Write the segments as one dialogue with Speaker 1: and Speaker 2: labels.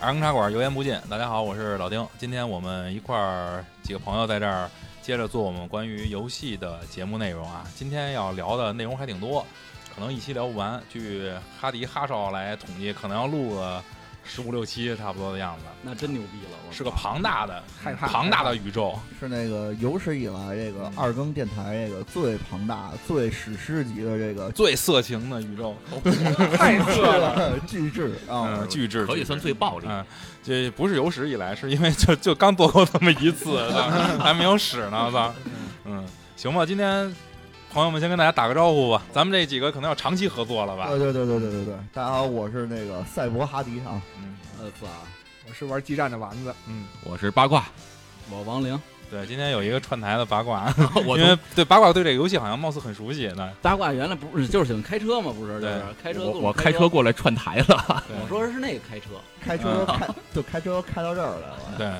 Speaker 1: 二更茶馆油盐不进。大家好，我是老丁。今天我们一块儿几个朋友在这儿接着做我们关于游戏的节目内容啊。今天要聊的内容还挺多，可能一期聊不完。据哈迪哈少来统计，可能要录个十五六期差不多的样子，
Speaker 2: 那真牛逼了，我
Speaker 1: 是个庞大的、
Speaker 3: 害怕
Speaker 1: 庞大的宇宙。
Speaker 3: 是那个有史以来这个二更电台这个最庞大、最史诗级的这个
Speaker 1: 最色情的宇宙，
Speaker 3: 太色了巨制啊
Speaker 1: 嗯，！巨制
Speaker 4: 可以算最暴力。
Speaker 1: 嗯，这不是有史以来，是因为就就刚做过这么一次，操还没有使呢，操。嗯，行吧，今天朋友们先跟大家打个招呼吧，咱们这几个可能要长期合作了吧？
Speaker 3: 对对对对对对对，大家好，我是那个赛博哈迪啊，
Speaker 1: 嗯
Speaker 2: 呃不啊，
Speaker 5: 我是玩激战的丸子，
Speaker 1: 嗯，
Speaker 4: 我是八卦，
Speaker 2: 我王玲，
Speaker 1: 对，今天有一个串台的八卦，
Speaker 4: 我
Speaker 1: 因为对八卦对这个游戏好像貌似很熟悉呢。
Speaker 2: 八卦原来不是就是喜欢开车嘛，不是？就
Speaker 1: 对
Speaker 2: 是开车
Speaker 4: 我
Speaker 2: 各种
Speaker 4: 我
Speaker 2: 开
Speaker 4: 开车，过来串台了，
Speaker 1: 对
Speaker 2: 我说的是那个开车，
Speaker 3: 开车开就开车开到这儿来了，
Speaker 1: 对，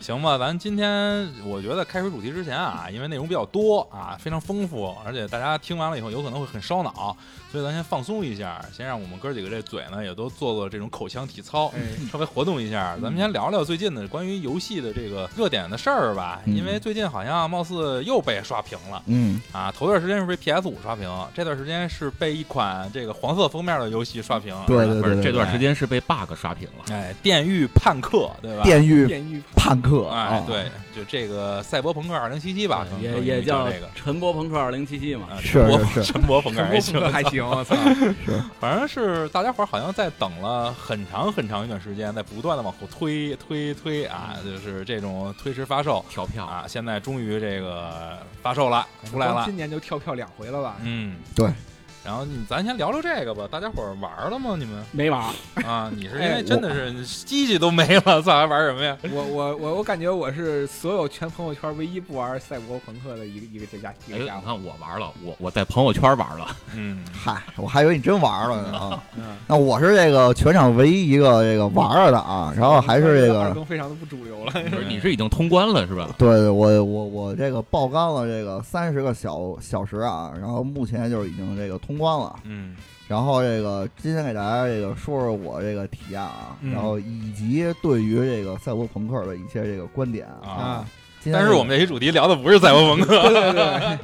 Speaker 1: 行吧，咱今天我觉得开始主题之前啊，因为内容比较多啊，非常丰富，而且大家听完了以后有可能会很烧脑，所以咱先放松一下，先让我们哥几个这嘴呢也都做做这种口腔体操，
Speaker 5: 哎
Speaker 1: 稍微活动一下。咱们先聊聊最近的关于游戏的这个热点的事儿吧，
Speaker 3: 嗯
Speaker 1: 因为最近好像貌似又被刷屏了
Speaker 3: 嗯，
Speaker 1: 啊，头段时间是被 PS 五刷屏，这段时间是被一款这个黄色封面的游戏刷屏，
Speaker 3: 对对
Speaker 4: 不
Speaker 3: 对
Speaker 4: 是
Speaker 3: 对，
Speaker 4: 这段时间是被 bug 刷屏了。
Speaker 1: 哎，电狱叛客，对吧？
Speaker 3: 电狱
Speaker 5: 电狱
Speaker 3: 叛客
Speaker 1: 哎
Speaker 3: 啊，，
Speaker 1: 对，就这个赛博朋克二零七七吧，可能
Speaker 2: 也
Speaker 1: 就
Speaker 2: 也
Speaker 1: 叫
Speaker 2: 叫
Speaker 1: 这个。
Speaker 2: 陈波朋克二零七七嘛。
Speaker 1: 啊
Speaker 3: 是
Speaker 1: 陈博
Speaker 3: 是是
Speaker 1: 陈博朋克还行，
Speaker 5: 还 行，我操，
Speaker 1: 反正是大家伙儿好像在等了很长很长一段时间，在不断的往后推推推啊，就是这种推迟发售
Speaker 4: 调票，
Speaker 1: 啊，现在终于这个发售了，出来
Speaker 5: 光
Speaker 1: 了
Speaker 5: 今，年就跳票两回了吧？
Speaker 1: 嗯，
Speaker 3: 对。
Speaker 1: 然后你咱先聊聊这个吧，大家伙儿玩儿了吗？你们
Speaker 2: 没 玩儿，
Speaker 1: 啊，你是因
Speaker 5: 哎
Speaker 1: 为真的是机器都没了，操，还玩什么呀？
Speaker 5: 我我我我感觉我是所有全朋友圈唯一不玩赛博朋克的一个一个这家一
Speaker 4: 哎，
Speaker 5: 个
Speaker 4: 你
Speaker 5: 家伙。
Speaker 4: 看我玩了，我我在朋友圈玩了，
Speaker 1: 嗯，
Speaker 3: 嗨，我还以为你真玩了呢啊！
Speaker 5: 嗯，
Speaker 3: 那我是这个全场唯一一个这个玩儿的啊，然后还是这
Speaker 5: 二
Speaker 3: 个
Speaker 5: 更非常的不主流了。
Speaker 1: 嗯
Speaker 4: 不是你是已经通关了是吧？
Speaker 3: 对对，我我我这个爆肝了这个三十个小小时啊，然后目前就是已经这个通关了。
Speaker 1: 嗯
Speaker 3: 然后这个今天给大家这个说说我这个体验啊，
Speaker 1: 嗯
Speaker 3: 然后以及对于这个赛博朋克的一些这个观点啊。
Speaker 1: 啊
Speaker 5: 啊，
Speaker 3: 今天
Speaker 1: 但是我们这期主题聊的不是赛博朋克，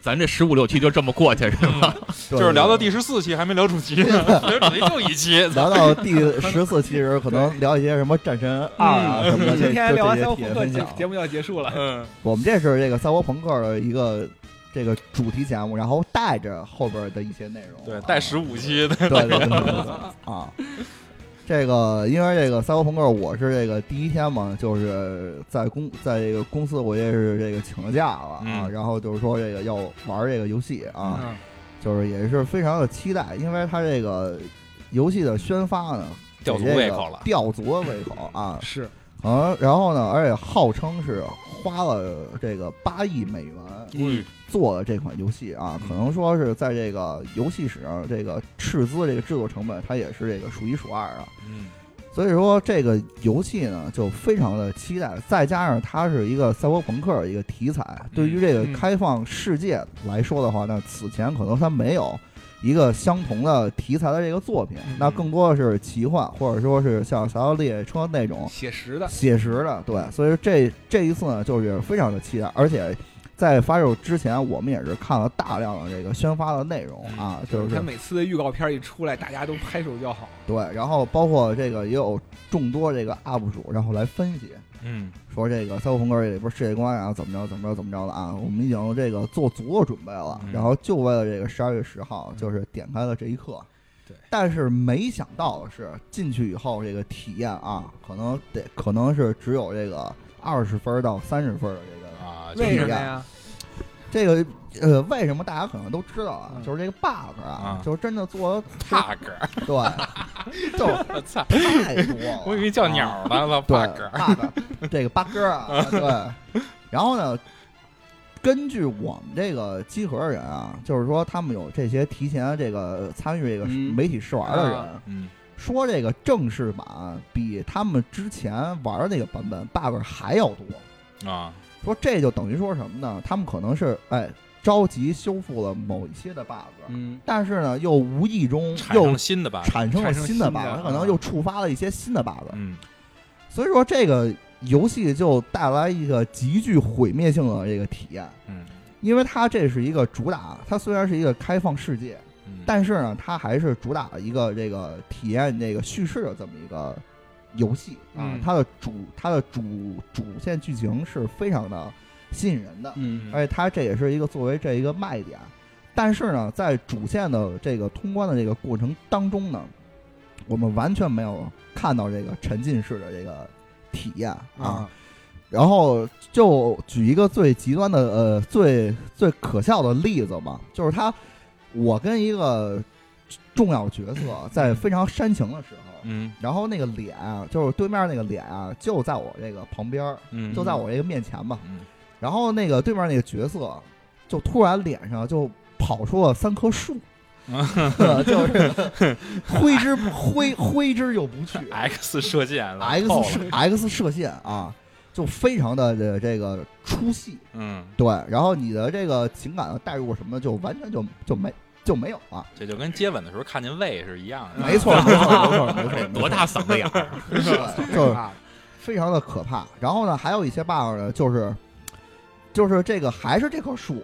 Speaker 4: 咱这十五六期就这么过去是吧？
Speaker 3: 对
Speaker 1: 就是聊到第十四期还没聊主题 呢，聊主题就一期。
Speaker 3: 聊到第十四期时，可能聊一些什么战神二啊什么的。
Speaker 5: 嗯 今天
Speaker 3: 这
Speaker 5: 聊完
Speaker 3: 这
Speaker 5: 赛博
Speaker 3: 些体
Speaker 5: 朋
Speaker 3: 验
Speaker 5: 克
Speaker 3: 分
Speaker 5: 节
Speaker 3: 享，
Speaker 5: 节目就要结束了。
Speaker 1: 嗯，
Speaker 3: 我们这是这个赛博朋克的一个这个主题节目，然后带着后边的一些内容啊。
Speaker 1: 对，带十五期的，
Speaker 3: 对对对对对对 啊！这个因为这个赛博朋克，我是这个第一天嘛，就是在公在这个公司，我也是这个请了假了啊，
Speaker 1: 嗯
Speaker 3: 然后就是说这个要玩这个游戏啊，
Speaker 5: 嗯，
Speaker 3: 就是也是非常的期待，因为它这个游戏的宣发呢。
Speaker 1: 吊足
Speaker 3: 给这个
Speaker 1: 胃口了
Speaker 3: 吊足了胃口啊！
Speaker 5: 是
Speaker 3: 嗯，然后呢，而且号称是花了这个八亿美元，
Speaker 1: 嗯
Speaker 3: 做了这款游戏啊，可能说是在这个游戏史上，这个斥资这个制作成本，它也是这个数一数二啊。
Speaker 1: 嗯
Speaker 3: 所以说这个游戏呢，就非常的期待，再加上它是一个赛博朋克的一个题材，
Speaker 5: 嗯
Speaker 3: 对于这个开放世界来说的话，那此前可能它没有一个相同的题材的这个作品
Speaker 5: 嗯，
Speaker 3: 那更多的是奇幻，或者说是像《侠盗猎车》那种
Speaker 5: 写实的，
Speaker 3: 写实的，对，所以这这一次呢，就是非常的期待，而且在发售之前，我们也是看了大量的这个宣发的内容啊，就
Speaker 5: 他
Speaker 3: 是
Speaker 5: 每次的预告片一出来，大家都拍手叫好。
Speaker 3: 对，然后包括这个也有众多这个 UP 主，然后来分析
Speaker 1: 嗯
Speaker 3: 说这个赛博朋克里边世界观啊怎么着怎么着怎么着的啊，我们已经这个做足了准备了，
Speaker 1: 嗯
Speaker 3: 然后就为了这个十二月十号，就是点开了这一刻。
Speaker 5: 对
Speaker 3: 但是没想到的是，进去以后这个体验啊，可能得可能是只有这个二十分到三十分的这个
Speaker 1: 啊，就
Speaker 5: 为
Speaker 1: 是
Speaker 5: 什么呀？
Speaker 3: 这个呃，为什么大家可能都知道啊？
Speaker 5: 嗯
Speaker 3: 就是这个 bug 啊
Speaker 1: 啊，
Speaker 3: 就是真的做的
Speaker 1: bug，
Speaker 3: 对，就
Speaker 1: 我操，
Speaker 3: 太多了。
Speaker 1: 我以为叫
Speaker 3: 啊
Speaker 1: 鸟呢，我操
Speaker 3: 对
Speaker 1: bug，
Speaker 3: bug，这个 bug 啊，对。然后呢，根据我们这个集合的人啊，就是说他们有这些提前这个参与这个
Speaker 2: 嗯
Speaker 3: 媒体试玩的人，
Speaker 5: 啊
Speaker 1: 嗯，
Speaker 3: 说这个正式版比他们之前玩的那个版本 bug 还要多。
Speaker 1: 啊，
Speaker 3: 说这就等于说什么呢？他们可能是哎。着急修复了某一些的 bug，、
Speaker 2: 嗯，
Speaker 3: 但是呢，又无意中
Speaker 1: 产生
Speaker 3: 又
Speaker 1: 了新的嗯吧？
Speaker 3: 产生了
Speaker 5: 产生
Speaker 3: 新的
Speaker 5: 新
Speaker 3: bug，
Speaker 5: 的
Speaker 3: 它可能
Speaker 5: 啊
Speaker 3: 又触发了一些新的 bug，、
Speaker 1: 嗯，
Speaker 3: 所以说这个游戏就带来一个极具毁灭性的这个体验，
Speaker 1: 嗯
Speaker 3: 因为它这是一个主打，它虽然是一个开放世界，
Speaker 1: 嗯，
Speaker 3: 但是呢，它还是主打一个这个体验这个叙事的这么一个游戏啊，
Speaker 5: 嗯
Speaker 3: 它的主它的主主线剧情是非常的吸引人的，
Speaker 2: 嗯，
Speaker 3: 而且它哎这也是一个作为这一个卖点。但是呢，在主线的这个通关的这个过程当中呢，我们完全没有看到这个沉浸式的这个体验啊。
Speaker 5: 啊，
Speaker 3: 然后就举一个最极端的呃最最可笑的例子嘛，就是他，我跟一个重要角色在非常煽情的时候，
Speaker 1: 嗯
Speaker 3: 然后那个脸啊就是对面那个脸啊就在我这个旁边儿，
Speaker 1: 嗯，
Speaker 3: 就在我这个面前嘛，
Speaker 1: 嗯
Speaker 3: 然后那个对面那个角色，就突然脸上就跑出了三棵 树，就是挥之不 挥挥之又不去
Speaker 1: X 射箭了
Speaker 3: ，X
Speaker 1: 透
Speaker 3: 射
Speaker 1: 了
Speaker 3: X 射线啊，就非常的这这个出戏。
Speaker 1: 嗯，
Speaker 3: 对，然后你的这个情感的代入什么的，就完全就就没就没有了。
Speaker 1: 这就跟接吻的时候看见胃是一样的，嗯
Speaker 3: 哎没错，没错，没错，没 错，
Speaker 4: 多大嗓 子眼儿？
Speaker 3: 没错？就是
Speaker 5: 啊
Speaker 3: 非常的可怕。然后呢，还有一些 bug 呢，就是就是这个还是这棵 树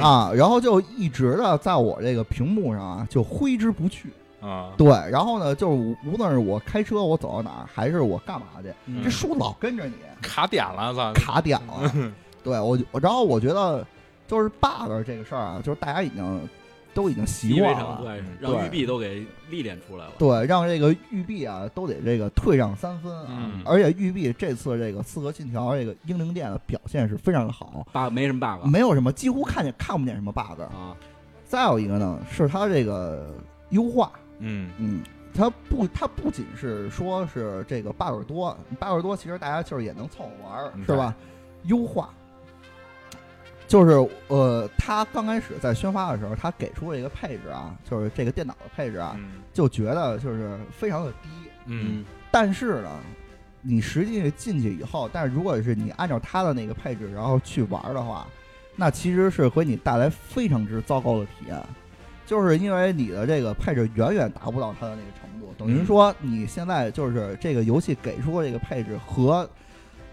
Speaker 3: 啊，然后就一直的在我这个屏幕上啊就挥之不去。
Speaker 1: 啊，
Speaker 3: 对，然后呢，就是无论是我开车，我走到哪儿，还是我干嘛去，
Speaker 2: 嗯
Speaker 3: 这树老跟着你，
Speaker 1: 卡点了，操，
Speaker 3: 卡点 了。对我就，然后我觉得就是 bug 这个事儿啊，就是大家已经都已经习
Speaker 2: 习以为
Speaker 3: 惯
Speaker 2: 常，
Speaker 3: 了。
Speaker 2: 对
Speaker 1: 嗯，
Speaker 2: 让
Speaker 3: 啊对
Speaker 2: 玉璧都给历练出来了。
Speaker 3: 对，让这个玉璧啊都得这个退让三分啊，
Speaker 1: 嗯
Speaker 3: 而且玉璧这次这个《刺客信条》这个英灵殿的表现是非常的好，
Speaker 2: bug 没什么 bug
Speaker 3: 没有什么几乎看见看不见什么 bug。
Speaker 2: 啊，
Speaker 3: 再有一个呢，是它这个优化，
Speaker 1: 嗯
Speaker 3: 嗯，它不它不仅是说是这个 bug 多，bug 多其实大家就是也能凑合玩儿，
Speaker 1: 嗯
Speaker 3: 是吧？优化。就是呃，它刚开始在宣发的时候，它给出这个配置啊，就是这个电脑的配置啊，
Speaker 1: 嗯
Speaker 3: 就觉得就是非常的低，
Speaker 1: 嗯，
Speaker 3: 但是呢，你实际进去以后，但是如果是你按照它的那个配置，然后去玩儿的话，那其实是给你带来非常之糟糕的体验，就是因为你的这个配置远远达不到它的那个程度，等于说你现在就是这个游戏给出的这个配置和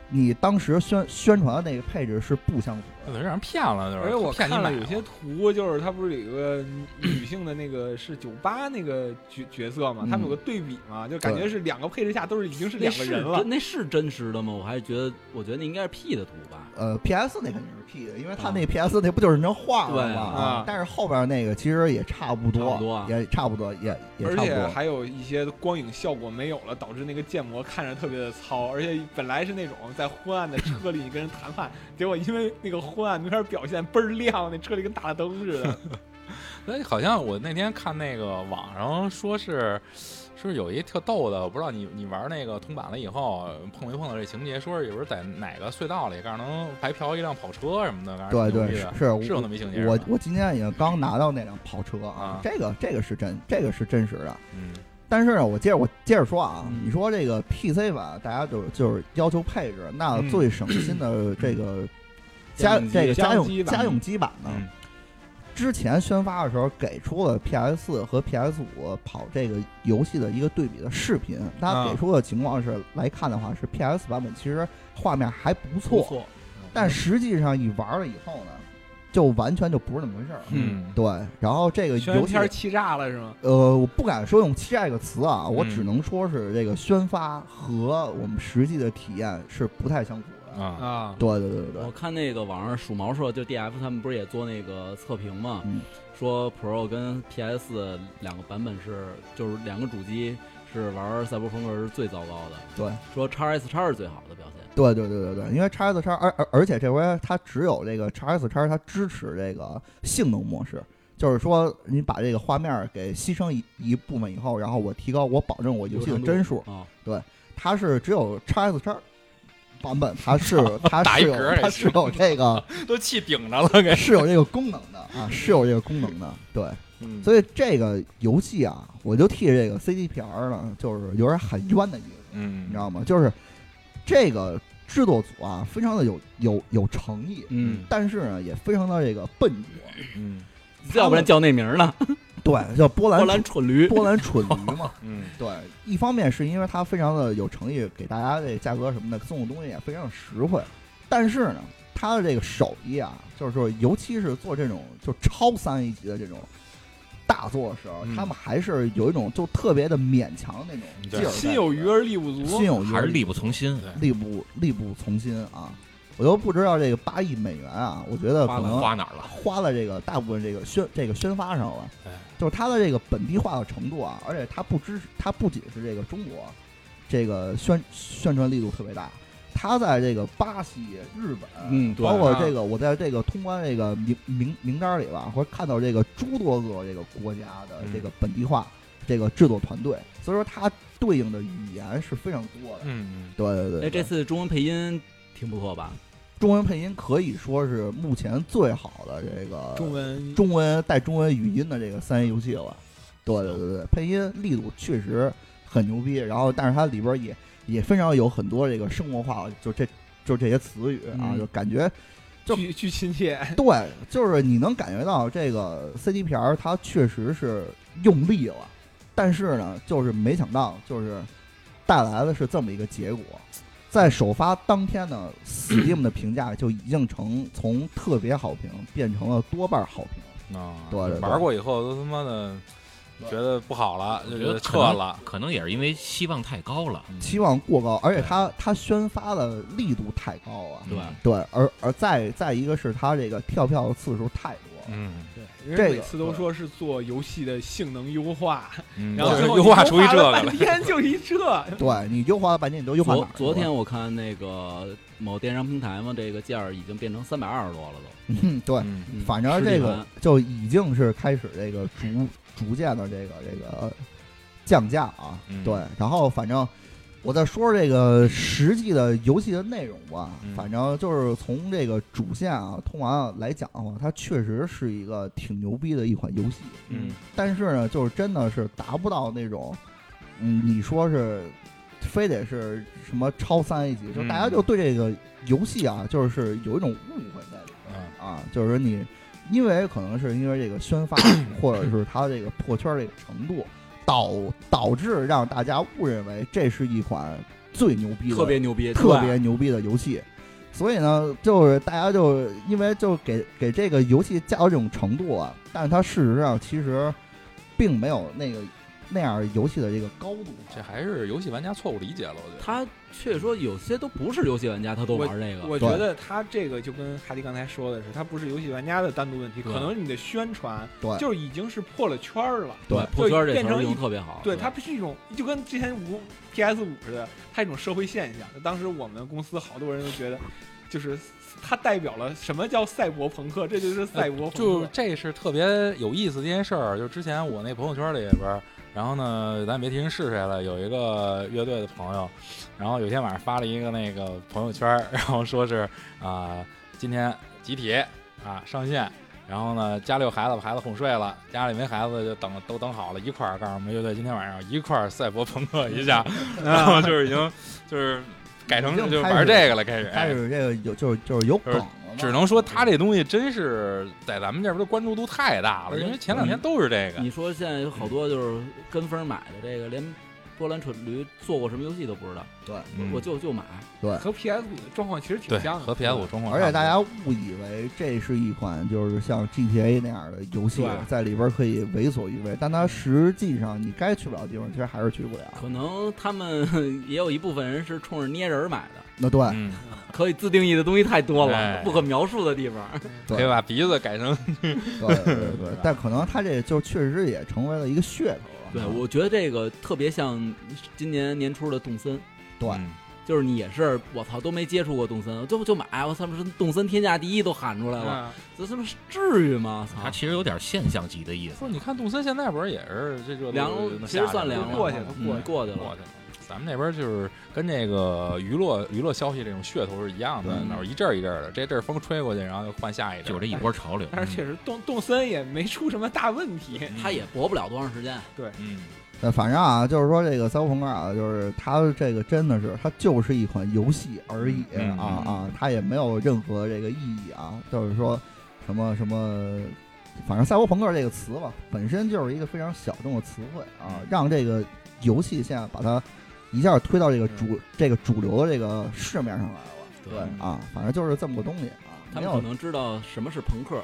Speaker 3: 你当时宣宣传的那个配置是不相
Speaker 1: 那等
Speaker 3: 符的。
Speaker 1: 哎于让人骗了，就是
Speaker 5: 而且我
Speaker 1: 骗你
Speaker 5: 看
Speaker 1: 买啊
Speaker 5: 了有些图，就是他不是有个女女性的那个是酒吧那个角角色嘛，他们有个对比嘛，就感觉是两个配置下都是已经是
Speaker 2: 那
Speaker 5: 两个
Speaker 2: 是
Speaker 5: 人了
Speaker 2: 真，那是真实的吗？我还觉得，我觉得那应该是 P 的图吧。
Speaker 3: 呃，PS 那肯定是 P 的，因为它那 PS 那不就是那画儿
Speaker 2: 对
Speaker 3: 吗？
Speaker 5: 啊
Speaker 3: 但是后边那个其实也差不多，
Speaker 2: 差不多啊
Speaker 3: 也差不多，也也
Speaker 5: 而
Speaker 3: 差不
Speaker 5: 且
Speaker 3: 多。
Speaker 5: 还有一些光影效果没有了，导致那个建模看着特别的糙。而且本来是那种在昏暗的车里你跟人谈判，结果因为那个昏暗没法表现，倍儿亮，那车里跟打了灯似的。
Speaker 1: 所哎以好像我那天看那个网上说是，是有一特逗的，我不知道你你玩那个通版了以后碰没碰到这情节，说是有人在哪个隧道里，告诉能白嫖一辆跑车什么的，
Speaker 3: 对
Speaker 1: 对
Speaker 3: 对
Speaker 1: 的，
Speaker 3: 是
Speaker 1: 是有那么一情节是
Speaker 3: 我
Speaker 1: 吧
Speaker 3: 我今天已经刚拿到那辆跑车
Speaker 1: 啊
Speaker 3: 这个这个是真，这个是真实的。
Speaker 1: 嗯
Speaker 3: 但是呢，我接着我接着说啊，
Speaker 2: 嗯
Speaker 3: 你说这个 PC 版大家就就是要求配置，那
Speaker 1: 嗯
Speaker 3: 最省心的这个
Speaker 2: 家
Speaker 3: 家
Speaker 2: 用机
Speaker 3: 这个家
Speaker 5: 家用
Speaker 3: 用
Speaker 5: 机版
Speaker 3: 家用机版呢，
Speaker 1: 嗯
Speaker 3: 之前宣发的时候给出了 PS 四和 PS 五跑这个游戏的一个对比的视频，它
Speaker 5: 啊
Speaker 3: 给出的情况是来看的话是 PS 版本其实画面还不
Speaker 2: 不
Speaker 3: 错，
Speaker 2: 错，
Speaker 3: 但实际上你玩了以后呢，就完全就不是那么回事儿了。
Speaker 1: 嗯
Speaker 3: 对，然后这个
Speaker 5: 宣传
Speaker 3: 游戏
Speaker 5: 片，欺诈了是吗？
Speaker 3: 呃，我不敢说用“欺诈”这个词啊，我
Speaker 1: 嗯
Speaker 3: 只能说是这个宣发和我们实际的体验是不太相符的。
Speaker 1: 啊
Speaker 5: 啊，
Speaker 3: 对对对对对
Speaker 2: 我，看那个网上数毛社就 DF 他们不是也做那个测评嘛，
Speaker 3: 嗯
Speaker 2: 说 Pro 跟 PS 两个版本是就是两个主机是玩赛博朋克是最糟糕的，
Speaker 5: 哦
Speaker 3: 对
Speaker 2: 说 x S x 是最好的表现。
Speaker 3: 对对对对对，因为 x S 叉而而而且这回它只有这个 x S 叉，它支持这个性能模式。就是说，你把这个画面给牺牲一一部分以后，然后我提高，我保证我游戏的帧数，
Speaker 2: 啊，
Speaker 3: 它是只有 x S 叉 版本，它是它
Speaker 1: 打
Speaker 3: 是
Speaker 1: 一
Speaker 3: 有
Speaker 1: 嗝儿也
Speaker 3: 它是
Speaker 1: 行
Speaker 3: 有这个
Speaker 1: 都气顶着了，给
Speaker 3: 是有这个功能的啊，是有这个功能的。对，
Speaker 1: 嗯
Speaker 3: 所以这个游戏啊，我就替这个 CDPR 呢，就是有点喊冤的意思，
Speaker 1: 嗯，
Speaker 3: 你知道吗？就是这个制作组啊，非常的有有有诚意，
Speaker 2: 嗯，
Speaker 3: 但是呢，也非常的这个笨拙。
Speaker 1: 嗯
Speaker 2: 要不然叫那名儿呢？
Speaker 3: 对，叫波
Speaker 2: 波
Speaker 3: 兰
Speaker 2: 兰蠢驴，
Speaker 3: 波兰蠢驴嘛。
Speaker 1: 嗯
Speaker 3: 对，一方面是因为它非常的有诚意，给大家这价格什么的送的东西也非常实惠，但是呢，它的这个手艺啊，就是说，尤其是做这种就超三一级的这种大作的时候，
Speaker 1: 嗯
Speaker 3: 他们还是有一种就特别的勉强那种劲
Speaker 1: 对
Speaker 3: 儿在里边，
Speaker 5: 心有余而力不足
Speaker 3: 心。有余
Speaker 4: 还
Speaker 3: 而
Speaker 4: 是力不从心，
Speaker 3: 力不力不从心啊！我都不知道这个八亿美元啊，我觉得可能
Speaker 4: 花哪儿了？
Speaker 3: 花了这个大部分这个宣这个宣发上了
Speaker 1: 哎，
Speaker 3: 就是它的这个本地化的程度啊，而且它不支持，它不仅是这个中国，这个宣宣传力度特别大，它在这个巴西、日本，
Speaker 2: 嗯对
Speaker 3: 包括
Speaker 5: 啊
Speaker 3: 这个我在这个通关这个名名名单里吧，会看到这个诸多个这个国家的
Speaker 1: 嗯
Speaker 3: 这个本地化这个制作团队，所以说它对应的语言是非常多的。
Speaker 1: 嗯
Speaker 3: 对对对对，
Speaker 2: 哎，这次中文配音挺不错吧？
Speaker 3: 中文配音可以说是目前最好的这个
Speaker 5: 中文
Speaker 3: 中文带中文语音的这个三 A 游戏了。对对对对，配音力度确实很牛逼，然后但是它里边也也非常有很多这个生活化，就这就这些词语啊，
Speaker 2: 嗯
Speaker 3: 就感觉就
Speaker 5: 巨巨亲切，
Speaker 3: 对，就是你能感觉到这个 CD 片儿它确实是用力了，但是呢，就是没想到就是带来的是这么一个结果。在首发当天呢，Steam 的评价就已经成从特别好评变成了多半好评。
Speaker 1: 嗯啊，
Speaker 3: 对对对
Speaker 1: 玩过以后都他妈的
Speaker 3: 对
Speaker 1: 觉得不好了，就
Speaker 4: 我觉得
Speaker 1: 撤
Speaker 4: 可能
Speaker 1: 了。
Speaker 4: 可能也是因为希望太高了。
Speaker 3: 期望过高，而且它它宣发的力度太高了，
Speaker 4: 对
Speaker 1: 嗯
Speaker 3: 对，而而再再一个是它这个跳票的次数太多了，
Speaker 1: 嗯，
Speaker 5: 对，人
Speaker 3: 这
Speaker 5: 家
Speaker 3: 个
Speaker 5: 每次都说是做游戏的性能优化，
Speaker 1: 嗯
Speaker 5: 然后
Speaker 1: 就是
Speaker 5: 最后
Speaker 1: 优化出一这个
Speaker 5: 了，
Speaker 1: 来
Speaker 5: 半，天就是一 这，
Speaker 3: 对你优化了半天，你都优化哪
Speaker 2: 昨昨
Speaker 3: 儿去了
Speaker 2: 天我看那个某电商平台嘛，这个价儿已经变成三百二十多了都。
Speaker 3: 嗯对，
Speaker 1: 嗯
Speaker 2: 嗯
Speaker 3: 反正
Speaker 2: 十几
Speaker 3: 这
Speaker 2: 盘
Speaker 3: 个就已经是开始这个逐 逐渐的这个这个降价啊，
Speaker 1: 嗯
Speaker 3: 对，然后反正我再说说这个实际的游戏的内容吧，
Speaker 1: 嗯
Speaker 3: 反正就是从这个主线啊通完来讲的话，它确实是一个挺牛逼的一款游戏，
Speaker 1: 嗯
Speaker 3: 但是呢，就是真的是达不到那种，嗯，你说是非得是什么超三 A 级，就
Speaker 1: 嗯
Speaker 3: 大家就对这个游戏啊，就是有一种误会在里面、
Speaker 1: 嗯
Speaker 3: 啊，就是说你因为可能是因为这个宣发或者是它这个破圈儿这个程度，导导致让大家误认为这是一款最牛逼的
Speaker 2: 特别牛逼，
Speaker 3: 特别牛逼的游戏。所以呢，就是大家就因为就给给这个游戏加到这种程度啊，但是它事实上其实并没有那个那样游戏的这个高度。
Speaker 1: 这还是游戏玩家错误理解了，我觉得。
Speaker 2: 他却说有些都不是游戏玩家，他都玩这个。
Speaker 5: 我
Speaker 3: 对
Speaker 5: 觉得他这个就跟哈迪刚才说的是，他不是游戏玩家的单独问题，
Speaker 2: 对
Speaker 5: 可能你的宣传
Speaker 3: 对
Speaker 5: 就是已经是破了圈儿了。
Speaker 3: 对
Speaker 2: 破圈儿
Speaker 5: 就
Speaker 2: 这词
Speaker 5: 变
Speaker 2: 儿
Speaker 5: 成
Speaker 2: 用
Speaker 5: 一
Speaker 2: 得特别好。
Speaker 5: 对，它不是一种，就跟之前五 PS 五似的，它一种社会现象。当时我们公司好多人都觉得，就是它代表了什么叫赛博朋克，这就是赛博朋
Speaker 1: 呃就
Speaker 5: 克。
Speaker 1: 这是特别有意思的一件事儿，就之前我那朋友圈里边儿，然后呢，咱也别提人是谁了，有一个乐队的朋友，然后有一天晚上发了一个那个朋友圈儿， 然后说是啊、今天集体啊上线，然后呢，家里有孩子，把孩子哄睡了；家里没孩子，就等都等好了，一块儿告诉我们乐队今天晚上一块儿赛博朋克一下，然后就是已经就是改成
Speaker 3: 已经
Speaker 1: 就
Speaker 3: 开始
Speaker 1: 玩这个了，开始哎
Speaker 3: 但是这个有就是就是有梗了嘛，
Speaker 1: 只能说他这东西真是在咱们这边的关注度太大了，
Speaker 2: 而且
Speaker 1: 因为前两天都是这个。
Speaker 2: 你说现在有好多就是跟风买的这个，连波兰蠢驴做过什么游戏都不知道，
Speaker 3: 对，
Speaker 1: 嗯
Speaker 2: 我就就买。
Speaker 5: 和 PS 五的状况其实挺
Speaker 1: 对
Speaker 5: 像的，
Speaker 1: 和 PS 五中控，
Speaker 3: 而且大家误以为这是一款就是像 GTA 那样的游戏
Speaker 5: 对，
Speaker 3: 在里边可以为所欲为，但它实际上你该去不了的地方，其实还是去不了。
Speaker 2: 可能他们 也有一部分人是冲着捏人儿买的，
Speaker 3: 那对，
Speaker 1: 嗯，
Speaker 2: 可以自定义的东西太多
Speaker 1: 哎
Speaker 2: 了，不可描述的地方。
Speaker 3: 对
Speaker 1: 嗯可以把鼻子改成
Speaker 3: 对对对对，但可能它这就确实也成为了一个噱头
Speaker 2: 对，
Speaker 3: 了。
Speaker 2: 我觉得这个特别像今年年初的动森，
Speaker 3: 对
Speaker 1: 嗯
Speaker 2: 就是你也是，我操，都没接触过动森，就就买，我操，动森天下第一都喊出来了，
Speaker 5: 嗯
Speaker 2: 这他妈是至于吗？
Speaker 4: 它
Speaker 2: 操，
Speaker 4: 其实有点现象级的意思
Speaker 1: 不。是，你看动森现在不是也是这热度
Speaker 2: 凉了
Speaker 1: 能
Speaker 2: 其
Speaker 1: 下
Speaker 2: 实
Speaker 1: 去
Speaker 2: 算
Speaker 1: 了
Speaker 2: 凉
Speaker 1: 吗
Speaker 2: 了，
Speaker 5: 过去了
Speaker 2: 嗯
Speaker 5: 过去了
Speaker 2: 过去
Speaker 1: 过
Speaker 2: 了。
Speaker 1: 去了。咱们这边就是跟这个娱乐娱乐消息这种噱头是一样的，
Speaker 3: 对
Speaker 1: 哪儿一阵儿一阵儿的，这阵儿风吹过去，然后又换下一阵儿，
Speaker 4: 就这一波潮流，
Speaker 5: 但是确实动动森也没出什么大问题，
Speaker 1: 嗯
Speaker 2: 他也，搏不了多长时间，
Speaker 1: 嗯，
Speaker 3: 呃，反正啊，就是说这个赛博朋克啊，就是它这个真的是它就是一款游戏而已
Speaker 1: 嗯嗯
Speaker 3: 啊啊，它也没有任何这个意义啊，就是说什么什么，反正赛博朋克这个词吧，本身就是一个非常小众的词汇啊，让这个游戏现在把它一下推到这个主这个主流的这个市面上来了，
Speaker 2: 对
Speaker 3: 对啊，反正就是这么个东西啊，
Speaker 2: 他
Speaker 3: 没
Speaker 2: 们可
Speaker 3: 有
Speaker 2: 能知道什么是朋克，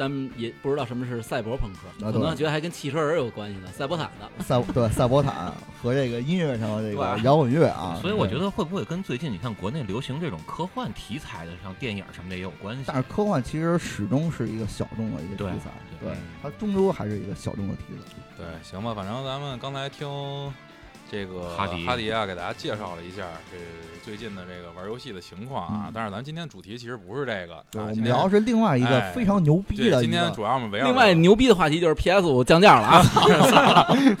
Speaker 2: 但也不知道什么是赛博朋克，
Speaker 3: 啊对
Speaker 2: 可能觉得还跟汽车人有关系呢，赛博坦的。
Speaker 3: 赛对赛博坦和这个音乐上的这
Speaker 2: 对啊
Speaker 3: 个摇滚乐啊，
Speaker 4: 所以我
Speaker 3: 对
Speaker 4: 觉得会不会跟最近你看国内流行这种科幻题材的，像电影什么的也有关系
Speaker 3: 但？是科幻其实始终是一个小众的一个
Speaker 4: 对
Speaker 3: 题材，
Speaker 4: 对
Speaker 3: 对，它终究还是一个小众的题材。
Speaker 1: 对，行吧，反正咱们刚才听这个
Speaker 4: 哈迪
Speaker 1: 哈迪啊，给大家介绍了一下这最近的这个玩游戏的情况啊。
Speaker 3: 嗯
Speaker 1: 但是咱今天主题其实不是这个，
Speaker 3: 对，
Speaker 1: 啊、
Speaker 3: 我
Speaker 1: 今天
Speaker 3: 们聊的是另外一
Speaker 1: 哎
Speaker 3: 个非常牛逼
Speaker 1: 对，
Speaker 3: 的一
Speaker 1: 今天
Speaker 3: 个，
Speaker 1: 主要我们围绕
Speaker 2: 另外牛逼的话题就是 PS 五降价了啊，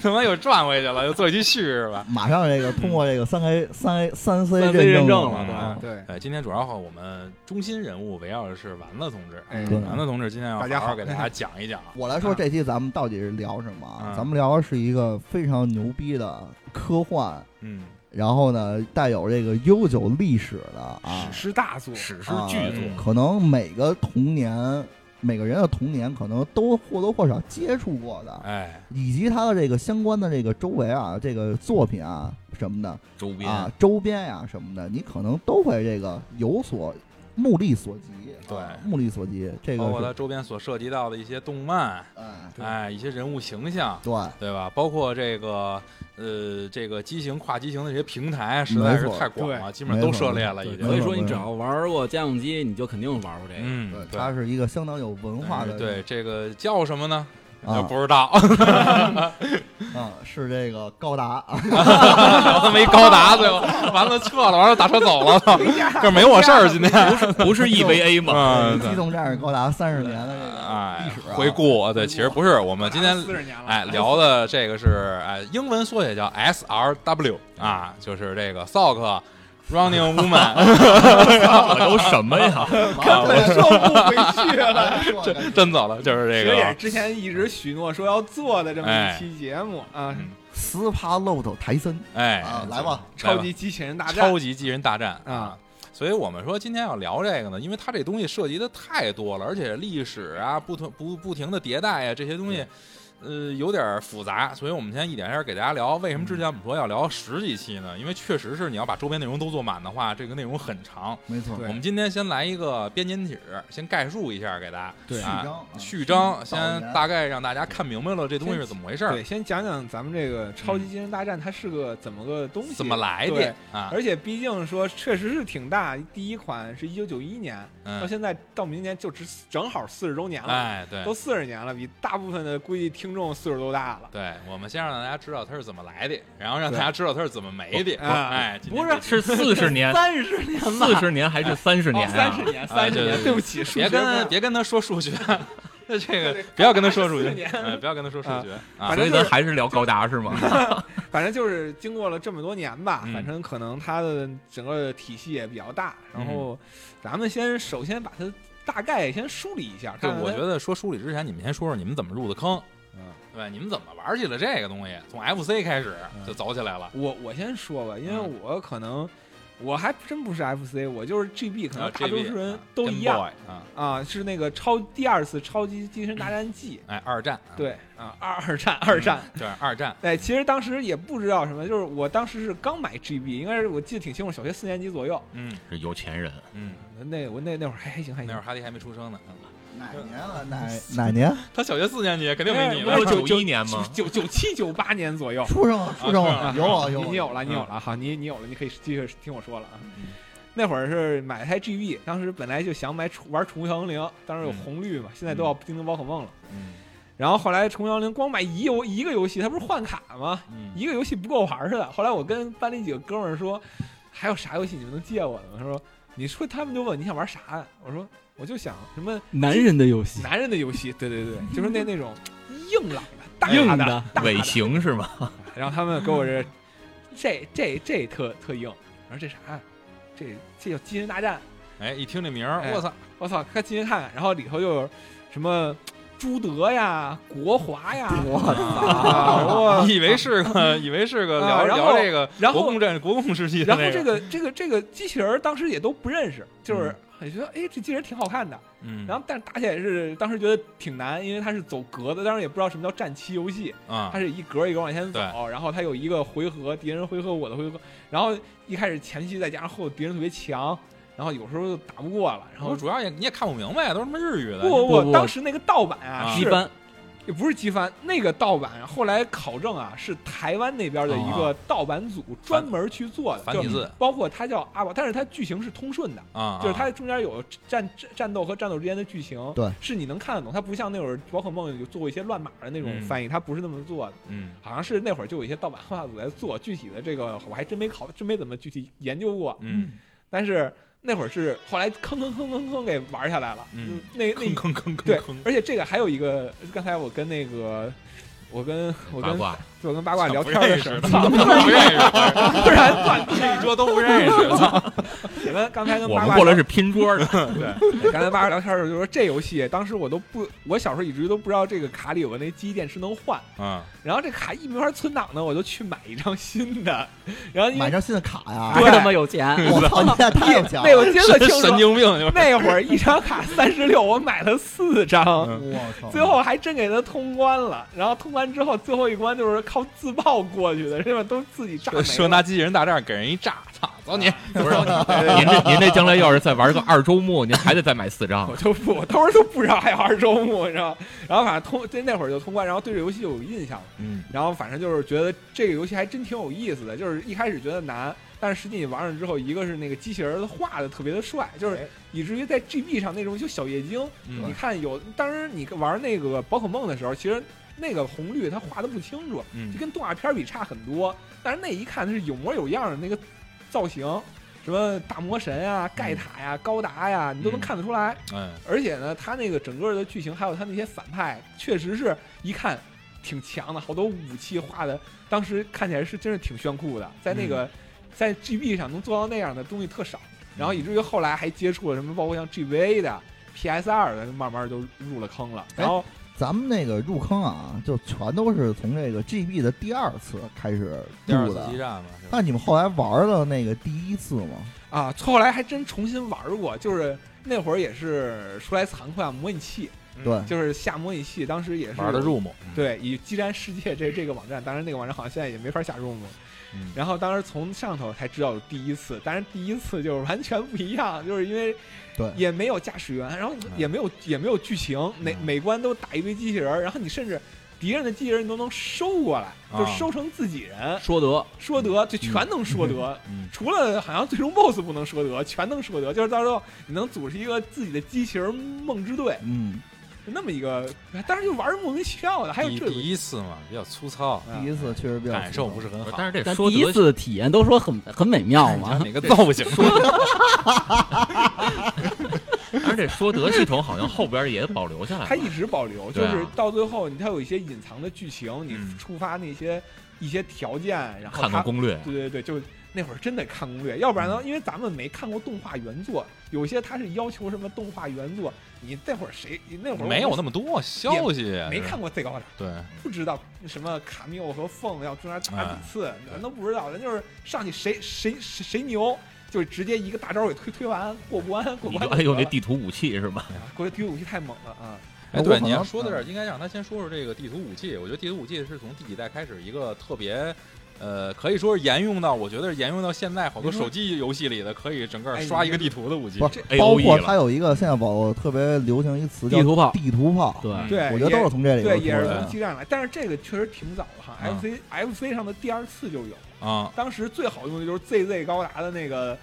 Speaker 1: 他妈又转回去了，又做一期序是 吧？
Speaker 3: 马上这个通过这个三 K 三 A 三 C
Speaker 2: 三 C
Speaker 3: 认
Speaker 2: 认
Speaker 3: 证
Speaker 2: 证
Speaker 1: 了
Speaker 3: 啊
Speaker 5: 对，
Speaker 1: 呃，今天主要我们中心人物围绕的是丸子同志，
Speaker 5: 哎
Speaker 3: 对
Speaker 1: 丸子同志今天要
Speaker 5: 大家
Speaker 1: 好好
Speaker 5: 好
Speaker 1: 给大家讲一 讲。
Speaker 3: 我来说，这期咱们到底是聊什么啊
Speaker 1: 嗯？
Speaker 3: 咱们聊的是一个非常牛逼的科幻，
Speaker 1: 嗯，
Speaker 3: 然后呢，带有这个悠久历史的啊
Speaker 5: 史，诗大作，
Speaker 4: 史诗
Speaker 3: 啊
Speaker 4: 巨
Speaker 1: 嗯
Speaker 4: 作，
Speaker 3: 可能每个童年，每个人的童年可能都或多或少接触过的，
Speaker 1: 哎，
Speaker 3: 以及它的这个相关的这个周围啊，这个作品啊什么的
Speaker 4: 周边
Speaker 3: 啊，周边呀、什么的，你可能都会这个有所目力所及，
Speaker 1: 对
Speaker 3: 啊目力所及，这
Speaker 1: 包括
Speaker 3: 个
Speaker 1: 它
Speaker 3: 是，
Speaker 1: 周边所涉及到的一些动漫，
Speaker 3: 哎，
Speaker 5: 对
Speaker 1: 哎，一些人物形象，
Speaker 3: 对，
Speaker 1: 对吧？包括这个呃，这个机型跨机型的这些平台实在是
Speaker 3: 没错
Speaker 1: 太广了，基本上
Speaker 3: 没
Speaker 1: 都
Speaker 3: 错
Speaker 1: 涉猎了啊已
Speaker 2: 对
Speaker 1: 经。
Speaker 2: 所以说你只要玩过家用机，你就肯定玩过这个。
Speaker 1: 嗯，对嗯
Speaker 3: 它是一个相当有文化的，
Speaker 1: 对这个叫什么呢？
Speaker 3: 啊
Speaker 1: 不知道，
Speaker 3: 啊，是这个高达啊，
Speaker 1: 他没高 达，最后完了撤了，完了打车走了， 这没我事儿今天。
Speaker 4: 不是 EVA 吗？
Speaker 1: 啊，
Speaker 3: 机动战士高达三十年的这个
Speaker 1: 哎
Speaker 3: 历史，啊
Speaker 1: 回顾对，其实不是我们今天
Speaker 5: 四十年了，
Speaker 1: 哎，聊的这个是哎，英文缩写叫 S R W
Speaker 3: 嗯
Speaker 1: 啊，就是这个 Sock Running Woman，
Speaker 4: 我都什么呀？
Speaker 5: 根
Speaker 1: 哎
Speaker 5: 本说不回去了。
Speaker 1: 真真走了，就是这
Speaker 5: 这也是
Speaker 1: 个哎
Speaker 5: 之前一直许诺说要做的这么一期节目啊，
Speaker 1: 嗯
Speaker 3: 斯帕漏斗台森
Speaker 1: 哎
Speaker 3: 啊，来吧，
Speaker 5: 超级机器人大战
Speaker 1: 超级机器人大战啊
Speaker 5: 啊。
Speaker 1: 所以我们说今天要聊这个呢，因为它这东西涉及的太多了，而且历史啊，不同不不停的迭代啊，这些东西，
Speaker 5: 嗯
Speaker 1: 呃，有点复杂。所以我们先一点一点给大家聊。为什么之前我们说要聊十几期呢？因为确实是你要把周边内容都做满的话，这个内容很长。
Speaker 3: 没错，
Speaker 5: 对
Speaker 1: 我们今天先来一个编年史，先概述一下给大家。
Speaker 5: 对
Speaker 1: 啊
Speaker 3: 序章
Speaker 1: 序
Speaker 3: 啊
Speaker 1: 章先
Speaker 3: 导言
Speaker 1: 大概让大家看明白了这东西是怎么回事儿嗯
Speaker 5: 对，，先讲讲咱们这个超级机器人大战它是个怎么个东西，
Speaker 1: 怎么来
Speaker 5: 对
Speaker 1: 的？啊？
Speaker 5: 而且毕竟说确实是挺大，第一款是一九九一年，到
Speaker 1: 嗯，
Speaker 5: 现在到明年就只正好四十周年了，
Speaker 1: 哎，对
Speaker 5: 都，四十年了，比大部分的估计听众岁数都大了。
Speaker 1: 对，我们先让大家知道它是怎么来的，然后让大
Speaker 5: 对
Speaker 1: 家知道它是怎么没的。
Speaker 5: 啊
Speaker 1: 哎，今天
Speaker 5: 不是
Speaker 1: 这期
Speaker 4: 是四十年，
Speaker 2: 三十年
Speaker 4: 四十年还是三十年
Speaker 5: 哦，三
Speaker 4: 啊
Speaker 5: 十？年，三十
Speaker 1: 哎对对对
Speaker 5: 年，对不起，数
Speaker 1: 别
Speaker 5: 学
Speaker 1: 跟
Speaker 5: 不
Speaker 1: 别跟他说数 学，那这个
Speaker 5: 对
Speaker 1: 不要跟他说数学
Speaker 5: 84，年
Speaker 1: 哎，不要跟他说数学啊
Speaker 5: 反
Speaker 4: 所
Speaker 5: 正
Speaker 4: 以咱还是聊高达是吗？
Speaker 5: 好，反正就是经过了这么多年吧，
Speaker 1: 嗯
Speaker 5: 反正可能它的整个体系也比较大。
Speaker 1: 嗯
Speaker 5: 然后，咱们先首先把它大概先梳理一下。
Speaker 1: 对，
Speaker 5: 看看
Speaker 1: 我
Speaker 5: 它
Speaker 1: 觉得说梳理之前，你们先说说你们怎么入的坑，
Speaker 5: 嗯
Speaker 1: 对吧？你们怎么玩起了这个东西？从 FC 开始
Speaker 5: 嗯
Speaker 1: 就走起来了。
Speaker 5: 我我先说吧，因为
Speaker 1: 嗯
Speaker 5: 我可能我还真不是 FC，我就是 GB，可能
Speaker 1: 啊
Speaker 5: 大多
Speaker 1: GB
Speaker 5: 数人
Speaker 1: 啊
Speaker 5: 都
Speaker 1: 跟
Speaker 5: 一样
Speaker 1: Boy，啊！
Speaker 5: 啊，是那个超第二次超级机器人大战记，
Speaker 1: 哎，二战啊，嗯
Speaker 5: 对啊，二二战二战。
Speaker 1: 对二战，
Speaker 5: 哎，其实当时也不知道什么，就是我当时是刚买 GB，应该是我记得挺清楚，小学四年级左右。
Speaker 1: 嗯
Speaker 4: 是有钱 人，
Speaker 1: 嗯，
Speaker 5: 那我那那会儿还还行还
Speaker 1: 那
Speaker 5: 行
Speaker 1: 会儿，哈迪还没出生呢，嗯
Speaker 3: 哪年了？哪哪年？
Speaker 1: 他小学四年级肯定没你
Speaker 5: 哎
Speaker 1: 呢
Speaker 5: 我。
Speaker 4: 不是九一年吗？
Speaker 5: 九九七九八年左右。
Speaker 1: 啊
Speaker 3: 出生了，出生了，有我有啊
Speaker 5: 你
Speaker 3: 我
Speaker 5: 你有了，
Speaker 1: 嗯
Speaker 5: 你有了，好，你你有了，你可以继续听我说了啊。
Speaker 1: 嗯
Speaker 5: 那会儿是买了台 GB，当时本来就想买宠玩宠物小精灵，当时有
Speaker 1: 嗯
Speaker 5: 红绿嘛，现在都要精灵宝可梦了。
Speaker 1: 嗯
Speaker 5: 然后后来宠物小精灵光买一游一个游戏，它不是换卡吗？
Speaker 1: 嗯
Speaker 5: 一个游戏不够玩儿似的。后来我跟班里几个哥们儿说，还有啥游戏你们能借我的吗？他说，你说他们就问你想玩啥呀？我说我就想什么
Speaker 2: 男人的游戏，
Speaker 5: 男人的游戏，对对对，就是那那种硬朗的、大
Speaker 2: 硬
Speaker 5: 的。
Speaker 2: 的，
Speaker 5: 大
Speaker 4: 尾行是吗？
Speaker 5: 然后他们给我这这这这特特硬，我说这啥呀？这这叫机人大战，
Speaker 1: 哎，一听这名儿，
Speaker 5: 哎
Speaker 1: 我操，
Speaker 5: 我操，快进去看看。然后里头又有什么朱德呀、国华呀，
Speaker 3: 我
Speaker 5: 啊我
Speaker 1: 以为是个， 以为是个
Speaker 5: 啊
Speaker 1: 聊
Speaker 5: 然
Speaker 1: 聊
Speaker 5: 后
Speaker 1: 这个
Speaker 5: 然后
Speaker 1: 国共战国共时期的
Speaker 5: 然
Speaker 1: 那
Speaker 5: 后这
Speaker 1: 个，
Speaker 5: 个这个这个机器人儿当时也都不认识，就是也觉得哎这机器人挺好看的，
Speaker 1: 嗯，
Speaker 5: 然后但是打起来是当时觉得挺难，因为它是走格子，当时也不知道什么叫战棋游戏，
Speaker 1: 啊
Speaker 5: 它，是一格一格往前走，
Speaker 1: 对
Speaker 5: 然后它有一个回合，敌人回合，我的回合，然后一开始前期再加上后敌人特别强，然后有时候打不过了，然后
Speaker 1: 我主要也你也看不明白，都是什么日语的，
Speaker 5: 不
Speaker 2: 不不
Speaker 5: 当时那个盗版
Speaker 1: 啊
Speaker 5: 啊
Speaker 2: 一
Speaker 5: 是
Speaker 2: 般
Speaker 5: 也不是机翻，那个盗版后来考证啊，是台湾那边的一个盗版组专门去做的，
Speaker 1: 哦繁
Speaker 5: 就
Speaker 1: 体字
Speaker 5: 包括它叫阿宝，但是它剧情是通顺的，
Speaker 1: 啊，
Speaker 5: 就是
Speaker 1: 啊
Speaker 5: 它中间有战战战斗和战斗之间的剧情，
Speaker 3: 对，
Speaker 5: 是你能看得懂，它不像那会儿宝可梦有做过一些乱码的那种
Speaker 1: 嗯
Speaker 5: 翻译，它不是那么做的，
Speaker 1: 嗯
Speaker 5: 好像是那会儿就有一些盗版汉化组在做，具体的这个我还真没考，真没怎么具体研究过，
Speaker 1: 嗯，
Speaker 5: 但是那会儿是后来坑坑坑坑坑给玩下来了，
Speaker 1: 嗯，
Speaker 5: 那那
Speaker 1: 坑坑坑
Speaker 5: 对
Speaker 1: 坑坑，，
Speaker 5: 而且这个还有一个，刚才我跟那个，我跟我
Speaker 4: 八
Speaker 5: 跟
Speaker 4: 卦
Speaker 5: 我跟八卦聊
Speaker 1: 不
Speaker 5: 天的
Speaker 1: 认
Speaker 5: 时候
Speaker 1: 识，他们都不认识，
Speaker 5: 突然断电。
Speaker 1: 这一桌都不认识， 操
Speaker 5: 你们刚才跟
Speaker 4: 我
Speaker 5: 八
Speaker 4: 们
Speaker 5: 卦
Speaker 4: 过
Speaker 5: 聊
Speaker 4: 来是拼桌 的，
Speaker 5: 对，刚才八卦聊天的时候就说这游戏，当时我都不，我小时候一直都不知道这个卡里有个那记忆电池能换，
Speaker 1: 啊，
Speaker 5: 然后这卡一没法存档呢，我就去买一张新的，然后因
Speaker 3: 买
Speaker 5: 为
Speaker 3: 张新的卡呀！
Speaker 2: 还他妈有钱，
Speaker 3: 我操，你现在太有钱
Speaker 5: 那
Speaker 3: 了！
Speaker 5: 我记得清
Speaker 1: 神
Speaker 5: 楚，
Speaker 1: 经病就是
Speaker 5: 那会儿一张卡三十六，我买了四张。
Speaker 1: 嗯
Speaker 3: 我操！
Speaker 5: 最后还真给他通关了，然后通关之后最后一关就是靠自爆过去的，这吧？都自己炸没
Speaker 1: 说 说
Speaker 5: 了。
Speaker 1: 拿机器人大战给人一炸，操，走你，
Speaker 4: 不是？您这您这将来要是再玩个二周目，您还得再买四张
Speaker 5: 我，就不，我当时都不知道还有二周目，你知道吗？然后反正通，对那会儿就通关，然后对这游戏就有印象了。
Speaker 1: 嗯
Speaker 5: 然后反正就是觉得这个游戏还真挺有意思的，就是一开始觉得难，但是实际你玩上之后，一个是那个机器人画的特别的帅，
Speaker 1: 哎
Speaker 5: 就是以至于在 GB 上那种就小夜莺，你
Speaker 1: 嗯
Speaker 5: 看有，当时你玩那个宝可梦的时候，其实那个红绿它画的不清楚，就
Speaker 1: 嗯，
Speaker 5: 跟动画片儿比差很多，但是那一看是有模有样的那个造型，什么大魔神啊、盖塔呀、高达呀，你都能
Speaker 1: 嗯
Speaker 5: 看得出来。
Speaker 1: 哎，
Speaker 5: 而且呢，他那个整个的剧情，还有他那些反派，确实是一看挺强的，好多武器画的，当时看起来是真是挺炫酷的，在那个、
Speaker 1: 嗯
Speaker 5: 在 GB 上能做到那样的东西特少，然后以至于后来还接触了什么，包括像 GVA 的。PS 二的慢慢就入了坑
Speaker 1: 哎
Speaker 5: 了，然后
Speaker 3: 咱们那个入坑啊，就全都是从这个 GB 的第二次开始
Speaker 1: 嗯第二
Speaker 3: 入
Speaker 1: 次
Speaker 3: 的
Speaker 1: 激。战嘛，是吧
Speaker 5: 哎
Speaker 3: 那你们后来玩了那个第一次吗？
Speaker 5: 啊，后来还真重新玩过，就是那会儿也是说来惭愧啊，模拟器
Speaker 3: 对，
Speaker 5: 就是下模拟器，当时也是
Speaker 1: 嗯玩的入目，
Speaker 5: 对，以激战世界这这个网站，当然那个网站好像现在也没法下入目。
Speaker 1: 嗯
Speaker 5: 然后当时从上头才知道有第一次，当然第一次就是完全不一样，就是因为
Speaker 3: 对
Speaker 5: 也没有驾驶员，然后也没有、也没有剧情，每
Speaker 1: 嗯
Speaker 5: 每关都打一堆机器人儿，然后你甚至敌人的机器人你都能收过来，
Speaker 1: 啊
Speaker 5: 就收成自己人，
Speaker 2: 说得
Speaker 5: 说得就全能说得。
Speaker 1: 嗯
Speaker 5: 除了好像最终 BOSS 不能说得，全能说得，就是到时候你能组织一个自己的机器人梦之队，
Speaker 3: 嗯，
Speaker 5: 就那么一个，当时就玩儿莫名其妙的，还有
Speaker 1: 第
Speaker 5: 这种
Speaker 1: 第一次嘛，比较粗糙，
Speaker 5: 啊
Speaker 3: 第一次确实比较
Speaker 1: 感受不
Speaker 3: 是。
Speaker 1: 是很好，
Speaker 4: 但是这
Speaker 2: 但
Speaker 4: 说
Speaker 2: 第一
Speaker 4: 得
Speaker 2: 次体验都说很很美妙嘛，
Speaker 1: 哪个造型，啊
Speaker 4: 但是这说得系统好像后边也保留下来
Speaker 5: 它
Speaker 4: 了
Speaker 5: 一直保留，就
Speaker 4: 对啊
Speaker 5: 是到最后你它有一些隐藏的剧情，你
Speaker 1: 嗯
Speaker 5: 触发那些一些条件，然后
Speaker 4: 看
Speaker 5: 它，
Speaker 4: 看攻嗯略，
Speaker 5: 对对对，就那会儿真得看攻略，要不然呢，因为咱们没看过动画原作，有些它是要求什么动画原作，你那会儿谁那会儿我
Speaker 1: 没有那么多消息，
Speaker 5: 没看过最高的，
Speaker 1: 对，
Speaker 5: 不知道什么卡缪和凤要中间打几次，
Speaker 4: 嗯
Speaker 5: 咱都不知道，咱就是上去谁谁谁谁牛，就直接一个大招给推推完过关过
Speaker 4: 你
Speaker 5: 关就得
Speaker 4: 就
Speaker 5: 了。
Speaker 4: 哎呦那地图嗯武器是吧？
Speaker 5: 国际武器太猛了啊！
Speaker 1: 哎，
Speaker 3: 我
Speaker 1: 对，
Speaker 3: 可
Speaker 1: 你要
Speaker 3: 能
Speaker 1: 说到这儿，
Speaker 5: 嗯
Speaker 1: 应该让他先说说这个地图武器。我觉得地图武器是从第几代开始一个特别，呃，可以说是沿用到，我觉得是沿用到现在好多
Speaker 5: 你说
Speaker 1: 手机游戏里的，可以整个
Speaker 5: 哎
Speaker 1: 刷
Speaker 5: 你
Speaker 1: 一个
Speaker 5: 这
Speaker 1: 地图的武器
Speaker 3: 不。
Speaker 4: 这
Speaker 3: 包
Speaker 4: AOE
Speaker 3: 括
Speaker 4: E 了
Speaker 3: 它有一个现在网特别流行一词叫
Speaker 2: 地图炮
Speaker 3: 地图炮，
Speaker 2: 对
Speaker 1: 嗯
Speaker 5: 对，
Speaker 3: 我觉得都是从这里边
Speaker 5: 对，
Speaker 3: 出
Speaker 5: 也
Speaker 3: 来
Speaker 5: 是
Speaker 1: 的
Speaker 5: 从
Speaker 3: 的。
Speaker 5: 基站来，但是这个确实挺早的哈
Speaker 1: 嗯
Speaker 5: ，FC FC 上的第二次就有，
Speaker 1: 啊，
Speaker 5: 当时最好用的就是 ZZ 高达的那个。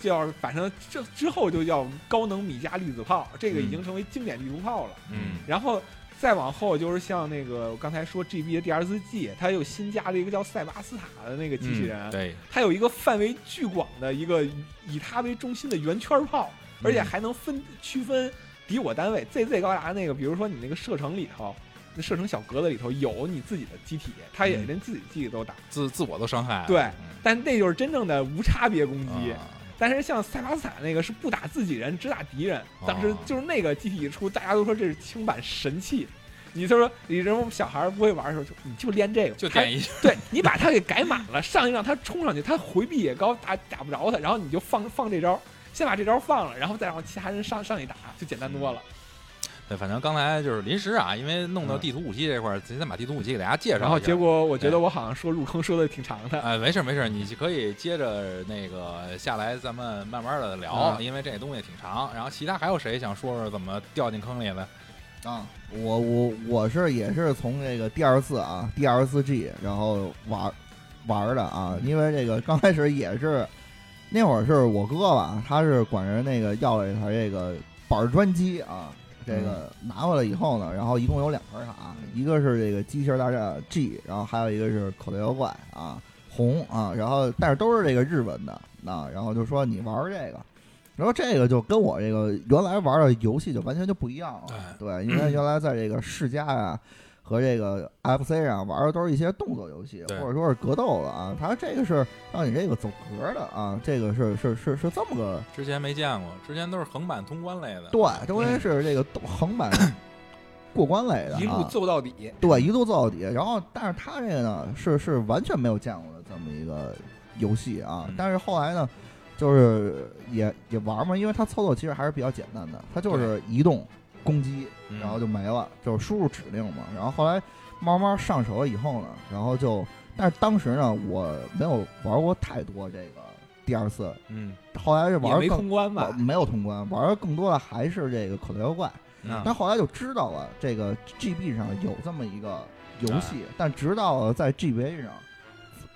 Speaker 5: 叫反正这之后就叫高能米加粒子炮，这个已经成为经典地图炮了。
Speaker 1: 嗯
Speaker 5: 然后再往后就是像那个我刚才说 GB 的第二次季，它又新加了一个叫塞巴斯塔的那个机器人，
Speaker 1: 嗯对，
Speaker 5: 它有一个范围巨广的一个以它为中心的圆圈炮，
Speaker 1: 嗯
Speaker 5: 而且还能分区分敌我单位。ZZ 高达那个，比如说你那个射程里头，那射程小格子里头有你自己的机体，它也
Speaker 1: 嗯
Speaker 5: 连自己机体都打，
Speaker 1: 自自我都伤害了。
Speaker 5: 对
Speaker 1: 嗯
Speaker 5: 但那就是真正的无差别攻击。
Speaker 1: 啊
Speaker 5: 但是像塞巴斯坦那个是不打自己人，只打敌人。当时
Speaker 1: 哦
Speaker 5: 就是那个集体一出，大家都说这是轻版神器。你就说，你这种小孩儿不会玩的时候，就你就练这个，
Speaker 1: 就
Speaker 5: 他
Speaker 1: 点一下，
Speaker 5: 对你把他给改满了，上一让他冲上去，他回避也高，打打不着他，然后你就放放这招，先把这招放了，然后再让其他人上上去打，就简单多了。
Speaker 1: 对，反正刚才就是临时啊，因为弄到
Speaker 5: 嗯
Speaker 1: 地图武器这块儿，咱先把地图武器给大家
Speaker 3: 哎
Speaker 1: 介绍一下。
Speaker 5: 然后结果我觉
Speaker 1: 对
Speaker 5: 得我好像说入坑说的挺长 的，
Speaker 1: 哎，没事儿没事儿，你可以接着那个下来，咱们慢慢的聊，
Speaker 5: 啊
Speaker 3: 嗯
Speaker 1: 因为这东西挺长。然后其他还有谁想说说怎么掉进坑里的？
Speaker 3: 啊，我我我是也是从这个 D 二四啊，D 二四 G，然后玩玩儿的啊，因为这个刚开始也是那会儿是我哥吧，他是管人那个要了一台这个板儿专机啊，这个拿回来以后呢，然后一共有两盘卡，一个是这个机器人大战 G，然后还有一个是口袋妖怪啊红啊，然后但是都是这个日文的啊，然后就说你玩儿这个。然后这个就跟我这个原来玩的游戏就完全就不一样
Speaker 1: 哎
Speaker 3: 了，对，因为原来在这个世嘉啊和这个 FC 上玩的都是一些动作游戏，
Speaker 1: 对
Speaker 3: 或者说是格斗的啊，它这个是让你这个走格的啊，这个是是是是这么个
Speaker 1: 之前没见过，之前都是横版通关类的。
Speaker 3: 对，中间是这个动横版过关类的、啊，
Speaker 5: 一路揍到底。
Speaker 3: 对，一路揍到底。然后，但是他这个呢，是是完全没有见过的这么一个游戏啊
Speaker 1: 嗯。
Speaker 3: 但是后来呢，就是也也玩嘛，因为它操作其实还是比较简单的，它就是移动攻击，
Speaker 1: 嗯
Speaker 3: 然后就没了，就是输入指令嘛。然后后来慢慢上手了以后呢，然后就，但是当时呢，我没有玩过太多这个第二次，
Speaker 1: 嗯，
Speaker 3: 后来是
Speaker 5: 也
Speaker 3: 玩哦
Speaker 5: 没
Speaker 3: 更
Speaker 5: 通关吧
Speaker 3: 玩？没有通关，玩的更多的还是这个口袋妖怪。
Speaker 5: 啊
Speaker 1: 嗯
Speaker 3: 但后来就知道了，这个 GB 上有这么一个游
Speaker 5: 啊
Speaker 3: 戏，但直到在 GBA 上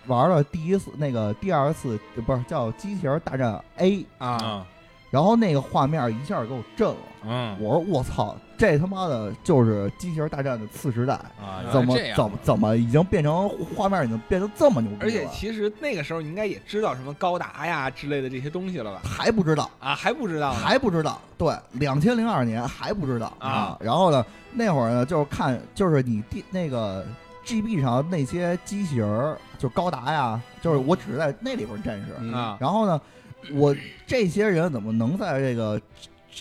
Speaker 3: 玩了第一次那个第二次，呃不是叫《机器人大战 A》，
Speaker 5: 啊，
Speaker 1: 嗯
Speaker 3: 然后那个画面一下给我震了，
Speaker 1: 嗯
Speaker 3: 我说我操，这他妈的就是《机器人大战》的次时代，
Speaker 1: 啊，原来
Speaker 3: 怎么
Speaker 1: 这样
Speaker 3: 怎么怎么已经变成画面已经变得这么牛逼了，
Speaker 5: 而且其实那个时候你应该也知道什么高达呀之类的这些东西了吧？
Speaker 3: 还不知道。
Speaker 5: 啊，还不知道呢。
Speaker 3: 还不知道，对，两千零二年还不知道
Speaker 5: 啊
Speaker 3: 然后呢，那会儿呢，就是看，就是你第那个 GB 上那些机器人儿，就高达呀，就是我只是在那里边战士。
Speaker 2: 嗯
Speaker 5: 啊，
Speaker 3: 然后呢，我这些人怎么能在这个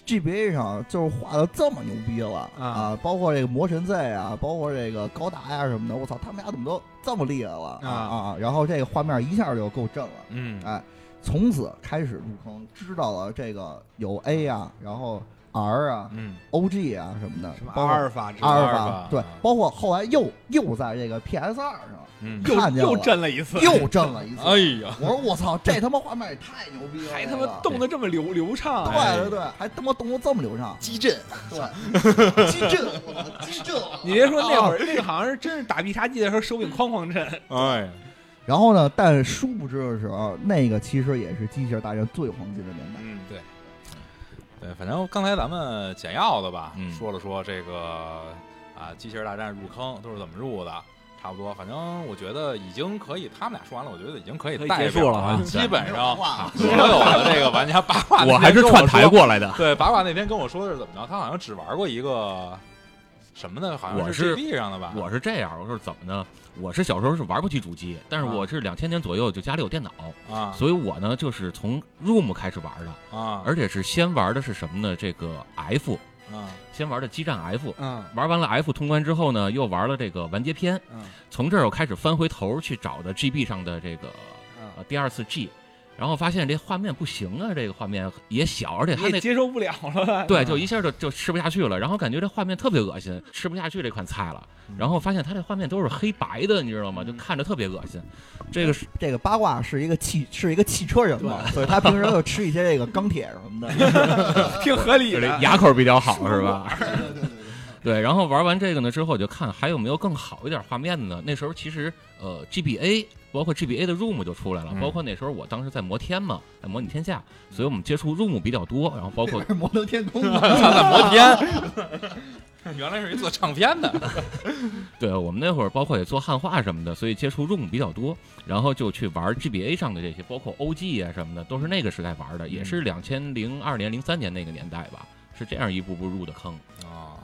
Speaker 3: GBA 上就是画的这么牛逼了
Speaker 5: 啊
Speaker 3: 包括这个魔神 Z 啊，包括这个高达呀什么的，我操，他们俩怎么都这么厉害了
Speaker 5: 啊
Speaker 3: 啊！然后这个画面一下就够震了。
Speaker 1: 嗯
Speaker 3: 哎，从此开始入坑，知道了这个有 A 啊，然后 R 啊、
Speaker 1: 嗯
Speaker 3: OG 啊什么的，
Speaker 5: 什么
Speaker 3: 包
Speaker 5: 阿
Speaker 3: 括
Speaker 5: 尔法之类
Speaker 3: 阿
Speaker 5: 的，
Speaker 3: 尔
Speaker 1: 阿尔法
Speaker 3: 法，对
Speaker 1: 啊，
Speaker 3: 包括后来又又在这个 PS 二上
Speaker 1: 嗯，
Speaker 3: 看
Speaker 5: 又
Speaker 3: 见
Speaker 5: 又震了
Speaker 3: 了
Speaker 5: 一次，
Speaker 3: 又震了一次。
Speaker 1: 哎呀，
Speaker 3: 我说我操，这他妈画面也太牛逼了，
Speaker 5: 还哎
Speaker 3: 这
Speaker 5: 他
Speaker 3: 个
Speaker 5: 妈动的这么流流畅啊，
Speaker 1: 哎
Speaker 3: 对对对，还他妈动作这么流畅，
Speaker 4: 激震，
Speaker 3: 对，激震，我操，激震！
Speaker 5: 你别说那会
Speaker 3: 哦
Speaker 5: 儿，那个好像是真是打必杀技的时候手柄哐哐震，
Speaker 1: 哎，
Speaker 3: 然后呢，但殊不知的时候，那个其实也是机器人大战最黄金的年代。
Speaker 1: 嗯，对，对，反正刚才咱们简要的吧，
Speaker 4: 嗯
Speaker 1: 说了说这个啊，机器人大战入坑都是怎么入的。差不多，反正我觉得已经可以，他们俩说完了，我觉得已经可以
Speaker 2: 可以
Speaker 1: 代
Speaker 2: 结束
Speaker 1: 表
Speaker 2: 了 啊
Speaker 1: 基本
Speaker 3: 没有
Speaker 1: 上
Speaker 3: 话了
Speaker 1: 所有的这个玩家八卦，
Speaker 2: 我还是串台。过来的。
Speaker 1: 对，八卦那天跟我说的是怎么着？他好像只玩过一个什么呢？好像
Speaker 4: 我
Speaker 1: 是
Speaker 4: 是
Speaker 1: GB 上的吧？
Speaker 4: 我是这样，我是怎么呢？我是小时候是玩不起主机，但是
Speaker 1: 啊
Speaker 4: 我是两千年左右就家里有电脑，
Speaker 1: 啊
Speaker 4: 所以我呢就是从 Room 开始玩的，
Speaker 1: 啊
Speaker 4: 而且是先玩的是什么呢？这个 F，
Speaker 1: 啊
Speaker 4: 先玩的激战 F。
Speaker 5: 嗯
Speaker 4: 玩完了 F 通关之后呢，又玩了这个完结篇，
Speaker 5: 嗯
Speaker 4: 从这儿我开始翻回头去找的 GB 上的这个
Speaker 5: 嗯，
Speaker 4: 呃第二次 G，然后发现这画面不行啊，这个画面也小，而且它
Speaker 5: 你也
Speaker 4: 那
Speaker 5: 接受不了了，
Speaker 4: 对，就一下就就吃不下去了，然后感觉这画面特别恶心，吃不下去这款菜了。然后发现它这画面都是黑白的，你知道吗？就看着特别恶心。这个是
Speaker 3: 这个八卦是一个汽是一个汽车人嘛，所以他平时就吃一些这个钢铁什么的。
Speaker 5: 挺合理
Speaker 4: 这
Speaker 5: 的。
Speaker 4: 牙口比较好是吧？
Speaker 3: 对对对
Speaker 4: 对，然后玩完这个呢之后，就看还有没有更好一点画面的呢。那时候其实呃 GBA 包括 GBA 的 Room 就出来了，
Speaker 1: 嗯
Speaker 4: 包括那时候我当时在摩天嘛，在模拟天下，所以我们接触 Room 比较多，然后包括
Speaker 3: 对，摩登天空。
Speaker 1: 他在摩天， 原来是一做唱片的。
Speaker 4: 对我们那会儿包括也做汉化什么的，所以接触 Room 比较多，然后就去玩 GBA 上的这些，包括 OG 啊什么的，都是那个时代玩的，也是两千零二年、零三年那个年代吧，是这样一步步入的坑。
Speaker 1: 啊，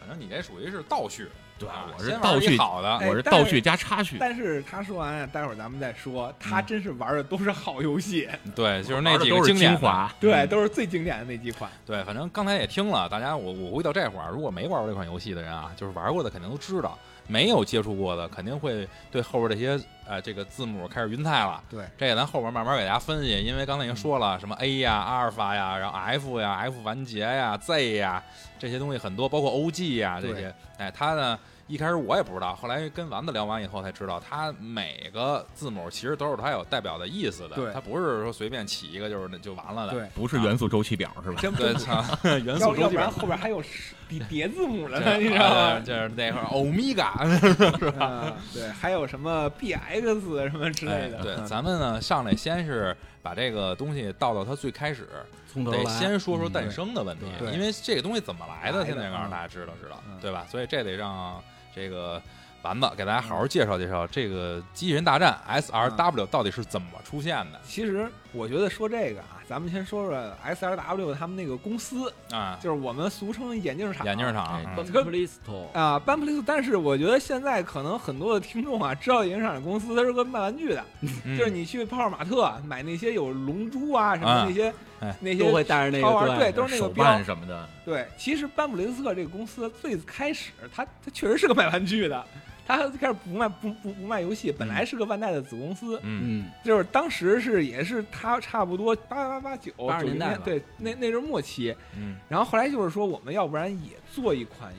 Speaker 1: 反正你这属于是倒叙，
Speaker 4: 对
Speaker 1: 啊
Speaker 4: 我是
Speaker 1: 先玩
Speaker 4: 倒
Speaker 1: 一
Speaker 4: 叙
Speaker 1: 好的，
Speaker 5: 哎
Speaker 4: 我是
Speaker 5: 但是
Speaker 4: 倒叙加插叙，
Speaker 5: 但是他说完，待会儿咱们再说。他
Speaker 4: 嗯
Speaker 5: 真是玩的都是好游戏，
Speaker 1: 对，就是那
Speaker 4: 玩的
Speaker 1: 几
Speaker 4: 都
Speaker 1: 个
Speaker 4: 是
Speaker 1: 经典的
Speaker 4: 精华，
Speaker 5: 对，都是最经典的那几款。
Speaker 1: 对，反正刚才也听了，大家我我估计到这会儿，如果没玩过这款游戏的人啊，就是玩过的肯定都知道，没有接触过的肯定会对后边这些呃这个字母开始晕菜了。
Speaker 5: 对，嗯
Speaker 1: 这个咱后边慢慢给大家分析，因为刚才已经说了，什么 A 呀、阿尔法呀，然后 F 呀、F 完结呀、Z 呀这些东西很多，包括 OG 呀这些。哎，它呢一开始我也不知道，后来跟丸子聊完以后才知道，它每个字母其实都是它有代表的意思的，
Speaker 5: 对
Speaker 1: 它不是说随便起一个就是那就完了的。
Speaker 5: 对
Speaker 4: 不是元素周期表是吧？
Speaker 5: 真不
Speaker 1: 对，操，元素
Speaker 5: 要
Speaker 1: 周期
Speaker 5: 要不
Speaker 1: 表
Speaker 5: 然后边还有十叠叠字母了
Speaker 1: 这
Speaker 5: 呢， 你知道
Speaker 1: 啊
Speaker 5: 吗？
Speaker 1: 就是那会儿欧米伽
Speaker 5: 嗯对，还有什么 BX 什么 之类的。
Speaker 1: 哎对，
Speaker 5: 嗯
Speaker 1: 咱们呢上来先是把这个东西倒到它最开始，
Speaker 2: 从头
Speaker 1: 得
Speaker 2: 来。
Speaker 1: 先说说
Speaker 2: 嗯
Speaker 1: 诞生的问题，
Speaker 5: 对
Speaker 1: 因为这个东西怎么来的，
Speaker 5: 来的
Speaker 1: 现在告诉
Speaker 5: 嗯
Speaker 1: 大家知道知道，
Speaker 5: 嗯
Speaker 1: 对吧？所以这得让这个丸子给大家好好
Speaker 5: 嗯
Speaker 1: 介绍介绍这个机器人大战 SRW 到底是怎么出现的
Speaker 5: 其实我觉得说这个啊，咱们先说说 SRW 他们那个公司，
Speaker 1: 啊？
Speaker 5: 就是我们俗称眼镜厂。
Speaker 1: 眼镜厂
Speaker 4: 哎
Speaker 1: 嗯
Speaker 2: 奔 p l i s t o
Speaker 5: 啊 b a m p l i s 但是我觉得现在可能很多的听众啊，知道眼镜厂的公司，它是个卖玩具的，
Speaker 1: 嗯
Speaker 5: 就是你去泡泡玛特买那些有龙珠啊什么
Speaker 1: 嗯
Speaker 5: 那些、
Speaker 1: 哎
Speaker 5: 那
Speaker 2: 都
Speaker 5: 些
Speaker 2: 会带着那
Speaker 5: 超玩
Speaker 2: 个
Speaker 5: 对都是那个
Speaker 4: 手
Speaker 5: 标
Speaker 4: 办什么的，
Speaker 5: 对，其实班布雷斯特这个公司最开始，它它确实是个卖玩具的，它开始不卖不不不卖游戏，本来是个万代的子公司，
Speaker 1: 嗯
Speaker 2: 嗯，
Speaker 5: 就是当时是也是它差不多八八八九
Speaker 2: 80
Speaker 5: 九零
Speaker 2: 年代
Speaker 5: 年
Speaker 2: 吧
Speaker 5: 对那那是末期，
Speaker 1: 嗯，
Speaker 5: 然后后来就是说我们要不然也做一款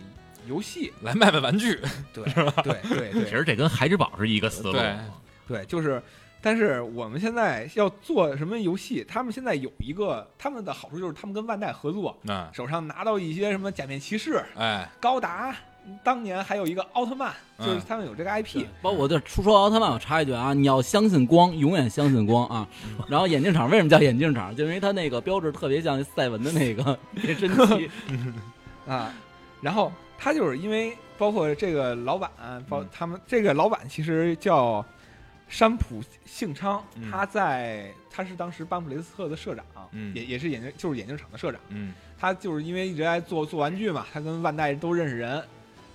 Speaker 5: 游戏，
Speaker 1: 来卖卖玩具，
Speaker 5: 对对对
Speaker 4: 其实这跟孩之宝是一个思路。
Speaker 1: 对
Speaker 5: 对，就是，但是我们现在要做什么游戏，他们现在有一个他们的好处就是他们跟万代合作，
Speaker 1: 嗯，
Speaker 5: 手上拿到一些什么假面骑士、
Speaker 1: 哎，
Speaker 5: 高达，当年还有一个奥特曼，就是
Speaker 1: 嗯
Speaker 5: 他们有这个 IP，、
Speaker 2: 对包括我这说说奥特曼，我插一句啊，你要相信光，永远相信光啊。然后眼镜厂为什么叫眼镜厂？就因为它那个标志特别像赛文的那个变身器。
Speaker 5: 啊，然后他就是因为包括这个老板，包
Speaker 1: 嗯
Speaker 5: 他们这个老板其实叫山浦幸昌，
Speaker 1: 嗯
Speaker 5: 他在他是当时班普雷斯特的社长，
Speaker 1: 嗯
Speaker 5: 也也是眼镜就是眼镜厂的社长。
Speaker 1: 嗯
Speaker 5: 他就是因为一直在做做玩具嘛，他跟万代都认识人，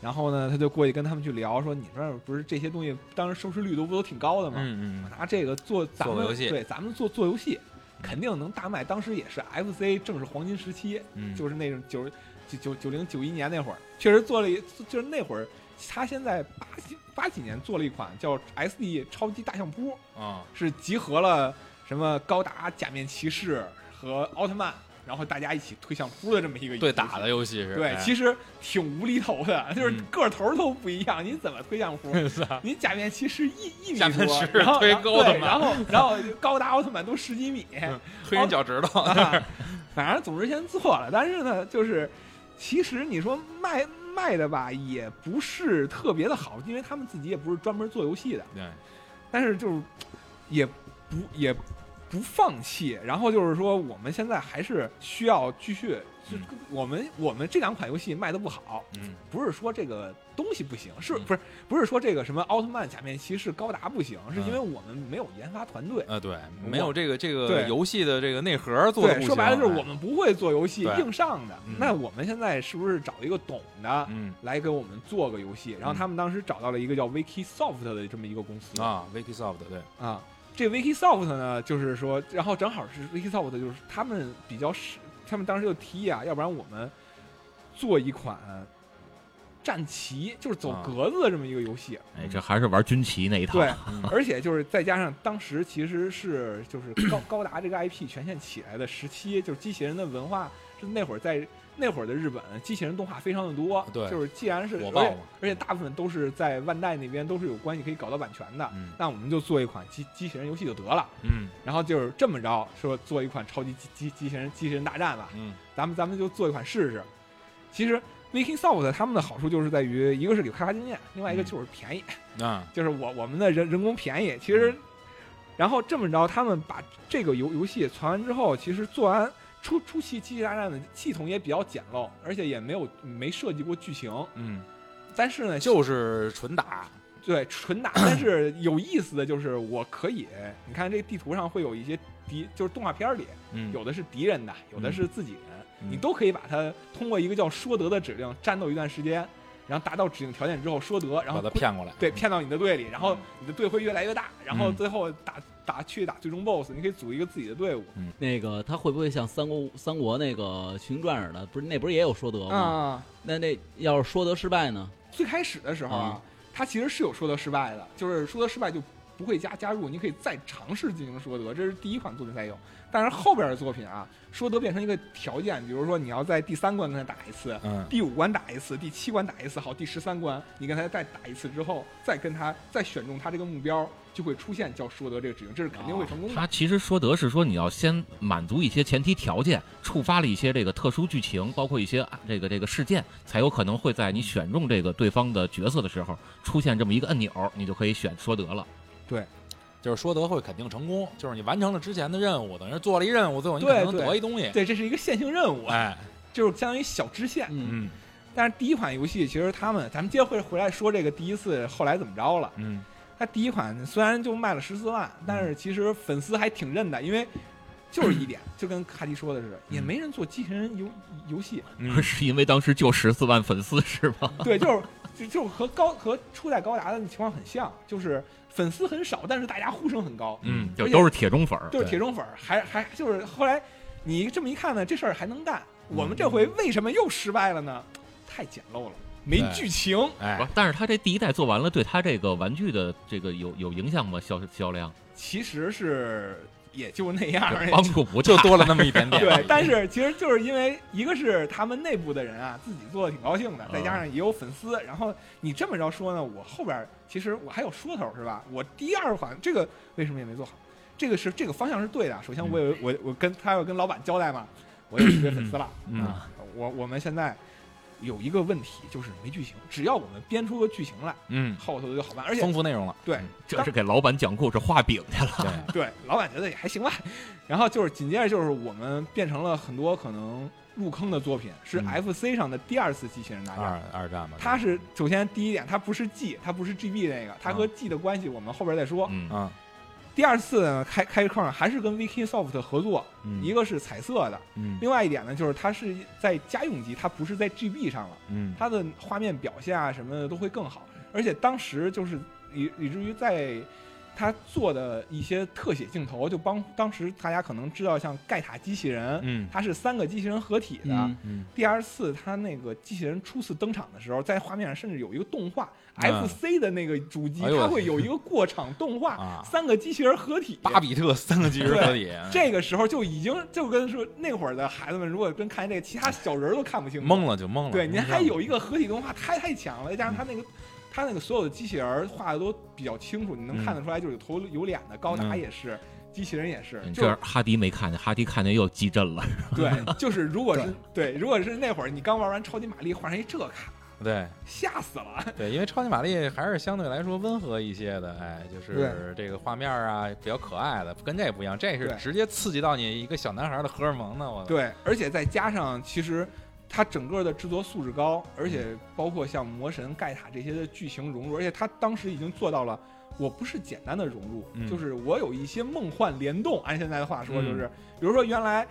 Speaker 5: 然后呢，他就过去跟他们去聊，说你这儿不是这些东西当时收视率都不都挺高的吗？
Speaker 1: 嗯
Speaker 5: 我
Speaker 1: 嗯
Speaker 5: 拿这个做咱们
Speaker 1: 做个游戏
Speaker 5: 对，咱们做做游戏肯定能大卖。当时也是 FC 正是黄金时期，
Speaker 1: 嗯，
Speaker 5: 就是那种九九九九零九一年那会儿，确实做了一，就是那会儿他现在八几八几年做了一款叫 SD 超级大相扑，
Speaker 1: 啊，
Speaker 5: 是集合了什么高达、假面骑士和奥特曼，然后大家一起推相扑的这么一个
Speaker 1: 对
Speaker 5: 游戏
Speaker 1: 打的。游戏是，
Speaker 5: 对，
Speaker 1: 哎
Speaker 5: 其实挺无厘头的，就是
Speaker 1: 嗯啊
Speaker 5: 个头儿都不一样，你怎么 推相扑？你假面骑士一一米
Speaker 1: 假面
Speaker 5: 多
Speaker 1: 骑士，
Speaker 5: 然后
Speaker 1: 推
Speaker 5: 然后
Speaker 1: 高的
Speaker 5: 对
Speaker 1: 嘛嗯
Speaker 5: 然后然后高达奥特曼都十几米，
Speaker 1: 黑人脚趾头，
Speaker 5: 啊，反正总之先做了，但是呢，就是其实你说卖卖的吧，也不是特别的好，因为他们自己也不是专门做游戏的，
Speaker 1: 对，
Speaker 5: 但是就是也不也不放弃，然后就是说我们现在还是需要继续，就
Speaker 1: 嗯
Speaker 5: 我们我们这两款游戏卖的不好，
Speaker 1: 嗯
Speaker 5: 不是说这个东西不行，是
Speaker 1: 嗯
Speaker 5: 不是不是说这个什么奥特曼、假面骑士、高达不行，是因为
Speaker 1: 嗯
Speaker 5: 我们没有研发团队。
Speaker 1: 呃，对，没有这个这个
Speaker 5: 对
Speaker 1: 游戏的这个内核做的
Speaker 5: 对，说白了就是我们不会做游戏
Speaker 1: 哎对
Speaker 5: 硬上的
Speaker 1: 嗯。
Speaker 5: 那我们现在是不是找一个懂的
Speaker 1: 嗯
Speaker 5: 来给我们做个游戏？然后他们当时找到了一个叫 Wikisoft 的这么一个公司
Speaker 1: 啊，Wikisoft 对，
Speaker 5: 啊。这 Wikisoft 呢，就是说，然后正好是 Wikisoft，就是他们比较是，他们当时就提议啊，要不然我们做一款战棋，就是走
Speaker 1: 啊
Speaker 5: 格子的这么一个游戏。
Speaker 4: 哎，这还是玩军棋那一套。
Speaker 5: 对，
Speaker 1: 嗯
Speaker 5: 而且就是再加上当时其实是就是 高高达这个 IP 全线起来的时期，就是机器人的文化是那会儿在那会儿的日本，机器人动画非常的多。
Speaker 1: 对
Speaker 5: 就是既然是
Speaker 1: 火
Speaker 5: 而
Speaker 1: 爆
Speaker 5: 且
Speaker 1: 嘛
Speaker 5: 而且大部分都是在万代那边都是有关系可以搞到版权的，
Speaker 1: 嗯
Speaker 5: 那我们就做一款机机器人游戏就得了。
Speaker 1: 嗯
Speaker 5: 然后就是这么着说做一款超级机机机器人机器人大战吧，
Speaker 1: 嗯
Speaker 5: 咱们咱们就做一款试试。其实 Making Soft 他们的好处就是在于，一个是有开发经验，另外一个
Speaker 1: 嗯
Speaker 5: 就是便宜。
Speaker 1: 啊
Speaker 5: 就是我我们的人人工便宜，其
Speaker 1: 嗯
Speaker 5: 实，然后这么着，他们把这个游游戏传完之后，其实做完初初期《机器大战》的系统也比较简陋，而且也没有没设计过剧情，
Speaker 1: 嗯，
Speaker 5: 但是呢，
Speaker 1: 就是纯打，
Speaker 5: 对纯 打，但是有意思的就是我可以，你看这地图上会有一些敌，就是动画片里
Speaker 1: 嗯
Speaker 5: 有的是敌人的，有的
Speaker 1: 嗯
Speaker 5: 是自己人，你都可以把它通过一个叫说得的指令战斗一段时间，然后达到指定条件之后说得，然后
Speaker 1: 把他骗过来，
Speaker 5: 对，骗到你的队里，然后
Speaker 1: 嗯
Speaker 5: 你的队会越来越大，然后
Speaker 1: 嗯
Speaker 5: 最后打打去打最终 BOSS，你可以组一个自己的队伍
Speaker 2: 那个他会不会像三国三国那个群传似的？不是那不是也有说
Speaker 1: 哦
Speaker 2: 得吗？。
Speaker 5: 嗯
Speaker 2: 那那要是说得失败呢？
Speaker 5: 最开始的时候
Speaker 1: 嗯
Speaker 5: 啊，它其实是有说得失败的，就是说得失败就不会加加入，你可以再尝试进行说得，这是第一款作品才有。但是后边的作品啊，说得变成一个条件，比如说你要在第三关跟他打一次，
Speaker 1: 嗯，
Speaker 5: 第五关打一次，第七关打一次，好，第十三关你跟他再打一次之后，再跟他再选中他这个目标，就会出现叫说得这个指令，这是肯定会成功的。
Speaker 4: 他其实说得是说你要先满足一些前提条件，触发了一些这个特殊剧情，包括一些啊这个这个事件，才有可能会在你选中这个对方的角色的时候出现这么一个按钮，你就可以选说得了。
Speaker 1: 就是说得会肯定成功，就是你完成了之前的任务，等于是做了一任务，最后你可
Speaker 5: 对
Speaker 1: 能能
Speaker 5: 对
Speaker 1: 得一东西，
Speaker 5: 对，这是一个线性任务，
Speaker 1: 哎，
Speaker 5: 就是相当于小支线。
Speaker 2: 嗯，
Speaker 1: 嗯
Speaker 5: 但是第一款游戏其实他们，咱们接着会回来说这个第一次后来怎么着了。
Speaker 1: 嗯，
Speaker 5: 它第一款虽然就卖了十四万，但是其实粉丝还挺认的，因为就是一点，就跟卡迪说的是，也没人做机器人游游戏，
Speaker 1: 嗯
Speaker 4: 是因为当时就十四万粉丝是吧？
Speaker 5: 对，就是就就是和高和初代高达的情况很像，就是粉丝很少，但是大家呼声很高，
Speaker 1: 嗯
Speaker 4: 就都是铁中粉儿。
Speaker 5: 就是铁中粉儿，还还就是后来你这么一看呢，这事儿还能干，我们这回为什么又失败了呢？太简陋了，没
Speaker 1: 对
Speaker 5: 剧情。
Speaker 1: 哎
Speaker 4: 不，，但是他这第一代做完了，对他这个玩具的这个有有影响吗？销销量
Speaker 5: 其实是也就那样而已。
Speaker 4: 帮助不
Speaker 1: 就
Speaker 4: 大
Speaker 1: 多了那么一点点，
Speaker 5: 对，但是其实就是因为一个是他们内部的人啊，自己做的挺高兴的，再
Speaker 4: 嗯
Speaker 5: 加上也有粉丝，然后你这么着说呢，我后边其实我还有说头是吧？我第二款这个为什么也没做好？这个是这个方向是对的。啊
Speaker 4: 嗯
Speaker 5: 首先我有我我跟他要跟老板交代嘛，我有一堆粉丝 了
Speaker 1: 嗯
Speaker 5: 啊，我我们现在有一个问题就是没剧情，只要我们编出个剧情来，
Speaker 1: 嗯，
Speaker 5: 后头就好 办，而且
Speaker 1: 丰富内 容了，
Speaker 5: 对
Speaker 1: 嗯
Speaker 4: 这是给老板讲故事画饼去了。
Speaker 1: 对，
Speaker 5: 对，老板觉得也还行吧。然后就是紧接着就是我们变成了很多可能入坑的作品，是
Speaker 1: 嗯啊
Speaker 5: FC 上的第二次机器人大战。
Speaker 1: 二二战嘛，
Speaker 5: 它是首先第一点，它不是 G，它不是 GB 那个，它和 G 的关系我们后边再说。
Speaker 4: 嗯，
Speaker 1: 啊嗯
Speaker 5: 第二次呢，开开矿还是跟 Vikisoft 合作，
Speaker 1: 嗯
Speaker 5: 一个是彩色的，
Speaker 1: 嗯
Speaker 5: 另外一点呢就是它是在家用机，它不是在 GB 上了，
Speaker 1: 嗯
Speaker 5: 它的画面表现啊什么的都会更好。而且当时就是以以至于在他做的一些特写镜头，就帮当时大家可能知道，像盖塔机器人，
Speaker 1: 嗯
Speaker 5: 它是三个机器人合体的。
Speaker 2: 嗯
Speaker 1: 嗯
Speaker 5: 第二次，它那个机器人初次登场的时候，在画面上甚至有一个动画、
Speaker 1: 嗯
Speaker 5: f c 的那个主机，
Speaker 1: 哎呦
Speaker 5: 它会有一个过场动 画，
Speaker 1: 啊
Speaker 5: 三个机器人合体。
Speaker 1: 巴比特三个巨人合体，嗯
Speaker 5: 这个时候就已经就跟说那会儿的孩子们，如果跟看这个，其他小人儿都看不清楚，
Speaker 1: 懵了就懵了，
Speaker 5: 对，您
Speaker 1: 懵
Speaker 5: 还
Speaker 1: 了
Speaker 5: 有一个合体动画太太强了，再加上它那个。它那个所有的机器人儿画的都比较清楚，你能看得出来，就是有头有脸的。高达
Speaker 1: 嗯
Speaker 5: 也是，机器人也是，嗯就
Speaker 4: 这
Speaker 5: 是
Speaker 4: 儿哈迪没看见，哈迪看见又激震了。
Speaker 5: 对，就是如果是对，如果是那会儿你刚玩完超级玛丽，换上一这卡，
Speaker 1: 对
Speaker 5: 吓死了。
Speaker 1: 对，因为超级玛丽还是相对来说温和一些的，哎，就是
Speaker 5: 对
Speaker 1: 这个画面啊比较可爱的，跟这不一样，这是
Speaker 5: 对
Speaker 1: 直接刺激到你一个小男孩的荷尔蒙呢，我，
Speaker 5: 对，而且再加上其实它整个的制作素质高，而
Speaker 1: 嗯
Speaker 5: 且包括像魔神、盖塔这些的剧情融入，而且它当时已经做到了。我不是简单的融入，
Speaker 1: 嗯
Speaker 5: 就是我有一些梦幻联动。按现在的话说，
Speaker 1: 嗯
Speaker 5: 就是、比如说原来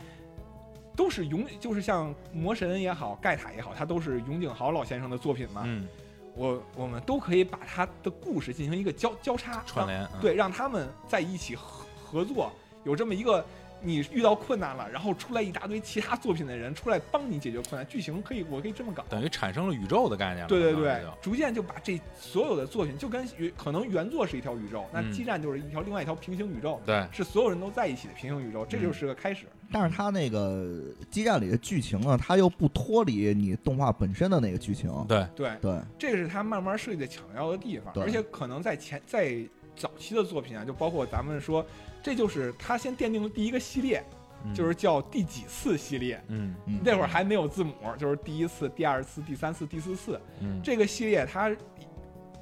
Speaker 5: 都是永，就是像魔神也好，盖塔也好，它都是永井豪老先生的作品嘛。
Speaker 1: 嗯，
Speaker 5: 我我们都可以把它的故事进行一个交交叉
Speaker 1: 串
Speaker 5: 联。
Speaker 1: 联，嗯，
Speaker 5: 对，让他们在一起合合作，有这么一个你遇到困难了，然后出来一大堆其他作品的人出来帮你解决困难，剧情可以我可以这么搞。
Speaker 1: 等于产生了宇宙的概念了，
Speaker 5: 对对
Speaker 1: 当时
Speaker 5: 对
Speaker 1: 就，
Speaker 5: 逐渐就把这所有的作品，就跟原可能原作是一条宇宙，那
Speaker 1: 嗯
Speaker 5: 激战就是一条另外一条平行宇宙，
Speaker 1: 对，
Speaker 5: 是所有人都在一起的平行宇宙，这
Speaker 1: 嗯
Speaker 5: 就是个开始。
Speaker 3: 但是它那个基站里的剧情呢，它又不脱离你动画本身的那个剧情。
Speaker 1: 对，
Speaker 5: 对，
Speaker 3: 对，
Speaker 5: 这个是他慢慢设计的巧妙的地方，
Speaker 3: 对
Speaker 5: 而且可能在前在早期的作品啊，就包括咱们说，这就是他先奠定了第一个系列，
Speaker 1: 嗯
Speaker 5: 就是叫第几次系列。
Speaker 1: 嗯
Speaker 3: 嗯
Speaker 5: 那会儿还没有字母，就是第一次、第二次、第三次、第四次
Speaker 1: 嗯，
Speaker 5: 这个系列它，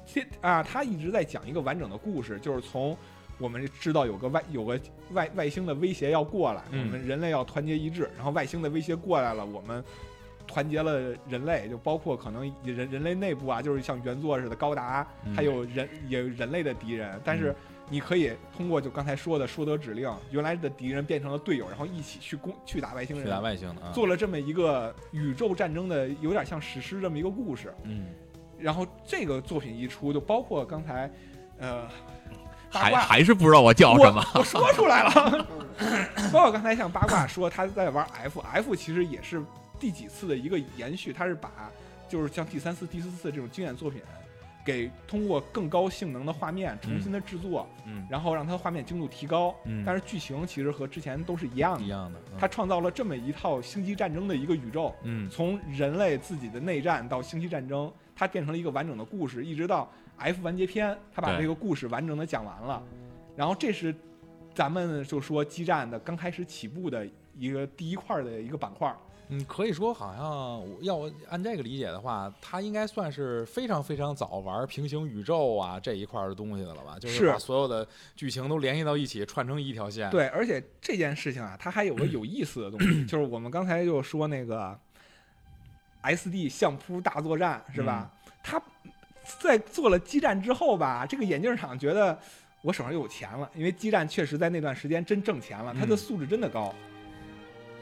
Speaker 5: 其啊，它一直在讲一个完整的故事，就是从我们知道有个外有个外外星的威胁要过来，我
Speaker 1: 嗯
Speaker 5: 们人类要团结一致，然后外星的威胁过来了，我们。团结了人类，就包括可能人人类内部啊，就是像原作似的高达，
Speaker 1: 嗯
Speaker 5: 还有人也有人类的敌人，但是你可以通过就刚才说的说得指令，原来的敌人变成了队友，然后一起去攻去打外星
Speaker 1: 去打
Speaker 5: 人，
Speaker 1: 外星的啊，
Speaker 5: 做了这么一个宇宙战争的，有点像史诗这么一个故事。
Speaker 1: 嗯，
Speaker 5: 然后这个作品一出，就包括刚才，呃，八
Speaker 4: 还
Speaker 5: 卦
Speaker 4: 还是不知道我叫
Speaker 5: 我
Speaker 4: 什么。
Speaker 5: 我说出来了。包括刚才像八卦说他在玩 F，F 其实也是第几次的一个延续，他是把就是像第三次、第四次这种经典作品，给通过更高性能的画面重新的制作，
Speaker 1: 嗯
Speaker 5: 然后让它画面精度提高，
Speaker 1: 嗯
Speaker 5: 但是剧情其实和之前都是一样
Speaker 1: 一
Speaker 5: 的。
Speaker 1: 样的，嗯
Speaker 5: 他创造了这么一套星际战争的一个宇宙，
Speaker 1: 嗯
Speaker 5: 从人类自己的内战到星际战争，它变成了一个完整的故事，一直到 F 完结篇，它把
Speaker 4: 对
Speaker 5: 这个故事完整的讲完了。然后这是咱们就说激战的刚开始起步的一个第一块儿的一个板块儿，
Speaker 1: 嗯，可以说好像我要我按这个理解的话，他应该算是非常非常早玩平行宇宙啊这一块儿的东西的了吧？就是
Speaker 5: 是
Speaker 1: 把所有的剧情都联系到一起，串成一条线。，
Speaker 5: 对，而且这件事情啊，它还有个有意思的东西，就是我们刚才就说那个 S D 相扑大作战是吧？他在做了基站之后吧，这个眼镜厂觉得我手上有钱了，因为基站确实在那段时间真挣钱了，它的
Speaker 1: 嗯
Speaker 5: 素质真的高。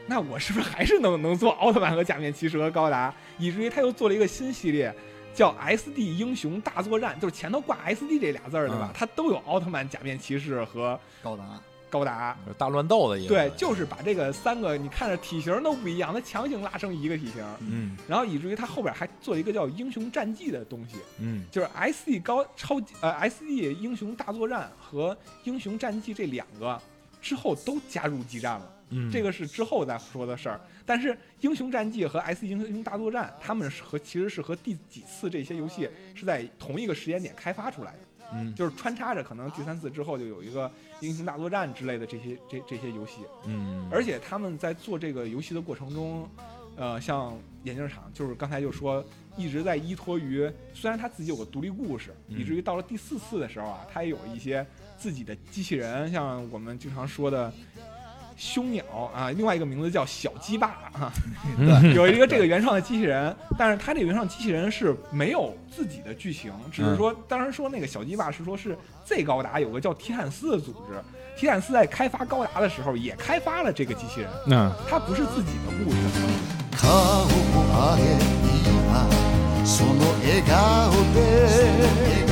Speaker 5: 那我是不是还是能能做奥特曼和假面骑士和高达？以至于他又做了一个新系列，叫 S D 英雄大作战，就是前头挂 S D 这俩字儿的吧
Speaker 1: 嗯？
Speaker 5: 它都有奥特曼、假面骑士和
Speaker 3: 高达，
Speaker 5: 高达。
Speaker 1: 就是大乱斗的意思。
Speaker 5: 对，就是把这个三个你看着体型都不一样，他强行拉成一个体型，
Speaker 1: 嗯
Speaker 5: 然后以至于他后边还做一个叫英雄战绩的东西，
Speaker 1: 嗯
Speaker 5: 就是 S E 高超级呃 S E 英雄大作战和英雄战绩这两个之后都加入激战了，
Speaker 1: 嗯，
Speaker 5: 这个是之后再说的事儿。但是英雄战绩和 S E 英雄大作战，他们是和其实是和第几次这些游戏是在同一个时间点开发出来的。
Speaker 1: 嗯
Speaker 5: 就是穿插着，可能第三次之后就有一个英雄大作战之类的这些这这些游戏，
Speaker 1: 嗯，
Speaker 5: 而且他们在做这个游戏的过程中，呃，像眼镜厂，就是刚才就说一直在依托于，虽然他自己有个独立故事，
Speaker 1: 嗯
Speaker 5: 以至于到了第四次的时候啊，他也有一些自己的机器人，像我们经常说的。凶鸟啊，另外一个名字叫小鸡爸啊，对，有一个这个原创的机器人，但是他这个原创机器人是没有自己的剧情，只是说，当时说那个小鸡爸是说是 Z 高达有个叫提坦斯的组织，提坦斯在开发高达的时候也开发了这个机器人，
Speaker 1: 嗯
Speaker 5: 它不是自己的故事。
Speaker 6: 顔を上げ今その笑顔で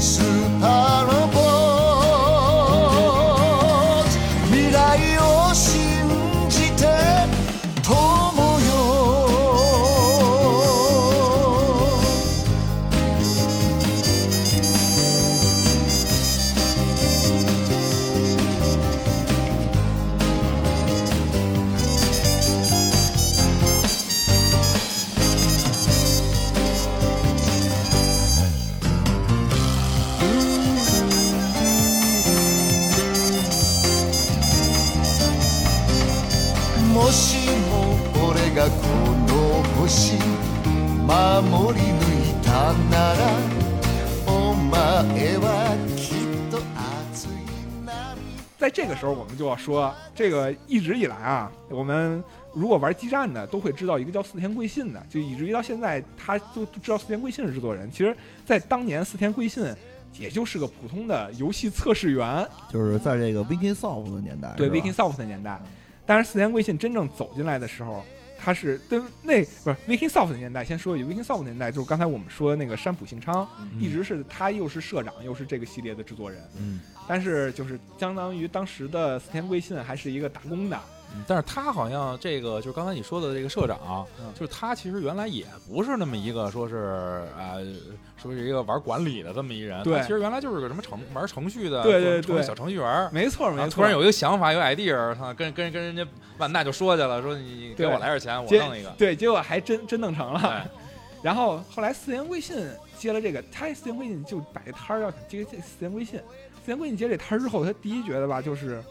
Speaker 6: スーパーロボット未来を信じて友よもしも俺がこの星守り抜いたならお前はきっと熱い涙
Speaker 5: 在这个时候，我们就要说，这个一直以来啊，我们如果玩激战的，都会知道一个叫四田贵信的，就以至于到现在，他都都知道四田贵信是制作人。其实，在当年，四田贵信也就是个普通的游戏测试员，
Speaker 3: 就是在这个 Viking Soft 的年代，
Speaker 5: 对
Speaker 3: 是吧
Speaker 5: Viking Soft 的年代。但是四田贵信真正走进来的时候，他是对那不是 Viking Soft 的年代。先说一句 Viking Soft 的年代，就是刚才我们说的那个山浦幸昌，
Speaker 4: 嗯
Speaker 5: 一直是他又是社长，又是这个系列的制作人。
Speaker 1: 嗯，
Speaker 5: 但是就是相当于当时的四田贵信还是一个打工的，
Speaker 1: 嗯但是他好像这个就是刚才你说的这个社长，
Speaker 5: 嗯
Speaker 1: 就是他其实原来也不是那么一个说是啊、呃说是一个玩管理的这么一人，
Speaker 5: 对
Speaker 1: 他其实原来就是个什么程玩程序的，
Speaker 5: 对对
Speaker 1: 程
Speaker 5: 对
Speaker 1: 小程序员儿。
Speaker 5: 没错没
Speaker 1: 然
Speaker 5: 错。
Speaker 1: 后啊突然有一个想法，有 idea，他跟跟跟人家万代就说去了，说你给
Speaker 5: 对
Speaker 1: 我来点钱，我
Speaker 5: 接
Speaker 1: 弄一个。
Speaker 5: 对，结果还真真弄成了。
Speaker 1: 对，
Speaker 5: 然后后来四田贵信接了这个，他四田贵信就把这摊儿要想接这四田贵信，四田贵信接这摊儿之后，他第一觉得吧，就是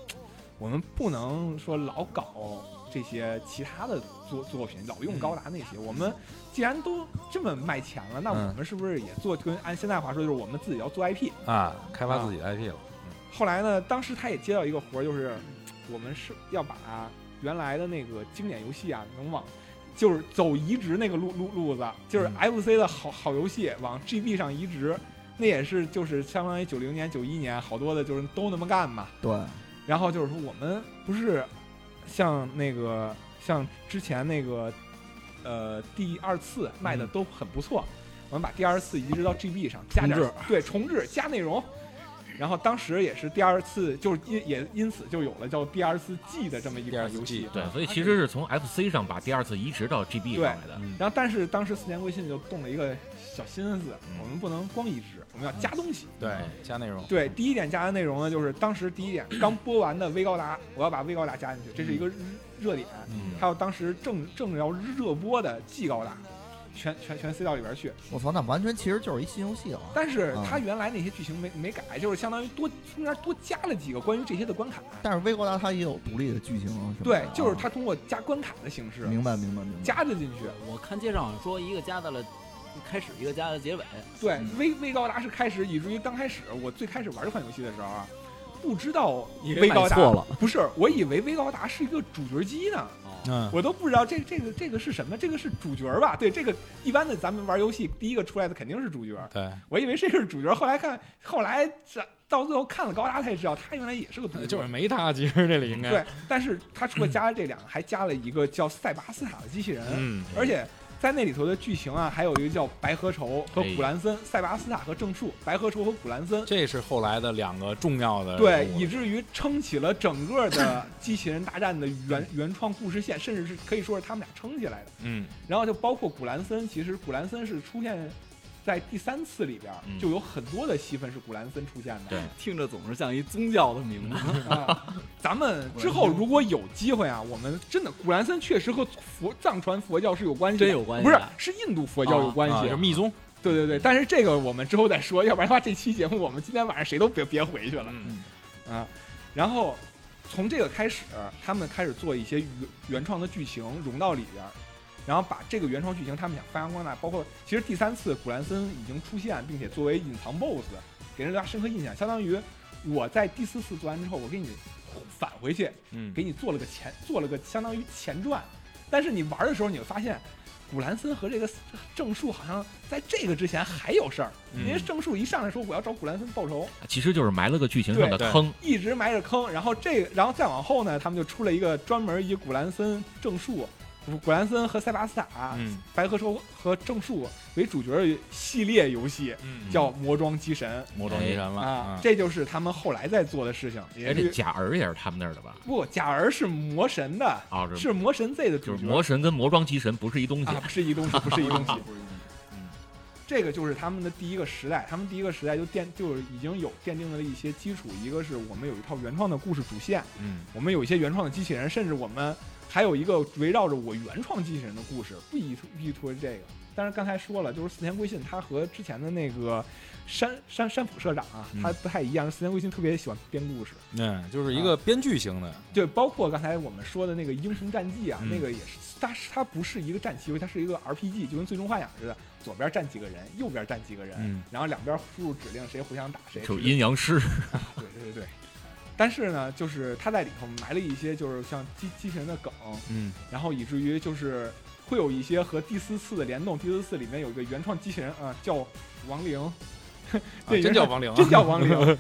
Speaker 5: 我们不能说老搞这这些其他的作作品，老用高达那些。我们既然都这么卖钱了，那
Speaker 1: 嗯
Speaker 5: 我们是不是也做？跟按现在话说，就是我们自己要做 IP。
Speaker 1: 啊，开发自己的 IP 了，
Speaker 5: 后来呢，当时他也接到一个活儿，就是我们是要把原来的那个经典游戏啊，能往就是走移植那个路路路子，就是
Speaker 1: 嗯
Speaker 5: FC 的好好游戏往 GB 上移植，那也是就是相当于九零年、九一年好多的就是都那么干嘛。
Speaker 3: 对，
Speaker 5: 然后就是说我们不是像那个像之前那个呃第二次卖的都很不错，我们把第二次移植到 GB 上，加点
Speaker 2: 重置
Speaker 5: 对重置加内容。然后当时也是第二次，就是因也因此就有了叫第二次 G 的这么一
Speaker 1: 第二
Speaker 5: 款
Speaker 1: 次
Speaker 5: 游
Speaker 1: G
Speaker 5: 戏。啊
Speaker 4: 对，所以其实是从 FC 上把第二次移植到 GB 上
Speaker 5: 对
Speaker 4: 来的。
Speaker 1: 嗯
Speaker 5: 然后但是当时四年归信就动了一个小心思，
Speaker 4: 嗯
Speaker 5: 我们不能光移植，我们要加东西。
Speaker 1: 对，加内容，
Speaker 5: 对，第一点加的内容呢，就是当时第一点刚播完的微高达，我要把微高达加进去，这是一个热热点。
Speaker 1: 嗯，
Speaker 5: 还有当时正正要热播的《技高达》，全全全塞到里边去。
Speaker 3: 我操，那完全其实就是一新游戏了。
Speaker 5: 但是
Speaker 2: 嗯
Speaker 3: 啊
Speaker 5: 它原来那些剧情没没改，就是相当于多中间多加了几个关于这些的关卡。
Speaker 3: 但是微国达它也有独立的剧情啊，什么的
Speaker 5: 对，就是
Speaker 3: 啊
Speaker 5: 它通过加关卡的形式
Speaker 3: 明白明白明白。
Speaker 5: 加的进去。
Speaker 2: 我看介绍好像说一个加到了开始，一个加到了结尾，
Speaker 5: 对，
Speaker 2: 嗯
Speaker 5: 微微高达是开始，以至于刚开始我最开始玩这款游戏的时候啊，不知道
Speaker 2: 以为
Speaker 5: 微高达
Speaker 2: 买错了，
Speaker 5: 不是，我以为微高达是一个主角机呢。
Speaker 2: 啊
Speaker 1: 嗯，
Speaker 5: 我都不知道这这个这个是什么，这个是主角吧？对，这个一般的咱们玩游戏第一个出来的肯定是主角，
Speaker 1: 对，
Speaker 5: 我以为这是主角，后来看，后来这到最后看了高达才知道，他原来也是个主 角。
Speaker 1: 呃就是没他，其实这里应该，
Speaker 5: 对，但是他除了加了这两个，还加了一个叫塞巴斯塔的机器人，
Speaker 1: 嗯，
Speaker 5: 而且在那里头的剧情啊，还有一个叫白河愁和
Speaker 4: 哎
Speaker 5: 古兰森，塞巴斯塔和正树，白河愁和古兰森。
Speaker 1: 这是后来的两个重要的
Speaker 5: 对，
Speaker 1: 人物
Speaker 5: 以至于撑起了整个的机器人大战的原原创故事线，甚至是可以说是他们俩撑起来的。
Speaker 1: 嗯，
Speaker 5: 然后就包括古兰森，其实古兰森是出现在第三次里边儿，
Speaker 4: 嗯
Speaker 5: 就有很多的戏份是古兰森出现的。
Speaker 4: 对
Speaker 2: 听着总是像一宗教的名字。
Speaker 5: 啊，咱们之后如果有机会啊，我们真的古兰森确实和佛藏传佛教是有关系的，
Speaker 2: 真有关系
Speaker 5: 不是
Speaker 2: 啊
Speaker 5: 是印度佛教有关系。
Speaker 1: 啊就是密宗，
Speaker 5: 对对对，但是这个我们之后再说，要不然的话这期节目我们今天晚上谁都别别回去了、
Speaker 1: 嗯
Speaker 5: 啊。然后从这个开始，他们开始做一些原原创的剧情融到里边儿。然后把这个原创剧情，他们想发扬光大，包括其实第三次古兰森已经出现，并且作为隐藏 BOSS，给人留下深刻印象。相当于我在第四次做完之后，我给你返回去，
Speaker 1: 嗯，
Speaker 5: 给你做了个前，做了个相当于前传。但是你玩的时候，你会发现，古兰森和这个正树好像在这个之前还有事儿，
Speaker 1: 嗯
Speaker 5: 因为正树一上来说我要找古兰森报仇，
Speaker 4: 其实就是埋了个剧情上的
Speaker 1: 对对
Speaker 4: 坑，
Speaker 5: 一直埋着坑。然后这个，然后再往后呢，他们就出了一个专门以古兰森、正树、古兰森和塞巴斯塔、
Speaker 1: 嗯
Speaker 5: 白河愁和正树为主角的系列游戏，
Speaker 1: 嗯，
Speaker 5: 叫《魔装机神》
Speaker 1: 魔装机人了
Speaker 5: 啊，，这就是他们后来在做的事情，也
Speaker 4: 嗯而且
Speaker 5: 是。
Speaker 4: 假儿也是他们那儿的吧？
Speaker 5: 不，假儿是魔神的，
Speaker 4: 啊，
Speaker 5: 是魔神 Z 的主
Speaker 4: 就是
Speaker 5: 角，
Speaker 4: 魔神跟魔装机神不是一东西
Speaker 5: 啊，不是一东西，不是一 东西。这个就是他们的第一个时代，他们第一个时代就奠就是已经有奠定了一些基础，一个是我们有一套原创的故事主线，
Speaker 1: 嗯
Speaker 5: 我们有一些原创的机器人，甚至我们还有一个围绕着我原创机器人的故事，不依托依托于这个。但是刚才说了，就是四田圭信他和之前的那个山 山山浦社长啊，
Speaker 1: 嗯
Speaker 5: 他不太一样，四田圭信特别喜欢编故事，
Speaker 1: 嗯，就是一个
Speaker 5: 啊
Speaker 1: 编剧型的，
Speaker 5: 对，包括刚才我们说的那个《英雄战记》啊，
Speaker 1: 嗯
Speaker 5: 那个也是，它是它不是一个战棋游戏，它是一个 RPG，就跟《最终幻想》似的，左边站几个人，右边站几个人，
Speaker 1: 嗯
Speaker 5: 然后两边输入指令，谁互相打谁。
Speaker 4: 就是
Speaker 5: 谁
Speaker 4: 阴阳师，
Speaker 5: 对对对对。但是呢，就是它在里头埋了一些就是像机机器人的梗，
Speaker 1: 嗯
Speaker 5: 然后以至于就是会有一些和第四次的联动。第四次里面有一个原创机器人啊，叫亡灵，
Speaker 1: 啊真叫亡灵啊
Speaker 5: 真叫亡灵。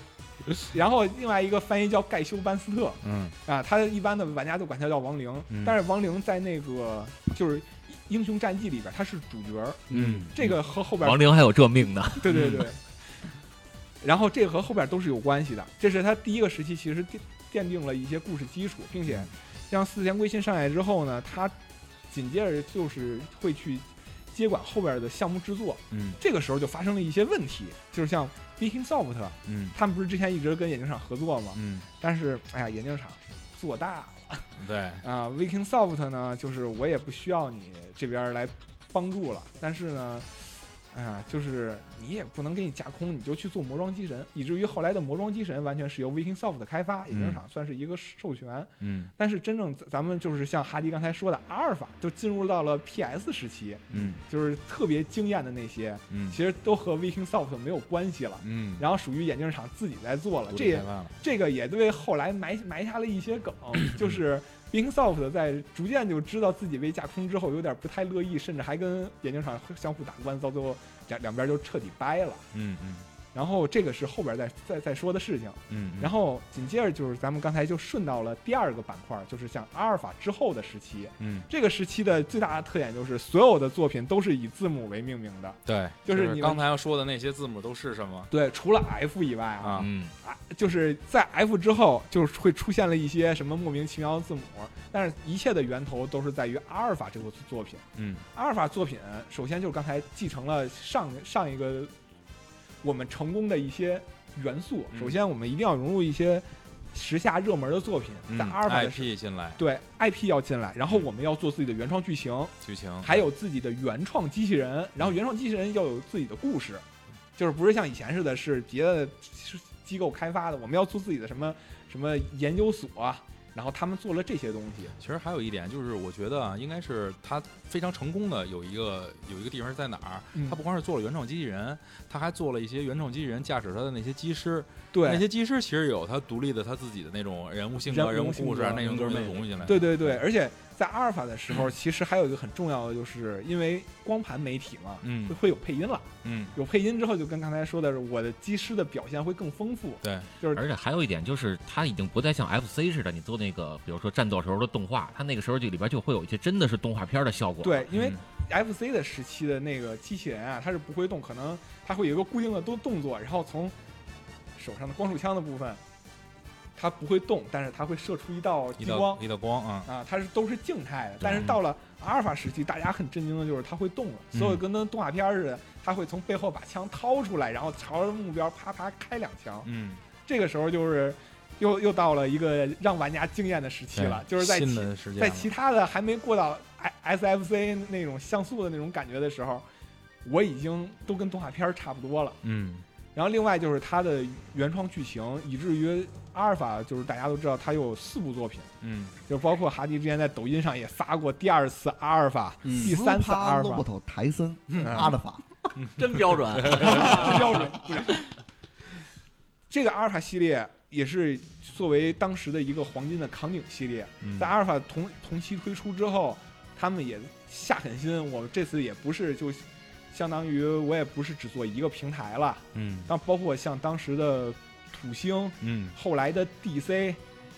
Speaker 5: 然后另外一个翻译叫盖修班斯特，
Speaker 1: 嗯
Speaker 5: 啊，他一般的玩家都管他叫亡灵，
Speaker 1: 嗯
Speaker 5: 但是亡灵在那个就是《英雄战记》里边他是主角儿，
Speaker 1: 嗯，
Speaker 5: 这个和后边
Speaker 4: 亡灵还有这命呢。
Speaker 5: 对对对，然后这个和后边都是有关系的，这是他第一个时期其实奠奠定了一些故事基础，并
Speaker 1: 嗯
Speaker 5: 且让四田圭信上来之后呢，他紧接着就是会去接管后边的项目制作，
Speaker 1: 嗯
Speaker 5: 这个时候就发生了一些问题，就是像 Viking Soft
Speaker 1: 嗯
Speaker 5: 他们不是之前一直跟眼镜厂合作吗？
Speaker 1: 嗯，
Speaker 5: 但是哎呀，眼镜厂做大了。
Speaker 1: 对，
Speaker 5: 啊，Viking Soft 呢，就是我也不需要你这边儿来帮助了，但是呢，啊、啊，就是你也不能给你架空，你就去做魔装机神，以至于后来的魔装机神完全是由 Viking Soft 开发，眼镜厂算是一个授权。
Speaker 1: 嗯
Speaker 5: 但是真正咱咱们就是像哈迪刚才说的，阿尔法就进入到了 PS 时期，
Speaker 1: 嗯
Speaker 5: 就是特别惊艳的那些，
Speaker 1: 嗯
Speaker 5: 其实都和 Viking Soft 没有关系了。
Speaker 1: 嗯，
Speaker 5: 然后属于眼镜厂自己在做了，
Speaker 1: 独
Speaker 5: 这
Speaker 1: 立
Speaker 5: 也
Speaker 1: 开发了
Speaker 5: 这个也对后来埋埋下了一些 梗，就是 Bingsoft 在逐渐就知道自己被架空之后，有点不太乐意，甚至还跟眼镜厂相互打官司，到最后两两边就彻底掰了。
Speaker 1: 嗯嗯
Speaker 5: 然后这个是后边再再再说的事情。
Speaker 1: 嗯，嗯
Speaker 5: 然后紧接着就是咱们刚才就顺到了第二个板块，就是像阿尔法之后的时期。
Speaker 1: 嗯
Speaker 5: 这个时期的最大的特点就是所有的作品都是以字母为命名的，
Speaker 1: 对，
Speaker 5: 就是
Speaker 1: 是
Speaker 5: 你
Speaker 1: 刚
Speaker 5: 们
Speaker 1: 才说的那些字母都是什么
Speaker 5: 对，除了 F 以外啊
Speaker 1: 啊？
Speaker 4: 嗯，
Speaker 5: 就是在 F 之后，就是会出现了一些什么莫名其妙的字母，但是一切的源头都是在于阿尔法这部作品。
Speaker 1: 嗯
Speaker 5: 阿尔法作品首先就是刚才继承了上上一个我们成功的一些元素。
Speaker 1: 嗯
Speaker 5: 首先，我们一定要融入一些时下热门的作品，
Speaker 1: 嗯
Speaker 5: 在阿尔法的时、
Speaker 1: ，IP 进来
Speaker 5: 对 IP 要进来，然后我们要做自己的原创剧情，
Speaker 1: 剧情，
Speaker 5: 还有自己的原创机器人，然后原创机器人要有自己的故事，就是不是像以前似的，是别的机构开发的，我们要做自己的什么什么研究所啊，然后他们做了这些东西。
Speaker 1: 其实还有一点就是，我觉得啊，应该是他非常成功的有一个有一个地方是在哪儿？
Speaker 5: 嗯
Speaker 1: 他不光是做了原创机器人，他还做了一些原创机器人驾驶他的那些机师，那
Speaker 5: 对
Speaker 1: 些技师其实有他独立的他自己的那种人物性格、
Speaker 5: 人
Speaker 1: 人
Speaker 5: 物
Speaker 1: 物
Speaker 5: 性
Speaker 1: 故事啊
Speaker 5: 格
Speaker 1: 那种
Speaker 2: 人格
Speaker 1: 东西
Speaker 2: 魅力
Speaker 1: 融入进来。
Speaker 5: 对对对，而且在阿尔法的时候，其实还有一个很重要的，就是因为光盘媒体嘛，
Speaker 1: 嗯
Speaker 5: 会会有配音了，
Speaker 1: 嗯，
Speaker 5: 有配音之后，就跟刚才说的是，我的机师的表现会更丰富。
Speaker 1: 对，
Speaker 5: 就是
Speaker 4: 而且还有一点就是，它已经不再像 FC 似的，你做那个比如说战斗时候的动画，它那个时候就里边就会有一些真的是动画片的效果。，
Speaker 5: 对，因为
Speaker 1: 嗯
Speaker 5: FC 的时期的那个机器人啊，它是不会动，可能它会有一个固定的动动作，然后从手上的光束枪的部分，它不会动，但是它会射出一道
Speaker 1: 一
Speaker 5: 激光
Speaker 1: 道一道光啊，
Speaker 5: 啊，它是都是静态的。但是到了阿尔法时期，大家很震惊的就是它会动了，所有跟那动画片似的，它会从背后把枪掏出来，然后朝着目标啪啪开两枪。
Speaker 1: 嗯，
Speaker 5: 这个时候就是又又到了一个让玩家惊艳的时期了，
Speaker 1: 对
Speaker 5: 就是在
Speaker 1: 新
Speaker 5: 其
Speaker 1: 的时间
Speaker 5: 在
Speaker 1: 了，
Speaker 5: 其他的还没过到 S F C 那种像素的那种感觉的时候，我已经都跟动画片儿差不多了。
Speaker 1: 嗯
Speaker 5: 然后另外就是它的原创剧情，以至于阿尔法就是大家都知道它有四部作品，
Speaker 1: 嗯，
Speaker 5: 就包括哈迪之前在抖音上也发过第二次阿尔法、
Speaker 2: 嗯
Speaker 5: 第三次阿尔
Speaker 3: 罗
Speaker 5: 法
Speaker 3: 伯，特·泰森
Speaker 5: 嗯
Speaker 3: 阿尔法，
Speaker 2: 真标准。
Speaker 5: 标准 不是。这个阿尔法系列也是作为当时的一个黄金的扛鼎系列，
Speaker 1: 嗯
Speaker 5: 在阿尔法同同期推出之后，他们也下狠心，我这次也不是就相当于我也不是只做一个平台了，
Speaker 1: 嗯
Speaker 5: 那包括像当时的土星，
Speaker 1: 嗯
Speaker 5: 后来的 DC，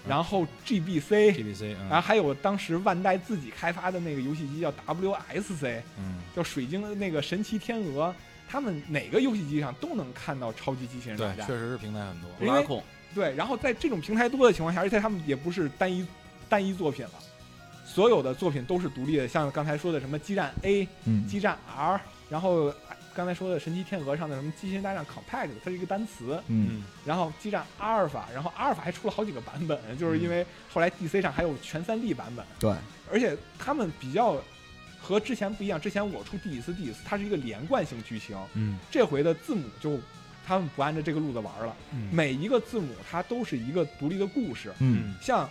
Speaker 5: 然后 GBC，、
Speaker 1: ，GBC
Speaker 5: 然后
Speaker 1: 啊，
Speaker 5: 还有当时万代自己开发的那个游戏机叫 WSC，
Speaker 1: 嗯，
Speaker 5: 叫水晶的那个神奇天鹅，他们哪个游戏机上都能看到超级机器人
Speaker 1: 对
Speaker 5: 大，战
Speaker 1: 确。实是平台很多，
Speaker 5: 因 为
Speaker 2: 拉控，
Speaker 5: 对，然后在这种平台多的情况下，而且他们也不是单一单一作品了，所有的作品都是独立的，像刚才说的什么《激战 A》
Speaker 3: 嗯
Speaker 5: 《激战 R》，然后哎刚才说的《神奇天鹅》上的什么《机器人大战 Compact》，它是一个单词，
Speaker 3: 嗯，
Speaker 5: 然后《激战阿尔法》，然后阿尔法还出了好几个版本，就是因为后来 DC 上还有全 3D 版本，
Speaker 3: 嗯对，
Speaker 5: 而且他们比较和之前不一样，之前我出第一次，第一次它是一个连贯性剧情，
Speaker 1: 嗯
Speaker 5: 这回的字母就他们不按照这个路子玩了，
Speaker 1: 嗯
Speaker 5: 每一个字母它都是一个独立的故事，
Speaker 3: 嗯
Speaker 1: 嗯
Speaker 5: 像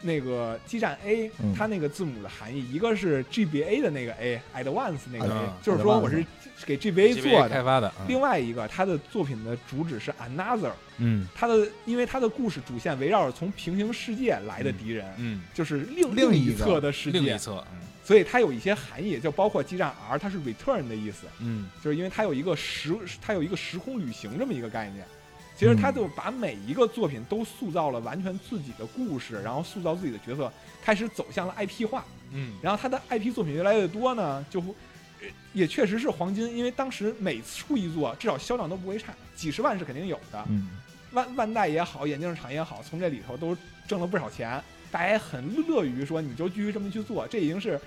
Speaker 5: 那个激战 A，、
Speaker 3: 嗯
Speaker 5: 它那个字母的含义，一个是 GBA 的那个 A，Advance 那个 A，、
Speaker 1: 啊
Speaker 5: 就是说我是给 GBA 做
Speaker 1: 开
Speaker 5: 的。
Speaker 1: 发的，
Speaker 5: 另外一个，它的作品的主旨是 Another，
Speaker 1: 嗯
Speaker 5: 它的因为它的故事主线围绕着从平行世界来的敌人，
Speaker 1: 嗯，
Speaker 5: 就是另
Speaker 3: 另一
Speaker 5: 一
Speaker 3: 个
Speaker 5: 侧的世
Speaker 1: 另一
Speaker 5: 界，
Speaker 1: 侧，嗯
Speaker 5: 所以它有一些含义，就包括激战 R，它是 Return 的意思，
Speaker 1: 嗯
Speaker 5: 就是因为它有一个时，它有一个时空旅行这么一个概念。其实它就把每一个作品都塑造了完全自己的故事，然后塑造自己的角色，开始走向了 IP 化。
Speaker 1: 嗯
Speaker 5: 然后它的 IP 作品越来越多呢，就会呃也确实是黄金，因为当时每出一作，至少销量都不会差，几十万是肯定有的。
Speaker 3: 嗯，
Speaker 5: 万万代也好，眼镜厂也好，从这里头都挣了不少钱，大家也很乐于说你就继续这么去做，这已经是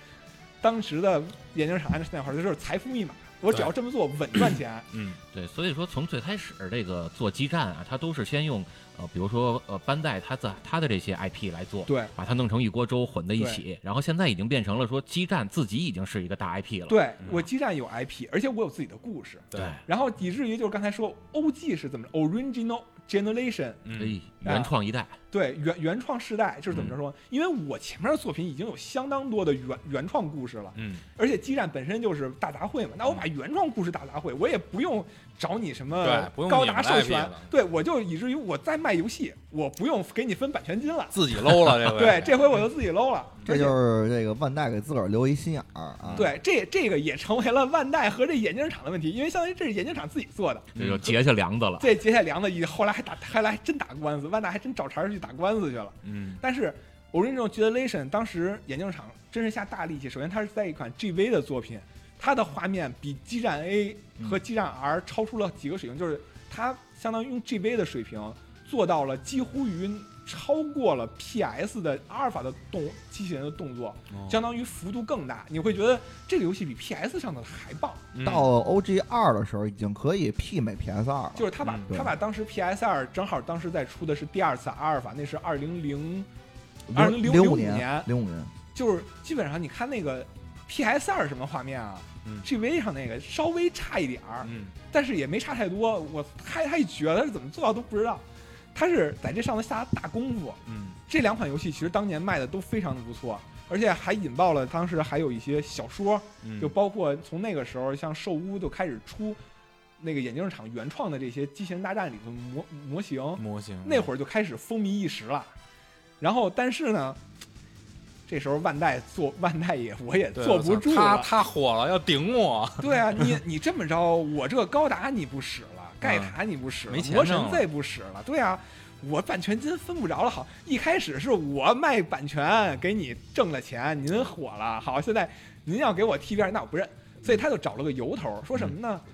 Speaker 5: 当时的眼镜厂那会儿就是财富密码。我只要这么做稳赚钱。
Speaker 1: 嗯，
Speaker 4: 对，所以说从最开始这个做基站啊，它都是先用呃，比如说呃班代它的它的这些 IP 来做，
Speaker 5: 对
Speaker 4: 把它弄成一锅粥混在一起，然后现在已经变成了说基站自己已经是一个大 IP 了，哎
Speaker 5: 对我基站有 IP，而且我有自己的故事，
Speaker 1: 对，
Speaker 5: 然后以至于就是刚才说 OG 是怎么着，Original Generation，
Speaker 1: 嗯
Speaker 4: 哎，原创一代，
Speaker 5: 对原原创世代就是怎么着说？因为我前面的作品已经有相当多的原原创故事了，
Speaker 1: 嗯，
Speaker 5: 而且基站本身就是大杂烩嘛，那我把原创故事大杂烩，我也不用找你什么
Speaker 1: 对不用
Speaker 5: 高
Speaker 1: 你
Speaker 5: 达
Speaker 1: 们
Speaker 5: 授
Speaker 1: IP
Speaker 5: 权
Speaker 1: 了，
Speaker 5: 对我就以至于我在卖游戏，我不用给你分版权金了，
Speaker 1: 自己搂了这 回，
Speaker 5: 对，这回我就自己搂了，
Speaker 3: 这就是这个万代给自个儿留一心眼儿啊。，
Speaker 5: 对，这这个也成为了万代和这眼镜厂的问题，因为相当于这是眼镜厂自己做的，
Speaker 4: 这就结下梁子了。
Speaker 5: 这结下梁子，以后来还打，还来真打官司，万代还真找茬儿去打官司去了。
Speaker 1: 嗯
Speaker 5: 但是 Original Generation 当时眼镜厂真是下大力气，首先它是在一款 GV 的作品，它的画面比基站 A 和基站 R 超出了几个水平，就是它相当于用 GV 的水平做到了几乎于。超过了 PS 的阿尔法的动机器人的动作，
Speaker 1: 哦
Speaker 5: 相当于幅度更大。你会觉得这个游戏比 PS 上的还棒，
Speaker 1: 嗯
Speaker 3: 到了 OG 二的时候，已经可以媲美 PS 二了。
Speaker 5: 就是他把、
Speaker 3: 嗯
Speaker 5: 他把当时 PS 二正好当时在出的是第二次阿尔法，那是二零零，
Speaker 3: 零
Speaker 5: 2005
Speaker 3: 五
Speaker 5: 年
Speaker 3: 零五年，
Speaker 5: 就是基本上你看那个 PS 二什么画面啊、
Speaker 1: 嗯
Speaker 5: g v 上那个稍微差一点儿，
Speaker 1: 嗯
Speaker 5: 但是也没差太多。我太太绝了，他是怎么做到都不知道。他是在这上头下了大功夫。
Speaker 1: 嗯
Speaker 5: 这两款游戏其实当年卖的都非常的不错，而且还引爆了当时还有一些小说，
Speaker 1: 嗯，
Speaker 5: 就包括从那个时候，像兽屋就开始出那个眼镜厂原创的这些机器人大战里的模模型，
Speaker 1: 嗯模型
Speaker 5: 那会儿就开始风靡一时了。然后，但是呢，这时候万代做万代也我也
Speaker 1: 对
Speaker 5: 坐不
Speaker 1: 我操
Speaker 5: 住
Speaker 1: 他
Speaker 5: 了。
Speaker 1: 他火了要顶我，
Speaker 5: 对啊，你你这么着，我这个高达你不使 了，盖塔你不使了，
Speaker 1: 没钱啊
Speaker 5: 魔
Speaker 1: 挣了
Speaker 5: 神 Z 不使了，对啊。我版权金分不着了，好，一开始是我卖版权给你挣了钱，您火了，好，现在您要给我 T V R，那我不认，所以他就找了个由头，说什么呢？
Speaker 1: 嗯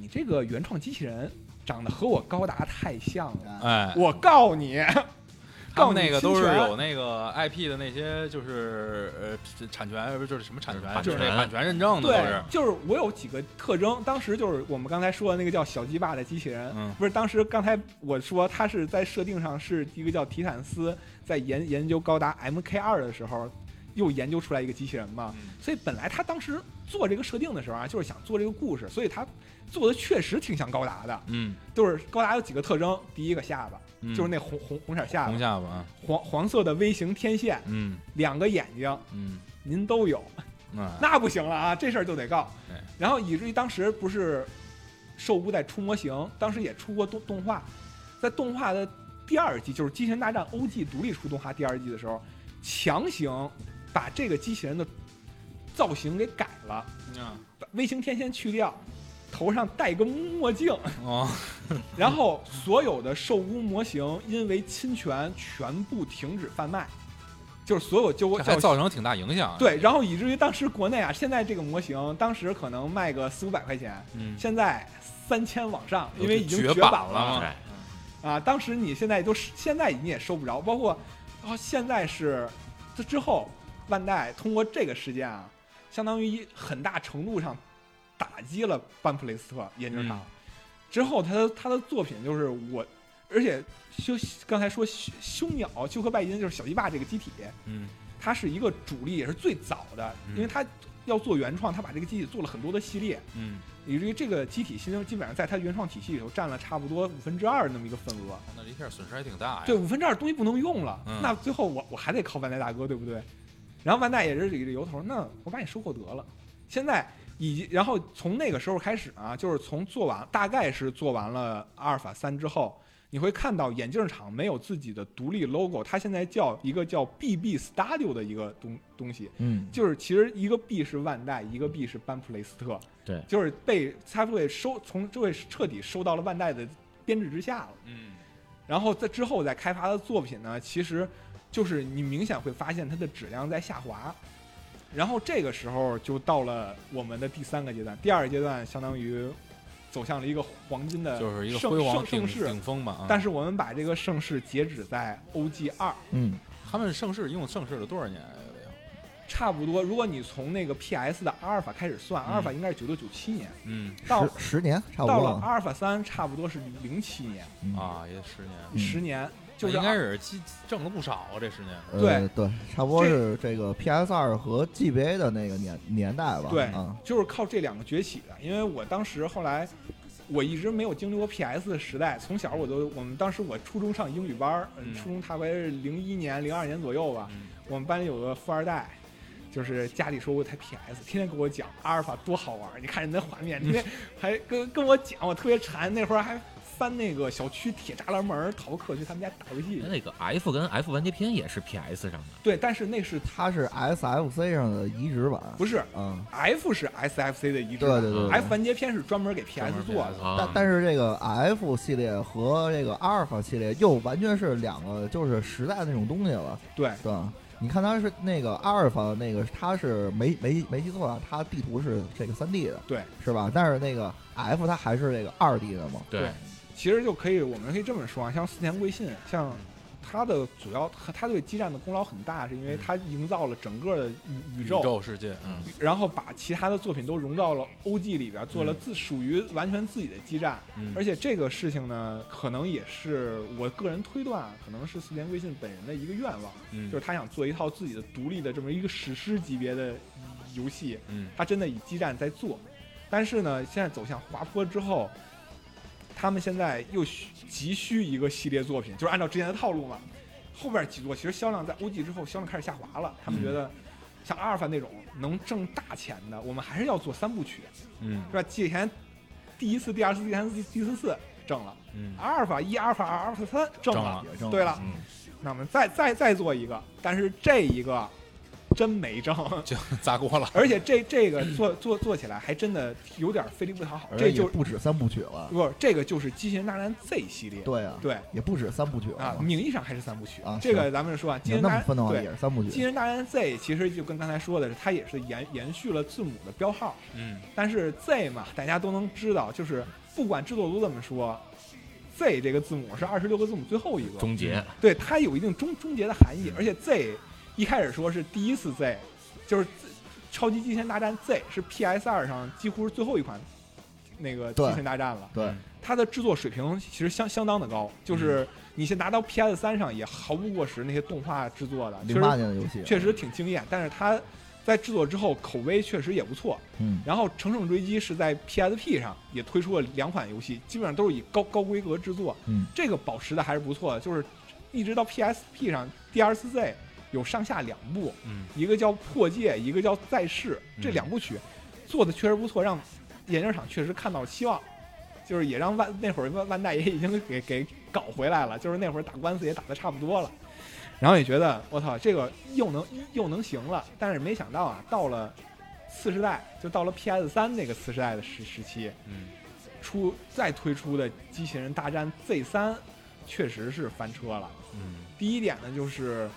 Speaker 5: 你这个原创机器人长得和我高达太像了，
Speaker 1: 哎，
Speaker 5: 我告你，
Speaker 1: 他
Speaker 5: 告
Speaker 1: 们
Speaker 5: 你
Speaker 1: 那个都是
Speaker 5: 侵权
Speaker 1: 有那个 IP 的那些，就是呃是产权，呃不是就是什么产权，
Speaker 4: 版
Speaker 1: 就是那
Speaker 4: 权
Speaker 1: 版权认证的都
Speaker 5: 对
Speaker 1: 是，，
Speaker 5: 就是我有几个特征，当时就是我们刚才说的那个叫小鸡爸的机器人，
Speaker 1: 嗯
Speaker 5: 不是当时刚才我说他是在设定上是一个叫提坦斯，在研研究高达 MK 二的时候，又研究出来一个机器人嘛，
Speaker 1: 嗯
Speaker 5: 所以本来他当时做这个设定的时候啊，就是想做这个故事，所以他做的确实挺像高达的，
Speaker 1: 嗯，
Speaker 5: 就是高达有几个特征，第一个下巴，
Speaker 1: 嗯
Speaker 5: 就是那红红红色下
Speaker 1: 红
Speaker 5: 巴，
Speaker 1: 下巴，啊
Speaker 5: 黄黄色的微型天线，
Speaker 1: 嗯
Speaker 5: 两个眼睛，
Speaker 1: 嗯
Speaker 5: 您都有。
Speaker 1: 嗯，
Speaker 5: 那不行了啊，这事儿就得告
Speaker 1: 对。
Speaker 5: 然后以至于当时不是兽屋在出模型，当时也出过动动画，在动画的第二季，就是《机器人大战 OG》独立出动画第二季的时候，强行把这个机器人的造型给改了，
Speaker 1: 嗯
Speaker 5: 把微型天线去掉，头上戴个墨镜，
Speaker 1: 哦，
Speaker 5: 然后所有的兽屋模型因为侵权全部停止贩卖，就是所有就
Speaker 1: 这还
Speaker 5: 叫
Speaker 1: 造成挺大影响，啊
Speaker 5: 对，然后以至于当时国内啊，现在这个模型当时可能卖个四五百块钱，
Speaker 1: 嗯
Speaker 5: 现在三千往上，因为已经
Speaker 1: 绝
Speaker 5: 绝
Speaker 1: 版
Speaker 5: 版
Speaker 1: 了嘛
Speaker 5: 了
Speaker 4: 哎，
Speaker 5: 啊。当时你现在都是现在你也收不着，包括哦，现在是这之后，万代通过这个事件啊，相当于一很大程度上打击了班普雷斯特研
Speaker 1: 嗯
Speaker 5: 究厂。之后他的他的作品就是我，而且修刚才说修修鸟修科拜因就是小鸡爸这个机体，
Speaker 1: 嗯
Speaker 5: 它是一个主力，也是最早的，
Speaker 1: 嗯
Speaker 5: 因为它要做原创，它把这个机体做了很多的系列，
Speaker 1: 嗯，
Speaker 5: 以至于这个机体现在基本上在它原创体系里头占了差不多五分之二那么一个份额。
Speaker 1: 那一下损失还挺哎大呀，
Speaker 5: 对，，五分之二东西不能用了，
Speaker 1: 嗯
Speaker 5: 那最后我我还得靠万代大哥，对不对？然后万代也是这个由头，那我把你收购得了。现在以及然后从那个时候开始啊，就是从做完大概是做完了阿尔法三之后，你会看到眼镜厂没有自己的独立 logo，它现在叫一个叫 BB Studio 的一个东东西，
Speaker 3: 嗯，
Speaker 5: 就是其实一个 B 是万代，一个 B 是班普雷斯特，
Speaker 4: 对
Speaker 5: 就是被他会收从这位彻底收到了万代的编制之下了。
Speaker 1: 嗯
Speaker 5: 然后在之后再开发的作品呢，其实就是你明显会发现它的质量在下滑。然后这个时候就到了我们的第三个阶段，第二个阶段相当于走向了一个黄金的
Speaker 1: 就是一个
Speaker 5: 盛
Speaker 1: 辉煌
Speaker 5: 盛
Speaker 1: 顶
Speaker 5: 盛世
Speaker 1: 顶，峰吧，啊
Speaker 5: 但是我们把这个盛世截止在 OG 二，
Speaker 3: 嗯，
Speaker 1: 啊他们盛世一共盛世了多少年呀？
Speaker 5: 差不多，如果你从那个 PS 的阿尔法开始算，阿尔法应该是九六九七年，
Speaker 1: 嗯
Speaker 5: 到
Speaker 3: 十十年差不
Speaker 5: 到
Speaker 3: 多
Speaker 5: 了阿
Speaker 3: 了。
Speaker 5: 尔法三差不多是零七年，
Speaker 1: 啊，也十年，
Speaker 3: 嗯
Speaker 5: 十年就是
Speaker 1: 啊
Speaker 5: 啊
Speaker 1: 应该是积挣了不少啊，这十年。
Speaker 3: 呃，对，差不多是这个 PS 二和 GBA 的那个年年代吧。
Speaker 5: 对
Speaker 3: 啊，
Speaker 5: 就是靠这两个崛起的。因为我当时后来，我一直没有经历过 PS 的时代，从小我都，我们当时我初中上英语班儿，嗯
Speaker 1: 嗯
Speaker 5: 初中大概是零一年、零二年左右吧，
Speaker 1: 啊
Speaker 5: 我们班里有个富二代。就是家里说我有台 PS，天天跟我讲阿尔法多好玩儿，你看人家画面，天天还跟跟我讲，我特别馋。那会儿还翻那个小区铁栅栏门儿逃课去他们家打游戏。
Speaker 4: 那个 F 跟 F 完结篇也是 PS 上的，
Speaker 5: 对，但是那是
Speaker 3: 它是 SFC 上的移植版。
Speaker 5: 不是
Speaker 3: 嗯，
Speaker 5: F 是 SFC 的移植
Speaker 3: 对
Speaker 5: 版
Speaker 3: 对对。对
Speaker 5: f 完结篇是专门给 PS 做的。
Speaker 4: 啊
Speaker 3: 但但是这个 F 系列和这个阿尔法系列又完全是两个就是时代那种东西了，
Speaker 5: 对，
Speaker 3: 对吧？你看它是那个阿尔法那个，它是没没没记错啊，它地图是这个三 D 的，
Speaker 5: 对，
Speaker 3: 是吧？但是那个 F 它还是这个二 D 的嘛，
Speaker 5: 对其实就可以，我们可以这么说啊，像四田贵信，像他的主要，他他对基站的功劳很大，是因为他营造了整个的嗯宇宇宙，
Speaker 1: 世界，嗯
Speaker 5: 然后把其他的作品都融到了 OG 里边，做了自属于完全自己的基站。
Speaker 1: 嗯
Speaker 5: 而且这个事情呢，可能也是我个人推断啊，可能是四田贵信本人的一个愿望，
Speaker 1: 嗯
Speaker 5: 就是他想做一套自己的独立的这么一个史诗级别的游戏。
Speaker 1: 嗯
Speaker 5: 他真的以基站在做，但是呢，现在走向滑坡之后，他们现在又需急需一个系列作品，就是按照之前的套路嘛。后边几座其实销量在 OG 之后销量开始下滑了，他们觉得像阿尔法那种能挣大钱的，我们还是要做三部曲，
Speaker 1: 嗯
Speaker 5: 是吧？以前第一次、第二次、第三次、第四次挣了，
Speaker 1: 嗯
Speaker 5: 阿尔法一、阿尔法二、阿尔法三挣
Speaker 1: 挣
Speaker 5: 了
Speaker 1: 了，嗯
Speaker 3: 挣了
Speaker 5: 对了，那我们再再再做一个，但是这一个真没挣，
Speaker 1: 就砸锅了。
Speaker 5: 而且这这个做做做起来还真的有点费力不讨好，
Speaker 3: 而
Speaker 5: 这
Speaker 3: 且也
Speaker 5: 就
Speaker 3: 不止三部曲了，
Speaker 5: 不这个就是《机器人大战 Z》系列，
Speaker 3: 对啊，
Speaker 5: 对
Speaker 3: 也不止三部曲了
Speaker 5: 啊，名义上还是三部曲
Speaker 3: 啊
Speaker 5: 这个咱们说啊，《
Speaker 3: 你
Speaker 5: 机器人
Speaker 3: 要那
Speaker 5: 大
Speaker 3: 么
Speaker 5: 战
Speaker 3: 分的》话也
Speaker 5: 对。
Speaker 3: 是三部
Speaker 5: 《机器
Speaker 3: 曲，
Speaker 5: 人大战 Z》其实就跟刚才说的是，它也是延延续了字母的标号，
Speaker 1: 嗯
Speaker 5: 但是 Z 嘛，大家都能知道，就是不管制作组怎么说，Z 这个字母是二十六个字母最后一个，
Speaker 4: 终结，
Speaker 5: 对，它有一定终终结的含
Speaker 3: 嗯
Speaker 5: 义。而且 Z 一开始说是第一次 Z，就是超级机器人大战 Z 是 PS 二上几乎是最后一款那个机
Speaker 3: 对
Speaker 5: 器人大战了。嗯
Speaker 3: 对，
Speaker 5: 它的制作水平其实相相当的高，就是
Speaker 3: 嗯
Speaker 5: 你先拿到 PS 三上也毫不过时，那些动画制作的确
Speaker 3: 零八
Speaker 5: 实
Speaker 3: 年的游戏，
Speaker 5: 确实挺惊艳，但是它。在制作之后，口碑确实也不错。
Speaker 3: 嗯，
Speaker 5: 然后《乘胜追击》是在 PSP 上也推出了两款游戏，基本上都是以高高规格制作，
Speaker 3: 嗯，
Speaker 5: 这个保持的还是不错的，就是一直到 PSP 上 D24Z 有上下两部，
Speaker 1: 嗯
Speaker 5: 一个叫《破戒》，一个叫《再世》，这两部曲做的确实不错，让眼镜厂确实看到了希望，就是也让万那会儿万万代也已经给给搞回来了，就是那会儿打官司也打得差不多了。然后也觉得我操，这个又能又能行了，但是没想到啊，到了次世代，就到了 PS 三那个次世代的时时期，
Speaker 1: 嗯
Speaker 5: 出再推出的《机器人大战 Z 三》，确实是翻车了。
Speaker 1: 嗯
Speaker 5: 第一点呢，就是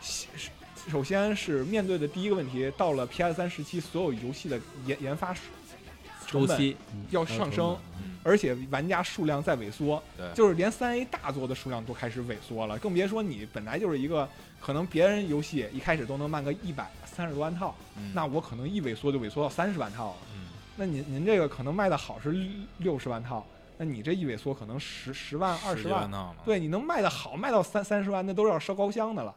Speaker 5: 西是首先是面对的第一个问题，到了 PS 三时期，所有游戏的研研发
Speaker 2: 周
Speaker 5: 成本
Speaker 2: 期嗯
Speaker 5: 要上升，
Speaker 1: 嗯，
Speaker 5: 而且玩家数量在萎缩，
Speaker 1: 对
Speaker 5: 就是连三 A 大作的数量都开始萎缩了，更别说你本来就是一个可能别人游戏一开始都能卖个一百三十多万套，
Speaker 1: 嗯
Speaker 5: 那我可能一萎缩就萎缩到三十万套了。
Speaker 1: 嗯
Speaker 5: 那您您这个可能卖的好是六十万套，那你这一萎缩可能十十万二
Speaker 1: 十
Speaker 5: 十
Speaker 1: 几
Speaker 5: 万
Speaker 1: 万，趟了，
Speaker 5: 对，你能卖的好，卖到三三十万，那都是要烧高香的了。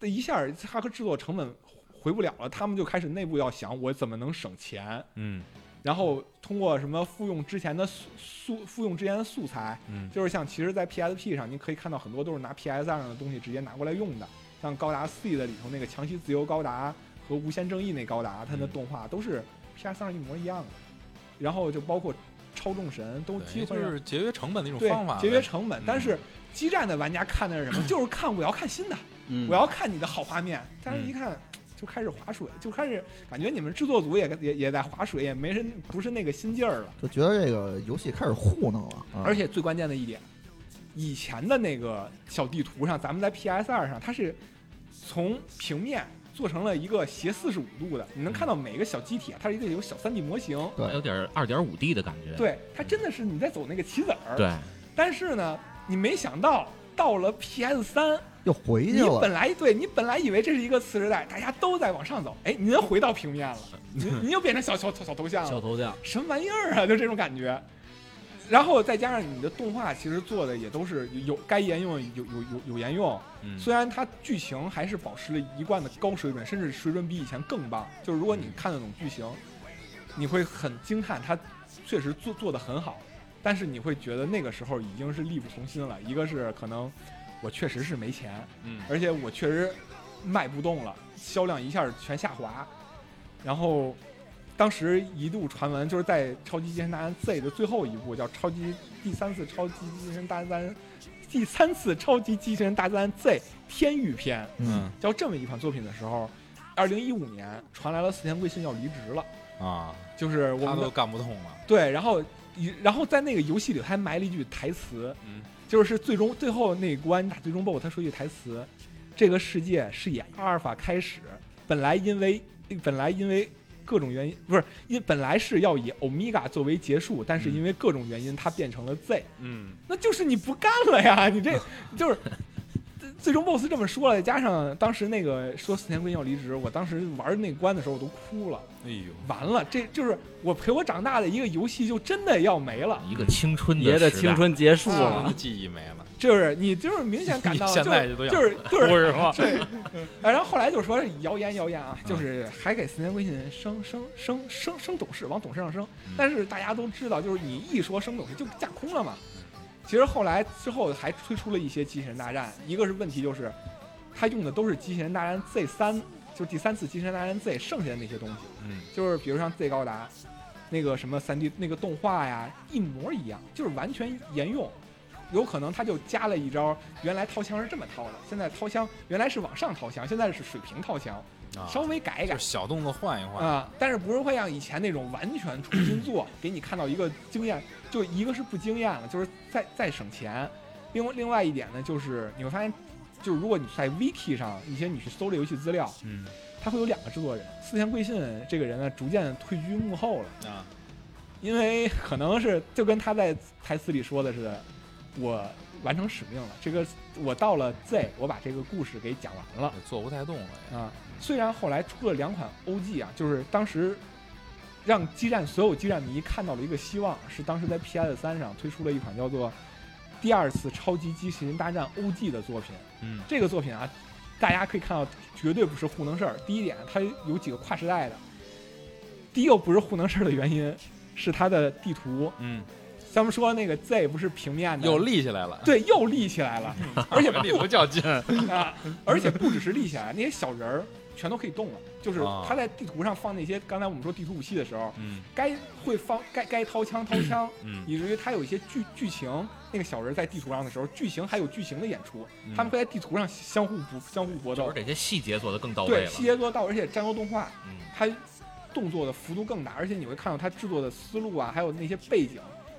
Speaker 5: 这一下儿它和制作成本回不了了，他们就开始内部要想我怎么能省钱，
Speaker 1: 嗯
Speaker 5: 然后通过什么复用之前的素素复用之前的素材，
Speaker 1: 嗯
Speaker 5: 就是像其实，在 PSP 上，您可以看到很多都是拿 PS 上的东西直接拿过来用的，像高达 C 的里头那个强袭自由高达和无限正义那高达，它的
Speaker 1: 嗯
Speaker 5: 动画都是 PS 上一模一样的，然后就包括超众神都
Speaker 1: 对
Speaker 5: 几乎
Speaker 1: 就
Speaker 5: 上
Speaker 1: 是节约成本的一种
Speaker 5: 对
Speaker 1: 方法呗，
Speaker 5: 节约成本
Speaker 1: 嗯，
Speaker 5: 但是基站的玩家看的是什么？ 就是看我要看新的，
Speaker 2: 嗯
Speaker 5: 我要看你的好画面，但是一看。就开始划水，就开始感觉你们制作组也也也在划水，也没人不是那个心劲儿了。
Speaker 3: 就觉得这个游戏开始糊弄了，啊
Speaker 5: 而且最关键的一点，以前的那个小地图上，咱们在 PS 二上，它是从平面做成了一个斜四十五度的，你能看到每个小机体，啊它是一个有小三 D 模型。
Speaker 3: 对
Speaker 4: 还有点二点五 D 的感觉，
Speaker 5: 嗯对，它真的是你在走那个棋子儿。
Speaker 4: 对，
Speaker 5: 但是呢，你没想到到了 PS 三，
Speaker 3: 又回去
Speaker 5: 你
Speaker 3: 了
Speaker 5: 本。来对你本来以为这是一个次时代，大家都在往上走，哎，您回到平 面了，您您又变成小小小头像了，
Speaker 2: 小头像，
Speaker 5: 什么玩意儿啊？就这种感觉。然后再加上你的动画，其实做的也都是有有该沿用有有有有沿用，
Speaker 1: 嗯
Speaker 5: 虽然它剧情还是保持了一贯的高水准，甚至水准比以前更棒。就是如果你看得懂剧情，你会很惊叹它确实做做得很好，但是你会觉得那个时候已经是力不从心了。一个是可能我确实是没钱，
Speaker 1: 嗯
Speaker 5: 而且我确实卖不动了，销量一下全下滑。然后当时一度传闻就是在《超级机器人大战 Z》的最后一部，叫《超级第三次超级机器人大战第三次超级机器人大战 Z 天域篇》
Speaker 1: 嗯
Speaker 5: 叫这么一款作品的时候，二零一五年传来了四田贵信要离职了，
Speaker 1: 啊，
Speaker 5: 就是嗯我
Speaker 1: 他
Speaker 5: 们
Speaker 1: 都
Speaker 5: 的
Speaker 1: 干不动了，
Speaker 5: 对，然后然后在那个游戏里还埋了一句台词，
Speaker 1: 嗯
Speaker 5: 就是最终最后那一关打最终 BOSS，他说一句台词：“这个世界是以阿尔法开始，本来因为本来因为各种原因，不是因本来是要以欧米伽作为结束，但是因为各种原因，它变成了 Z，
Speaker 1: 嗯
Speaker 5: 那就是你不干了呀！你这就是最最终 BOSS 这么说了，再加上当时那个说四田归要离职，我当时玩那关的时候我都哭了，
Speaker 1: 哎呦，
Speaker 5: 完了，这就是我陪我长大的一个游戏就真的要没了，
Speaker 4: 一个青春
Speaker 2: 爷的
Speaker 4: 时代
Speaker 2: 青春结束
Speaker 5: 啊
Speaker 2: 了
Speaker 1: 的。记忆没了，
Speaker 5: 就是你就是明显 感到
Speaker 1: 现在
Speaker 5: 就
Speaker 1: 就都要
Speaker 5: 是就是就是
Speaker 1: 不是吗？
Speaker 5: 对，哎然后后来就说谣言谣言啊，就是还给四年微信升升升升升董事，往董事上升
Speaker 1: 嗯。
Speaker 5: 但是大家都知道，就是你一说升董事就架空了嘛。其实后来之后还推出了一些机器人大战，一个是问题就是，它用的都是机器人大战 Z 三，就是第三次机器人大战 Z 剩下的那些东西，
Speaker 1: 嗯
Speaker 5: 就是比如像 Z 高达，那个什么三 D 那个动画呀，一模一样，就是完全沿用。有可能他就加了一招，原来掏枪是这么掏的，现在掏枪原来是往上掏枪，现在是水平掏枪，
Speaker 1: 啊，
Speaker 5: 稍微改一改
Speaker 1: 就
Speaker 5: 啊、
Speaker 1: 小动作换一换，
Speaker 5: 但是不是会像以前那种完全重新做，给你看到一个经验，就一个是不惊艳了，就是再再省钱，另外另外一点呢，就是你会发现，就是如果你在 Wiki 上一些你去搜这游戏资料，
Speaker 1: 嗯
Speaker 5: 它会有两个制作人，四田贵信这个人呢逐渐退居幕后了。
Speaker 1: 啊，
Speaker 5: 因为 可能是就跟他在台词里说的似的，我完成使命了。这个我到了 Z，我把这个故事给讲完了
Speaker 1: 做不太动了，
Speaker 5: 啊。虽然后来出了两款 OG 啊，就是当时让激战所有激战迷看到了一个希望，是当时在 PS 三上推出了一款叫做《第二次超级机器人大战 OG》的作品。
Speaker 1: 嗯
Speaker 5: 这个作品啊，大家可以看到，绝对不是糊弄事儿。第一点，它有几个跨时代的；第一个不是糊弄事儿的原因，是它的地图。
Speaker 1: 嗯，
Speaker 5: 咱们说那个 Z 不是平面的，
Speaker 1: 又立起来了，
Speaker 5: 对又立起 来了，而且
Speaker 1: 立不较劲，
Speaker 5: 啊，而且不只是立起来，那些小人儿全都可以动了。就是
Speaker 1: 啊
Speaker 5: 它在地图上放那些，刚才我们说地图武器的时候，
Speaker 1: 嗯
Speaker 5: 该会放该该掏枪掏枪，
Speaker 1: 嗯
Speaker 5: 以至于它有一些剧剧情，那个小人在地图上的时候，剧情还有剧情的演出，
Speaker 1: 嗯
Speaker 5: 他们会在地图上相互搏相互搏
Speaker 4: 就
Speaker 5: 斗
Speaker 4: 是。嗯这些细节做得更到位
Speaker 5: 对，
Speaker 4: 了
Speaker 5: 细。节做到，而且战斗动画
Speaker 4: 嗯，
Speaker 5: 它动作的幅度更大，而且你会看到它制作的思路啊，还有那些背景。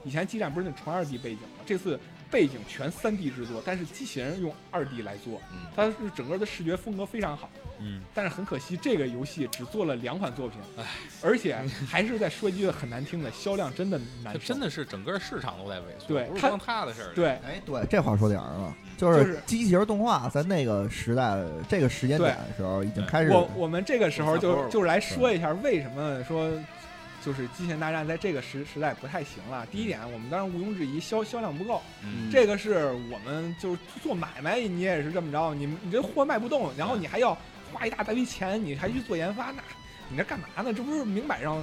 Speaker 5: 以前激战不是那纯二 D 背景吗？这次背景全三 D 制作，但是机器人用二 D 来做，
Speaker 4: 嗯
Speaker 5: 它是整个的视觉风格非常好。
Speaker 1: 嗯，
Speaker 5: 但是很可惜，这个游戏只做了两款作品，而且还是在说一句很难听的，销量真的难
Speaker 1: 它
Speaker 5: 受，
Speaker 1: 真的是整个市场都在萎缩，
Speaker 5: 对
Speaker 1: 不是
Speaker 5: 它
Speaker 1: 光他的事儿，，
Speaker 5: 对。
Speaker 3: 哎，对，这话说点儿上了，就
Speaker 5: 就是
Speaker 3: 是机器人动画在那个时代、这个时间点的时候已经开始，
Speaker 5: 我我们这个时
Speaker 1: 哎
Speaker 5: 候
Speaker 1: 我下播
Speaker 5: 就
Speaker 1: 了
Speaker 5: 就是来说一下为什么说就是机器人大战在这个时时代不太行了。第一点，我们当然毋庸置疑销销量不够，
Speaker 1: 嗯
Speaker 5: 这个是我们就是做买卖你也是这么着，你你这货卖不动，然后你还要花一大堆钱，你还去做研发，那你这干嘛呢？这不是明摆让。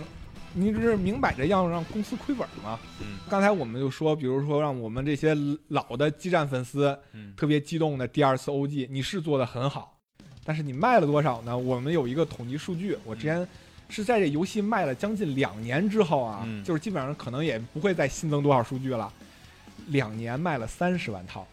Speaker 5: 你这是明摆着要让公司亏本吗？
Speaker 1: 嗯，
Speaker 5: 刚才我们就说，比如说让我们这些老的激战粉丝，
Speaker 1: 嗯
Speaker 5: 特别激动的第二次 OG，你是做的很好，但是你卖了多少呢？我们有一个统计数据，我之前是在这游戏卖了将近两年之后啊，
Speaker 1: 嗯
Speaker 5: 就是基本上可能也不会再新增多少数据了。两年卖了三十万套，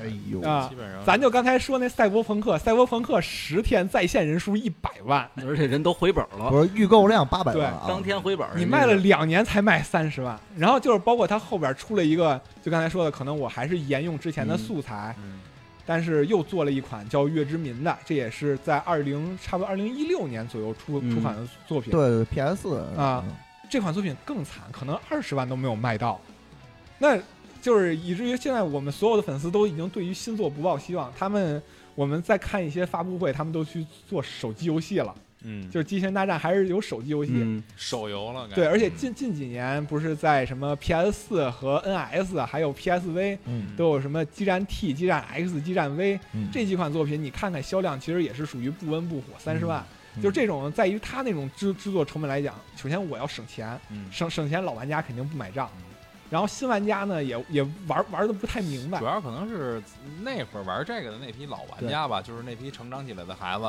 Speaker 3: 哎呦，
Speaker 5: 啊
Speaker 1: 基本上
Speaker 5: 咱就刚才说那赛博朋克，赛博朋克十天在线人数一百万，
Speaker 2: 而且人都回本了，
Speaker 3: 不是预购量八百万啊，
Speaker 2: 当天回本。
Speaker 5: 你
Speaker 2: 人家
Speaker 5: 卖了两年才卖三十万，然后就是包括它后边出了一个，就刚才说的，可能我还是沿用之前的素材，
Speaker 1: 嗯
Speaker 5: 但是又做了一款叫《月之民》的，这也是在二零差不多二零一六年左右出
Speaker 2: 嗯
Speaker 5: 出款的作品。
Speaker 3: 对 PS 4
Speaker 5: 啊，这款作品更惨，可能二十万都没有卖到，那就是以至于现在我们所有的粉丝都已经对于新作不抱希望，他们我们再看一些发布会，他们都去做手机游戏了，
Speaker 1: 嗯，
Speaker 5: 就是《机器人大战》还是有手机游戏。
Speaker 2: 嗯，
Speaker 1: 手游了，感觉
Speaker 5: 对，而且近近几年不是在什么 PS 四和 NS 还有 PSV
Speaker 1: 嗯
Speaker 5: 都有什么激战 T、激战 X、激战 V
Speaker 3: 嗯
Speaker 5: 这几款作品，你看看销量其实也是属于不温不火，三十万。就这种，在于它那种制制作成本来讲，首先我要省钱，
Speaker 1: 嗯
Speaker 5: 省省钱老玩家肯定不买账，然后新玩家呢也也玩玩的不太明白
Speaker 1: 主，要可能是那会儿玩这个的那批老玩家吧，就是那批成长起来的孩子，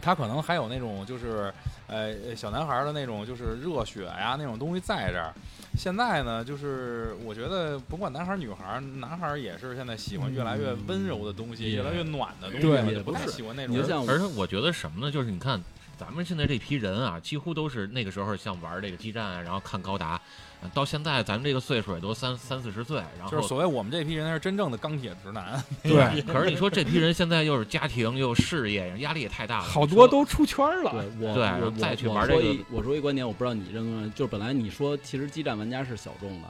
Speaker 1: 他可能还有那种就是呃小男孩儿的那种就是热血呀、那种东西在这儿。现在呢，就是我觉得不管男孩儿女孩儿，男孩儿也是现在喜欢越来越温柔的东西，
Speaker 4: 嗯
Speaker 1: 越来越暖的东西，
Speaker 2: 对
Speaker 1: 就不太
Speaker 2: 不是
Speaker 1: 喜欢那种。
Speaker 2: 你就像
Speaker 4: 而
Speaker 2: 我
Speaker 4: 且我觉得什么呢？就是你看咱们现在这批人啊，几乎都是那个时候像玩这个激战啊，然后看高达，呃到现在咱们这个岁数也都三三四十岁，然
Speaker 1: 就是
Speaker 4: 后
Speaker 1: 所谓我们这批人是真正的钢铁直男，
Speaker 5: 对，
Speaker 4: 可是你说这批人现在又是家庭又是事业，压力也太大了，
Speaker 5: 好
Speaker 4: 你
Speaker 5: 多
Speaker 4: 说
Speaker 5: 都出圈
Speaker 2: 对
Speaker 5: 了，
Speaker 2: 我
Speaker 4: 对啊
Speaker 2: 我我
Speaker 4: 再去
Speaker 2: 我
Speaker 4: 玩
Speaker 2: 说
Speaker 4: 这个
Speaker 2: 一我说一观点，我不知道你认不认为，就是本来你说其实基站玩家是小众的，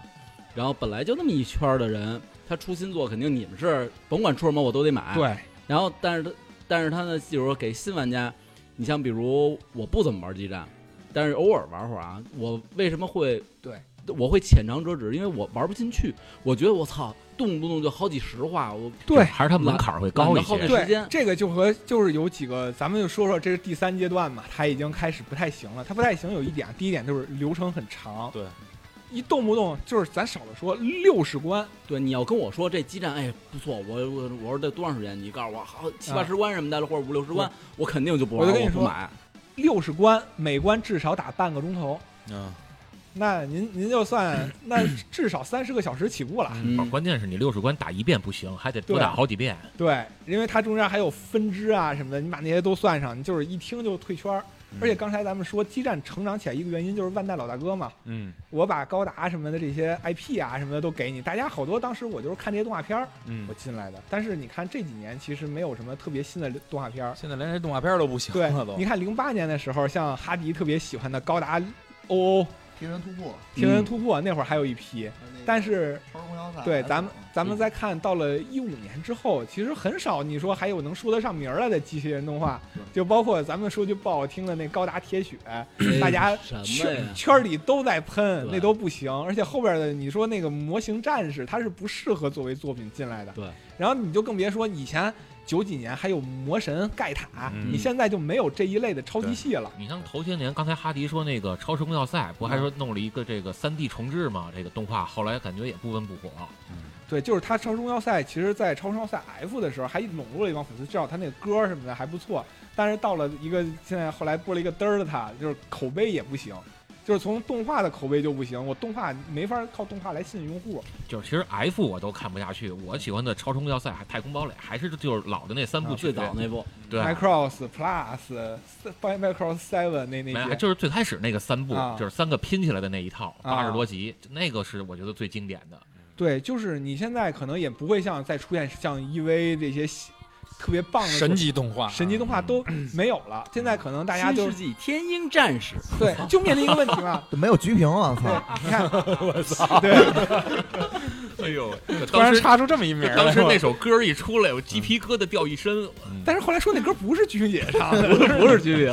Speaker 2: 然后本来就那么一圈儿的人，他出新作肯定你们是甭管出什么我都得买，。
Speaker 5: 对，
Speaker 2: 然后但是他但是他呢，比如说给新玩家，你像比如我不怎么玩基站，但是偶尔玩会儿啊，我为什么会
Speaker 5: 对？
Speaker 2: 我会浅尝辄止，因为我玩不进去。我觉得我操，动不动就好几十话，我
Speaker 5: 对
Speaker 4: 还是他门槛儿会高一
Speaker 2: 懒得耗
Speaker 4: 些
Speaker 2: 费。
Speaker 5: 对，
Speaker 2: 时间
Speaker 5: 这个就和就是有几个，咱们就说说，这是第三阶段嘛，它已经开始不太行了。它不太行有一点，第一点就是流程很长，
Speaker 1: 对，
Speaker 5: 一动不动就是咱少了说六十关，
Speaker 2: 对，你要跟我说这基站，哎，不错，我我我说得多长时间？你告诉我，好七八十关什么的，或者五六十关，我肯定就不玩，
Speaker 5: 啊
Speaker 2: 我
Speaker 5: 我就跟你说
Speaker 2: 不买。
Speaker 5: 六十关每关至少打半个钟头，
Speaker 1: 嗯，
Speaker 5: 那您您就算那至少三十个小时起步了，
Speaker 2: 嗯
Speaker 4: 不是关键是你六十关打一遍不行，还得多
Speaker 5: 对
Speaker 4: 打好几遍。
Speaker 5: 对，因为它中间还有分支啊什么的，你把那些都算上，你就是一听就退圈儿。
Speaker 2: 嗯
Speaker 5: 而且刚才咱们说基站成长起来一个原因就是万代老大哥嘛，
Speaker 1: 嗯
Speaker 5: 我把高达什么的这些 IP 啊什么的都给你，大家好多当时我就是看这些动画片儿
Speaker 1: 嗯
Speaker 5: 我，进来的，但是你看这几年其实没有什么特别新的动画片儿。
Speaker 1: 现在连这动画片儿都不行
Speaker 5: 对
Speaker 1: 了都，
Speaker 5: 你看零八年的时候，像哈迪特别喜欢的高达 OO
Speaker 3: 天人突破，
Speaker 5: 天人突破、那会儿还有一批，但是
Speaker 3: 超时空要塞，。
Speaker 5: 对咱们咱们再看到了一五年之后，其实很少你说还有能说得上名儿来的机器人动画，就包括咱们说句不好听的那高达铁血，大家
Speaker 2: 什么呀
Speaker 5: 圈？圈里都在喷，
Speaker 2: 对
Speaker 5: 那都不行。而且后边的你说那个模型战士，它是不适合作为作品进来的。
Speaker 2: 对，
Speaker 5: 然后你就更别说以前九几年还有魔神盖塔，
Speaker 1: 嗯
Speaker 5: 你现在就没有这一类的超级系了。
Speaker 4: 你像头些年，刚才哈迪说那个《超时空要塞》，不还说弄了一个这个三 D 重置嘛？这个动画后来感觉也不温不火。
Speaker 5: 对，就是他超时空要塞，其实在超时空要塞 F 的时候还笼络了一帮粉丝，至少他那个歌什么的还不错。但是到了一个现在后来播了一个嘚儿的他，就是口碑也不行。就是从动画的口碑就不行，我动画没法靠动画来吸引用户。
Speaker 4: 就是其实 F 我都看不下去，我喜欢的《超时空要塞》、《太空堡垒》还是就是老的那三部
Speaker 5: 啊
Speaker 4: 曲。
Speaker 2: 最早那部，
Speaker 4: 对，
Speaker 5: Macross Plus、Macross Seven 那那
Speaker 4: 没有
Speaker 5: 些，
Speaker 4: 就是最开始那个三部，
Speaker 5: 啊
Speaker 4: 就是三个拼起来的那一套，
Speaker 5: 啊
Speaker 4: 八十多集，那个是我觉得最经典的。
Speaker 5: 对，就是你现在可能也不会像再出现像 EV 这些喜特别棒的
Speaker 1: 神级动画，
Speaker 5: 神级动画都没有了。现在可能大家
Speaker 2: 新
Speaker 5: 就
Speaker 2: 世纪天鹰战士，
Speaker 5: 对，就面临一个问题嘛
Speaker 3: 没有橘屏啊，操！
Speaker 5: 你看，对，
Speaker 4: 哎呦，
Speaker 1: 突然
Speaker 4: 当时
Speaker 1: 插出这么一名儿来，
Speaker 4: 当时那首歌一出来，我鸡皮疙瘩掉一身。
Speaker 5: 但是后来说那歌不是鞠婧祎唱的，
Speaker 2: 不是居民，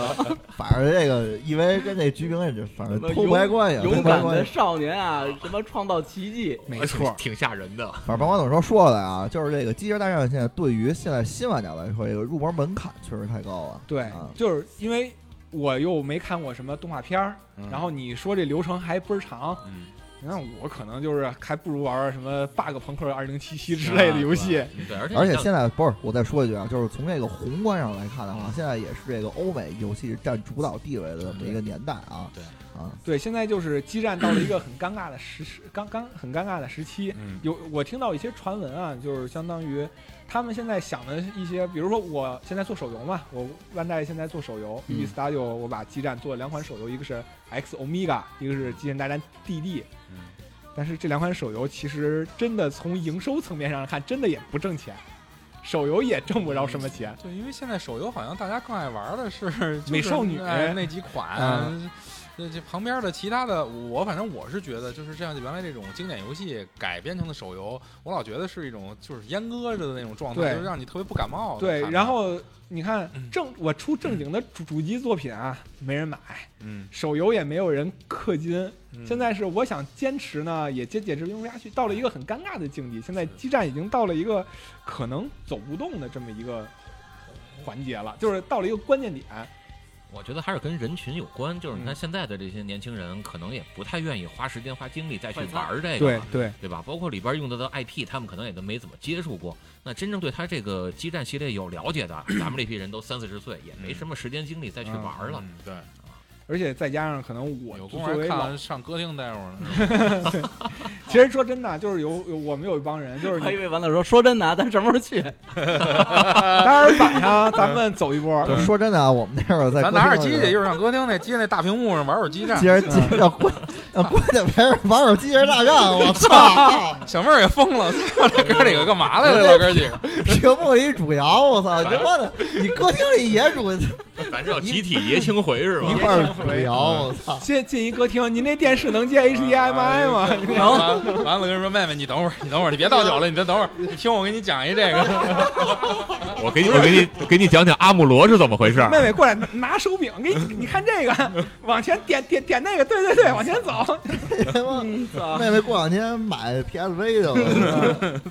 Speaker 3: 反正这个因为跟这橘屏也就反正
Speaker 2: 什么
Speaker 3: 脱不开关系，脱
Speaker 2: 勇
Speaker 3: 不开
Speaker 2: 敢
Speaker 3: 关
Speaker 2: 的
Speaker 3: 系。
Speaker 2: 少年啊，什么创造奇迹，
Speaker 5: 没错，
Speaker 4: 挺吓人的。
Speaker 3: 反正甭管怎么说，说回来啊，就是这个《机器人大战》现在对于现在新玩家来说，这个入门门槛确实太高了。
Speaker 5: 对
Speaker 3: 啊，
Speaker 5: 就是因为我又没看过什么动画片儿，
Speaker 1: 嗯
Speaker 5: 然后你说这流程还倍儿长，
Speaker 1: 嗯
Speaker 5: 那我可能就是还不如玩玩什么 bug 朋克二零七七之类的游戏。
Speaker 4: 啊对，而且
Speaker 3: 而
Speaker 4: 你
Speaker 3: 且
Speaker 4: 像
Speaker 3: 现在不是，我再说一句啊，就是从这个宏观上来看的话，
Speaker 4: 嗯
Speaker 3: 现在也是这个欧美游戏占主导地位的这么一个年代啊。
Speaker 4: 对
Speaker 3: 啊，
Speaker 5: 对，现在就是基站到了一个很尴尬的时时，刚刚很尴尬的时期。
Speaker 1: 嗯
Speaker 5: 有我听到一些传闻啊，就是相当于他们现在想的一些，比如说我现在做手游嘛，我万代现在做手游
Speaker 2: 嗯
Speaker 5: ，B Studio 我把基站做了两款手游，一个是 X Omega，一个是《机器人大战 DD》。
Speaker 1: 嗯
Speaker 5: 但是这两款手游其实真的从营收层面上看，真的也不挣钱，手游也挣不着什么钱。
Speaker 1: 对，因为现在手游好像大家更爱玩的是、就是
Speaker 5: 美少女哎
Speaker 1: 哎那几款，
Speaker 5: 嗯
Speaker 1: 那这旁边的其他的，我反正我是觉得，就是这样原来这种经典游戏改编成的手游，我老觉得是一种就是阉割着的那种状态，
Speaker 5: 对
Speaker 1: 就是让你特别不感冒。
Speaker 5: 对
Speaker 1: 看，着
Speaker 5: 然后你看
Speaker 1: 嗯
Speaker 5: 正我出正经的主主机作品啊，没人买，
Speaker 1: 嗯，
Speaker 5: 手游也没有人氪金。
Speaker 1: 嗯
Speaker 5: 现在是我想坚持呢，也坚坚持不下去，到了一个很尴尬的境地。现在基站已经到了一个可能走不动的这么一个环节了，就是到了一个关键点。
Speaker 4: 我觉得还是跟人群有关，就是你看
Speaker 5: 嗯
Speaker 4: 现在的这些年轻人，可能也不太愿意花时间花精力再去
Speaker 2: 快餐
Speaker 4: 玩儿这个
Speaker 5: 对
Speaker 4: 了，
Speaker 5: 对，
Speaker 4: 对吧？包括里边用到的 IP，他们可能也都没怎么接触过。那真正对他这个激战系列有了解的，咱们这批人都三四十岁，也没什么时间精力再去玩儿了。
Speaker 1: 嗯对，
Speaker 5: 而且再加上可能我
Speaker 1: 有
Speaker 5: 作
Speaker 1: 功夫
Speaker 5: 为
Speaker 1: 还
Speaker 5: 老
Speaker 1: 看上歌厅待会儿呢。
Speaker 5: 其实说真的，就是有有我们有一帮人，就是
Speaker 1: 哎
Speaker 2: 我以
Speaker 5: 你
Speaker 2: 为完了说说真的啊，咱什么时候去？
Speaker 5: 当然晚上咱们走一波，
Speaker 3: 就说真的啊，我们那会儿在
Speaker 1: 咱拿着
Speaker 3: 歌
Speaker 1: 机
Speaker 3: 厅的时
Speaker 1: 器，就
Speaker 3: 候
Speaker 1: 是上歌厅那接那大屏幕上玩会儿激战
Speaker 3: 其，实其实要关要关键陪着玩手机人大战，我操！
Speaker 1: 小妹儿也疯了， 操这哥几个干嘛来了？老哥几个，
Speaker 3: 屏幕里主摇，我 操！你妈的，你歌厅里也主一
Speaker 4: 咱这叫集体爷青回是吧？
Speaker 3: 块儿主摇，我 操！
Speaker 5: 进进一歌厅，您那电视能接
Speaker 1: 哎
Speaker 5: HDMI 吗？
Speaker 1: 完了完了，跟人说妹妹，你等会儿，你等会儿，你别倒酒了，你再等会儿，你听我给你讲一这个。
Speaker 4: 我给你，我给你，给你讲讲阿姆罗是怎么回事儿
Speaker 5: 妹妹过来拿手柄，给你你看这个，往前点点点那个，对对对，往前走。嗯
Speaker 3: 妹妹过两天买 PSV 去了，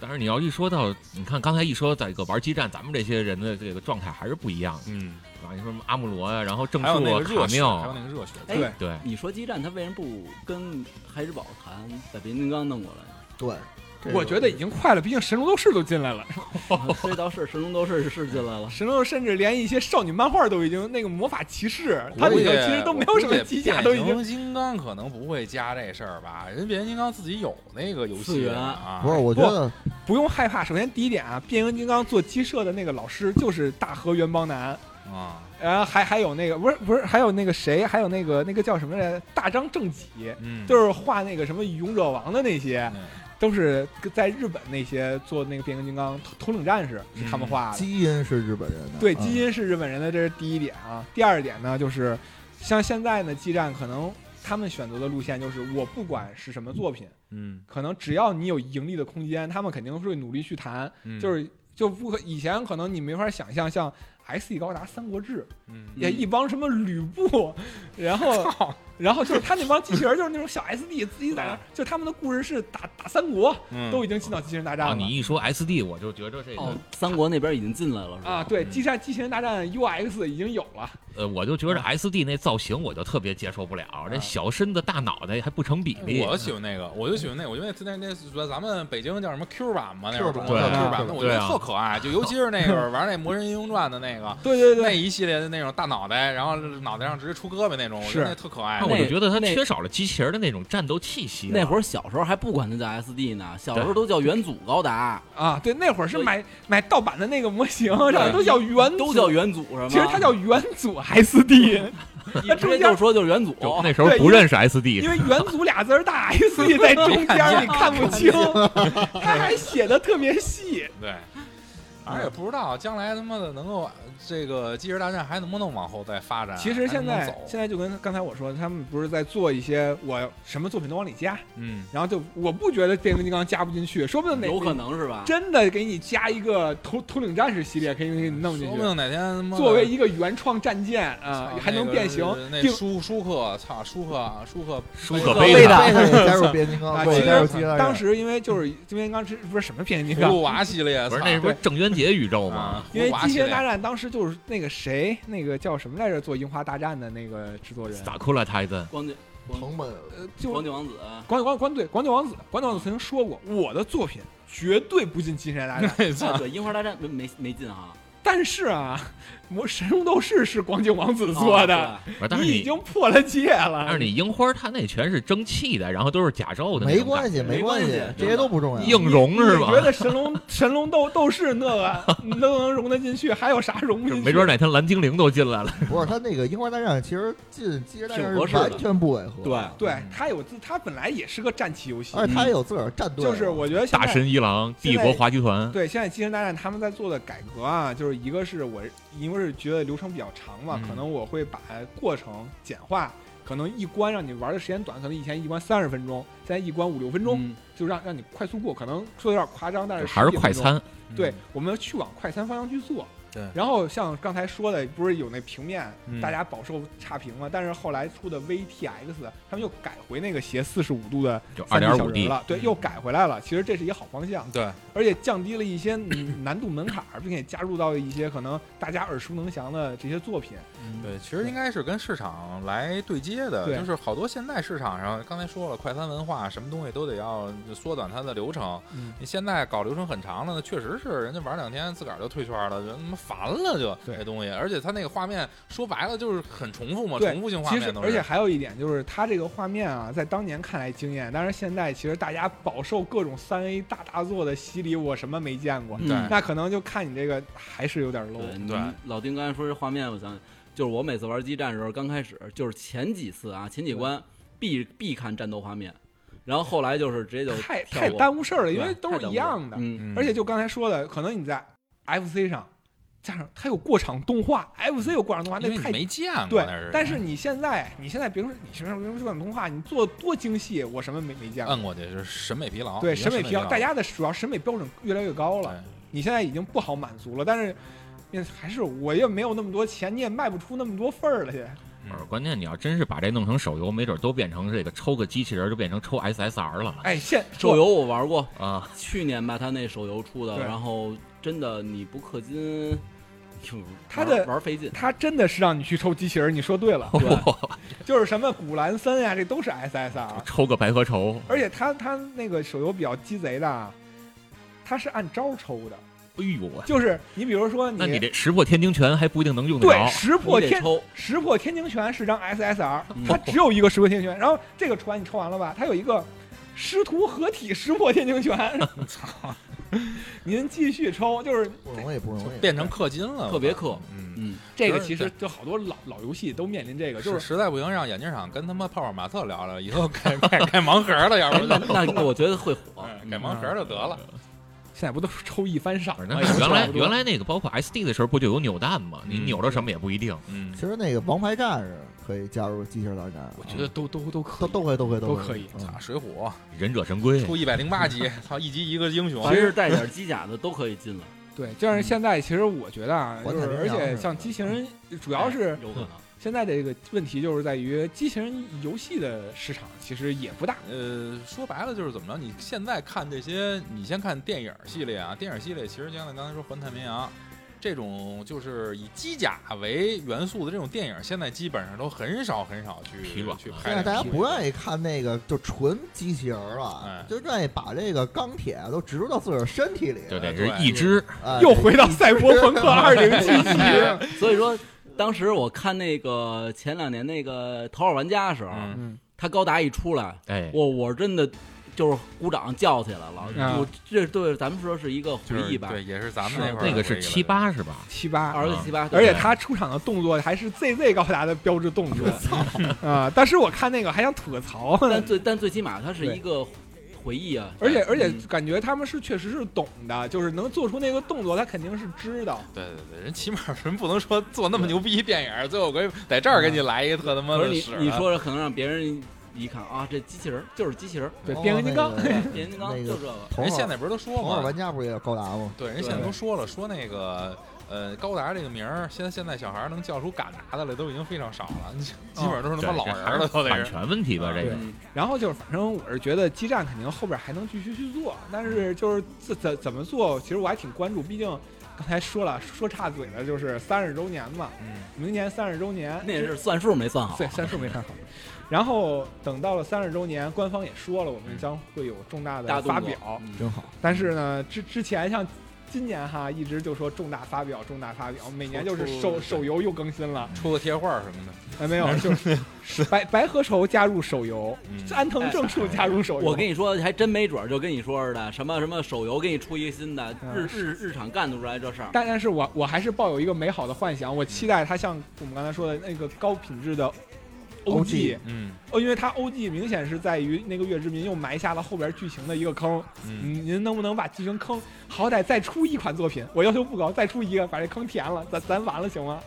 Speaker 4: 但是你要一说到，你看刚才一说在一个玩激战，咱们这些人的这个状态还是不一样的，
Speaker 1: 嗯，
Speaker 4: 是吧？你说什么阿姆罗呀、然后正
Speaker 1: 还有
Speaker 4: 树
Speaker 1: 那
Speaker 4: 啊、
Speaker 1: 个热
Speaker 4: 卡
Speaker 1: 血，还有
Speaker 4: 妙，
Speaker 1: 那个热血，
Speaker 2: 哎
Speaker 5: 对
Speaker 4: 对，
Speaker 2: 你说基站他为什么不跟海之宝谈，把变形金刚弄过 来？
Speaker 3: 对，这
Speaker 5: 我
Speaker 3: 个
Speaker 5: 觉得已经快了，毕竟神龙斗士都进来了，
Speaker 2: 啊这倒是神龙斗士是进来了，
Speaker 5: 神龙斗士甚至连一些少女漫画都已经那个魔法骑士，它
Speaker 1: 我
Speaker 5: 里
Speaker 1: 估计
Speaker 5: 头其实都没有什么机甲，都已
Speaker 1: 变形
Speaker 5: 经
Speaker 1: 金刚可能不会加这事儿吧？人变形金刚自己有那个游
Speaker 2: 次
Speaker 1: 戏
Speaker 2: 元
Speaker 1: 啊，
Speaker 3: 不是，我觉得
Speaker 5: 不用害怕。首先第一点啊，变形金刚做鸡舍的那个老师就是大河原邦男，
Speaker 1: 啊，
Speaker 5: 然后还还有那个不是不是还有那个谁，还有那个那个叫什么来着，大张正己。
Speaker 1: 嗯，
Speaker 5: 就是画那个什么勇者王的那些，
Speaker 1: 嗯
Speaker 5: 都是在日本那些做那个变形金刚头头领战士是他
Speaker 1: 嗯
Speaker 5: 们画的。
Speaker 3: 基因是日本人的，
Speaker 5: 对，
Speaker 3: 嗯
Speaker 5: 基因是日本人的，这是第一点啊。第二点呢，就是像现在呢，基站可能他们选择的路线就是，我不管是什么作品，
Speaker 1: 嗯，
Speaker 5: 可能只要你有盈利的空间，他们肯定会努力去谈。
Speaker 1: 嗯
Speaker 5: 就，是就不可以前可能你没法想象，像 S E 高达《三国志》
Speaker 1: 嗯
Speaker 5: 也一帮什么吕布，然后然后就是他那帮机器人就是那种小 S D 自己在那儿，就他们的故事是打打三国，
Speaker 1: 嗯
Speaker 5: 都已经进到机器人大战
Speaker 4: 啊，
Speaker 5: 了。
Speaker 4: 你一说 SD，我就觉着这个，
Speaker 2: 哦， 三国那边已经进来了是吧？
Speaker 5: 啊，对，
Speaker 1: 嗯
Speaker 5: 机战机器人大战 UX 已经有了，
Speaker 4: 呃，我就
Speaker 1: 哦
Speaker 4: 觉着 SD 那造型我就特别接受不了，这小身子大脑袋还不成比例。
Speaker 1: 啊嗯我喜欢那个，我就喜欢那个，我因为那那那咱们北京叫什么 Q 版嘛，那
Speaker 3: Q
Speaker 1: 种
Speaker 3: 版
Speaker 1: 对
Speaker 4: 对
Speaker 1: Q 版，
Speaker 3: 对
Speaker 1: 那我觉得
Speaker 4: 对啊
Speaker 1: 特可爱，就尤其是那个玩那《魔神英雄传》的那个。
Speaker 5: 对对
Speaker 1: 那
Speaker 5: 对，
Speaker 1: 一系列的那种大脑袋，然后脑袋上直接出胳膊那种，我觉得
Speaker 5: 是
Speaker 1: 那特可爱
Speaker 4: 哎那。我就
Speaker 2: 那
Speaker 4: 觉得它
Speaker 2: 那
Speaker 4: 缺少了机器人的那种战斗气息 了。啊
Speaker 2: 那会
Speaker 4: 儿
Speaker 2: 儿小时候还不管它叫 SD 呢，小时候
Speaker 4: 对
Speaker 2: 都叫元祖高达，
Speaker 5: 啊，对，那会儿是
Speaker 2: 对
Speaker 5: 买买盗版的那个模型，上面都叫 元祖，
Speaker 2: 都叫元祖是吗？
Speaker 5: 其实它叫元祖 SD，
Speaker 2: 你直接就说就是元祖，
Speaker 4: 就那时候
Speaker 5: 对
Speaker 4: 不认识 SD，
Speaker 5: 因为元祖俩字儿大，SD 在中间儿，你看不清，它还写的特别
Speaker 2: 哎
Speaker 5: 细。
Speaker 1: 对，反正也不知道将来他妈的能够这个《机器人大战》还能不能往后再发展。
Speaker 5: 其实
Speaker 1: 还能
Speaker 5: 现
Speaker 1: 不能
Speaker 5: 在
Speaker 1: 走
Speaker 5: 现在就跟刚才我说，他们不是在做一些我什么作品都往里加，
Speaker 1: 嗯，
Speaker 5: 然后就我不觉得变形金刚加不进去，说不定 哪
Speaker 2: 有可能是吧？
Speaker 5: 真的给你加一个头头领战士系列，可以给你弄进
Speaker 1: 说
Speaker 5: 去
Speaker 1: 不。定哪天他妈的
Speaker 5: 作为一个原创战舰啊
Speaker 1: 操，
Speaker 5: 还能
Speaker 1: 那个
Speaker 5: 变形，
Speaker 1: 那
Speaker 5: 并
Speaker 1: 舒舒克，操舒克舒克
Speaker 4: 舒
Speaker 1: 贝
Speaker 4: 克
Speaker 1: 塔
Speaker 4: 贝塔
Speaker 3: 贝塔也加入变形金
Speaker 5: 啊
Speaker 3: 刚，，
Speaker 5: 其
Speaker 3: 对，加入基
Speaker 5: 实
Speaker 3: 因
Speaker 4: 哎
Speaker 5: 当时因为
Speaker 4: 嗯
Speaker 5: 就是变形金刚是不是什么变形金
Speaker 1: 葫
Speaker 5: 刚
Speaker 4: 哦
Speaker 1: 芦，娃系列，
Speaker 4: 不是
Speaker 1: 操
Speaker 4: 那不是郑渊洁宇宙吗
Speaker 1: 啊？，葫
Speaker 5: 因
Speaker 1: 芦
Speaker 5: 为
Speaker 1: 娃
Speaker 5: 机器
Speaker 1: 系
Speaker 5: 人
Speaker 1: 列
Speaker 5: 大战当时就是那个谁，那个叫什么来着，做《樱花大战》的那个制作人，
Speaker 4: 咋哭了，泰森？
Speaker 2: 光景
Speaker 3: 成本
Speaker 5: 呃，就
Speaker 2: 光
Speaker 5: 广
Speaker 2: 景 王子，
Speaker 5: 广广广对广九王子，广九王子曾经说过，我的作品绝对不进机器人大 战。
Speaker 1: 没
Speaker 2: 啊
Speaker 1: 错，
Speaker 2: 对，樱花大战没没没进啊，
Speaker 5: 但是啊，魔神龙斗士是广九王子做的，
Speaker 2: 啊，
Speaker 4: 哦不是，但是
Speaker 5: 你已
Speaker 4: 你
Speaker 5: 经破了戒
Speaker 4: 但
Speaker 5: 了
Speaker 4: 是。你樱花它那全是蒸汽的，然后都是甲胄的那
Speaker 3: 没
Speaker 4: 种
Speaker 3: 关
Speaker 4: 感觉，
Speaker 3: 系，没关
Speaker 2: 没
Speaker 3: 系
Speaker 2: 关系，
Speaker 3: 这些都不重要。
Speaker 4: 硬融是
Speaker 5: 你觉
Speaker 4: 吧？
Speaker 5: 得神龙神龙斗斗士那个 你都能融得进去，还有啥融不进去？
Speaker 4: 没准哪天蓝精灵都进来了，
Speaker 3: 不是他那个樱花大战，其实进机器人大战
Speaker 2: 挺合适
Speaker 3: 是
Speaker 2: 的
Speaker 3: 完全不违和。
Speaker 2: 对啊
Speaker 5: 对他有自，他本来也是个战棋游戏，
Speaker 4: 哎
Speaker 3: 而且他也有自个儿战队，
Speaker 5: 就是我觉得现
Speaker 4: 大
Speaker 5: 在
Speaker 4: 神一郎、帝
Speaker 5: 现在
Speaker 4: 国滑稽团，
Speaker 5: 对现在《机器人大战》他们在做的改革啊，就就是一个是我因为是觉得流程比较长嘛，
Speaker 1: 嗯
Speaker 5: 可能我会把过程简化，可能一关让你玩的时间短，可能以前一关三十分钟，现在一关五六分钟，
Speaker 2: 嗯
Speaker 5: 就让让你快速过，可能说的有点夸张，但是
Speaker 4: 就还是
Speaker 5: 10
Speaker 4: 快
Speaker 5: 分钟
Speaker 4: 餐，
Speaker 1: 嗯
Speaker 4: 嗯
Speaker 5: 对，我们去往快餐方向去做。
Speaker 1: 对
Speaker 5: 然后像刚才说的，不是有那平面、
Speaker 1: 嗯
Speaker 5: 大家饱受差评嘛？但是后来出的 VTX，他们又改回那个斜四十五度的
Speaker 4: 就二
Speaker 5: 三 D
Speaker 4: 点
Speaker 5: 小
Speaker 4: 五
Speaker 5: 人
Speaker 4: D，嗯
Speaker 5: 了，对，又改回来了。其实这是一个好方向，
Speaker 1: 对，
Speaker 5: 而且降低了一些 嗯难度门槛，并且加入到一些可能大家耳熟能详的这些作品。
Speaker 1: 对，其实应该是跟市场来对接的，
Speaker 5: 对
Speaker 1: 就是好多现在市场上，刚才说了，快餐文化什么东西都得要缩短它的流程。
Speaker 5: 嗯
Speaker 1: 你现在搞流程很长了呢，确实是人家玩两天自个儿就退圈了，就他妈烦了就
Speaker 5: 对
Speaker 1: 这东西，而且它那个画面说白了就是很重复嘛，
Speaker 5: 对
Speaker 1: 重复性画
Speaker 5: 其实
Speaker 1: 面，都
Speaker 5: 而且
Speaker 1: 是。
Speaker 5: 还有一点就是，它这个画面啊，在当年看来惊艳，但是现在其实大家饱受各种三 A 大大作的洗礼，我什么没见过。
Speaker 2: 嗯
Speaker 1: 对
Speaker 5: 那可能就看你这个还是有点 low。
Speaker 2: 对，
Speaker 1: 对
Speaker 2: 你老丁刚才说这画面，我想就是我每次玩激战的时候，刚开始就是前几次啊，前几关必必看战斗画面，然后后来就是直接就
Speaker 5: 太
Speaker 2: 跳
Speaker 5: 太
Speaker 2: 过
Speaker 5: 耽误事儿了，
Speaker 2: 对
Speaker 5: 因为都
Speaker 2: 太
Speaker 5: 是
Speaker 2: 耽
Speaker 5: 一
Speaker 2: 误事儿
Speaker 5: 样的。
Speaker 2: 嗯，
Speaker 5: 而且就刚才说的，可能你在 FC 上加上它有过场动画，FC 有过场动画，
Speaker 1: 因
Speaker 5: 那
Speaker 1: 为你
Speaker 5: 太
Speaker 1: 没见过
Speaker 5: 对
Speaker 1: 那是。。
Speaker 5: 但是你现在，你现在别说你什么什么过场动画，你做得多精细，我什么没没见过。
Speaker 1: 摁过去就是审美疲劳，嗯
Speaker 5: 对
Speaker 1: 已经
Speaker 5: 审美疲
Speaker 1: 疲
Speaker 5: 劳，大家的主要审美标准越来越高了，你现在已经不好满足了。但是，嗯还是我也没有那么多钱，你也卖不出那么多份儿了去。
Speaker 1: 嗯
Speaker 4: 呃关键你要真是把这弄成手游，没准都变成这个抽个机器人就变成抽 SSR 了
Speaker 5: 哎，现
Speaker 2: 手游我玩过，
Speaker 4: 啊！
Speaker 2: 去年吧，他那手游出的，
Speaker 5: 对
Speaker 2: 然后真的你不氪金，就
Speaker 5: 他
Speaker 2: 玩
Speaker 5: 的
Speaker 2: 玩费 劲，
Speaker 5: 他真的是让你去抽机器人，你说对了，
Speaker 2: 对，
Speaker 5: 就是什么古兰森呀、这都是 SSR。
Speaker 4: 抽个白河愁，
Speaker 5: 而且他他那个手游比较鸡贼的，啊，他是按招抽的，
Speaker 4: 哎呦我，
Speaker 5: 就是你比如说你
Speaker 4: 那你这石破天惊拳还不一定能用得
Speaker 5: 对
Speaker 4: 着。
Speaker 5: 石破
Speaker 2: 你得
Speaker 5: 天
Speaker 2: 抽，
Speaker 5: 石破天惊拳是张 SSR，
Speaker 2: 嗯
Speaker 5: 它只有一个石破天惊拳，然后这个船你抽完了吧，它有一个师徒合体石破天惊拳， 操！您继续抽，就是
Speaker 3: 不容易，不容易。
Speaker 1: 变成氪金了，
Speaker 2: 特别
Speaker 1: 我操
Speaker 2: 氪，
Speaker 1: 嗯。
Speaker 2: 嗯，
Speaker 5: 这个
Speaker 1: 是
Speaker 5: 其实就好多老老游戏都面临这个，就是是
Speaker 1: 实在不行，让眼镜厂跟他妈泡泡玛特聊聊，以后改 改改盲盒了，要不然就
Speaker 2: 那那我觉得会火，
Speaker 1: 嗯改盲盒就得了。
Speaker 5: 现在不都是抽一番赏吗？
Speaker 4: 反正
Speaker 5: 也
Speaker 4: 哎原
Speaker 5: 差
Speaker 4: 来
Speaker 5: 不多
Speaker 4: 原来那个包括 SD 的时候不就有扭蛋吗？你
Speaker 1: 嗯
Speaker 4: 扭着什么也不一定。
Speaker 1: 嗯
Speaker 3: 其，实那个王牌战士可以加入机器人大战，嗯
Speaker 5: 我觉得
Speaker 1: 嗯
Speaker 5: 都都都可
Speaker 3: 都
Speaker 5: 以，
Speaker 3: 都可以，都可以，
Speaker 5: 都
Speaker 3: 可
Speaker 5: 可
Speaker 3: 以
Speaker 5: 以。
Speaker 3: 嗯
Speaker 1: 啊，水浒
Speaker 4: 忍者神龟，
Speaker 1: 出一百零八集，操，一集一个英雄。
Speaker 2: 凡是带点机甲的都可以进了，
Speaker 5: 对，就是现在其实我觉得啊，
Speaker 3: 我
Speaker 5: 就是
Speaker 3: 太平
Speaker 5: 而
Speaker 3: 洋
Speaker 5: 且
Speaker 3: 是
Speaker 5: 像机器人，主要是
Speaker 2: 哎有可能。
Speaker 5: 现在这个问题就是在于机器人游戏的市场其实也不大，
Speaker 1: 呃，说白了就是怎么着？你现在看这些，你先看电影系列啊，电影系列其实就像咱刚才说《环太平洋》这种，就是以机甲为元素的这种电影，现在基本上都很少很少去
Speaker 4: 疲软
Speaker 1: 去
Speaker 4: 了
Speaker 1: 拍
Speaker 3: 现
Speaker 1: 这
Speaker 3: 在
Speaker 1: 种东
Speaker 3: 啊大
Speaker 1: 西。
Speaker 3: 家不愿意看那个就纯机器人
Speaker 1: 哎
Speaker 3: 了，就愿意把这个钢铁都植入到自个儿身体里。
Speaker 4: 就得
Speaker 1: 对
Speaker 4: 是一只
Speaker 3: 哎
Speaker 5: 又回到赛博朋克二零七 七。
Speaker 2: 所以说，当时我看那个前两年那个《头号玩家》的时候，
Speaker 1: 嗯
Speaker 2: 他高达一出来，
Speaker 4: 哎，
Speaker 2: 我我真的就是鼓掌叫起来了。
Speaker 5: 嗯
Speaker 2: 我这对咱们说是一个
Speaker 1: 就
Speaker 2: 回
Speaker 1: 是
Speaker 2: 忆吧，
Speaker 1: 对，也是咱们
Speaker 2: 是
Speaker 1: 那会儿
Speaker 4: 那个
Speaker 1: 回
Speaker 4: 是
Speaker 1: 忆了
Speaker 4: 七，八是吧？
Speaker 5: 七八，
Speaker 2: 二十七八，
Speaker 5: 而且
Speaker 2: 对
Speaker 5: 他出场的动作还是 ZZ 高达的标志动 作，啊！当时我看那个还想吐个槽呢
Speaker 2: 但，最但最起码它是一个回忆啊，
Speaker 5: 而且而且
Speaker 2: 嗯
Speaker 5: 感觉他们是确实是懂的，就是能做出那个动作，他肯定是知道。
Speaker 1: 对对对，人起码人不能说做那么牛逼电影，最后给在这儿给你来一个特他妈
Speaker 2: 可是
Speaker 1: 的
Speaker 2: 你
Speaker 5: 啊
Speaker 1: 屎的啊
Speaker 2: 你说可能让别人一看啊，这机器人儿就是机 器人儿，
Speaker 5: 对，
Speaker 3: 包括
Speaker 5: 变形金刚
Speaker 3: 那个
Speaker 2: 变形金刚
Speaker 3: 那
Speaker 2: 就
Speaker 3: 个
Speaker 2: 这个，
Speaker 3: 头
Speaker 1: 人现
Speaker 3: 号
Speaker 1: 在不是都说
Speaker 3: 头号
Speaker 1: 吗
Speaker 3: 玩？家不是也高达吗？
Speaker 1: 对，人现在都说了，说那个呃高达这个名儿，现在现在小孩儿能叫出嘎达的来，都已经非常少了，
Speaker 5: 哦
Speaker 1: 你基本上都是
Speaker 4: 对
Speaker 1: 他妈老
Speaker 4: 这
Speaker 1: 人
Speaker 4: 还
Speaker 1: 儿
Speaker 4: 是
Speaker 1: 了，都得
Speaker 4: 版
Speaker 1: 是。
Speaker 4: 权问题吧？这个
Speaker 2: 嗯
Speaker 5: 然后就是，反正我是觉得基站肯定后边还能继续去做，但是就是怎怎怎么做，其实我还挺关注，毕竟刚才说了说差嘴了，就是三十周年嘛，
Speaker 1: 嗯，
Speaker 5: 明年三十周年，
Speaker 2: 那是算数没算好
Speaker 5: 对，三十没看好。然后等到了三十周年，官方也说了，我们将会有重大
Speaker 2: 大
Speaker 5: 的
Speaker 2: 动
Speaker 5: 发
Speaker 2: 作
Speaker 5: 表，
Speaker 2: 嗯
Speaker 3: 真好，
Speaker 5: 但是呢，之之前像今年哈，一直就说重大发表，重大发表，每年就是
Speaker 1: 出
Speaker 5: 手手游又更新了，
Speaker 1: 出个贴画儿什么的，
Speaker 5: 哎，没有，就是白白河愁加入手游，
Speaker 1: 嗯
Speaker 5: 安藤正树加入手游，
Speaker 2: 我跟你说，还真没准儿，就跟你说似的，什么什么手游给你出一个新的，
Speaker 5: 嗯
Speaker 2: 日日日常干得出来这事儿。
Speaker 5: 但但是我我还是抱有一个美好的幻想，我期待它像我们刚才说的那个高品质的 OG，
Speaker 1: 嗯
Speaker 5: 哦，因为它 OG 明显是在于那个月之民又埋下了后边剧情的一个坑。
Speaker 1: 嗯，
Speaker 5: 嗯您能不能把剧情坑好歹再出一款作品？我要求不高，再出一个把这坑填了，咱咱完了行吗？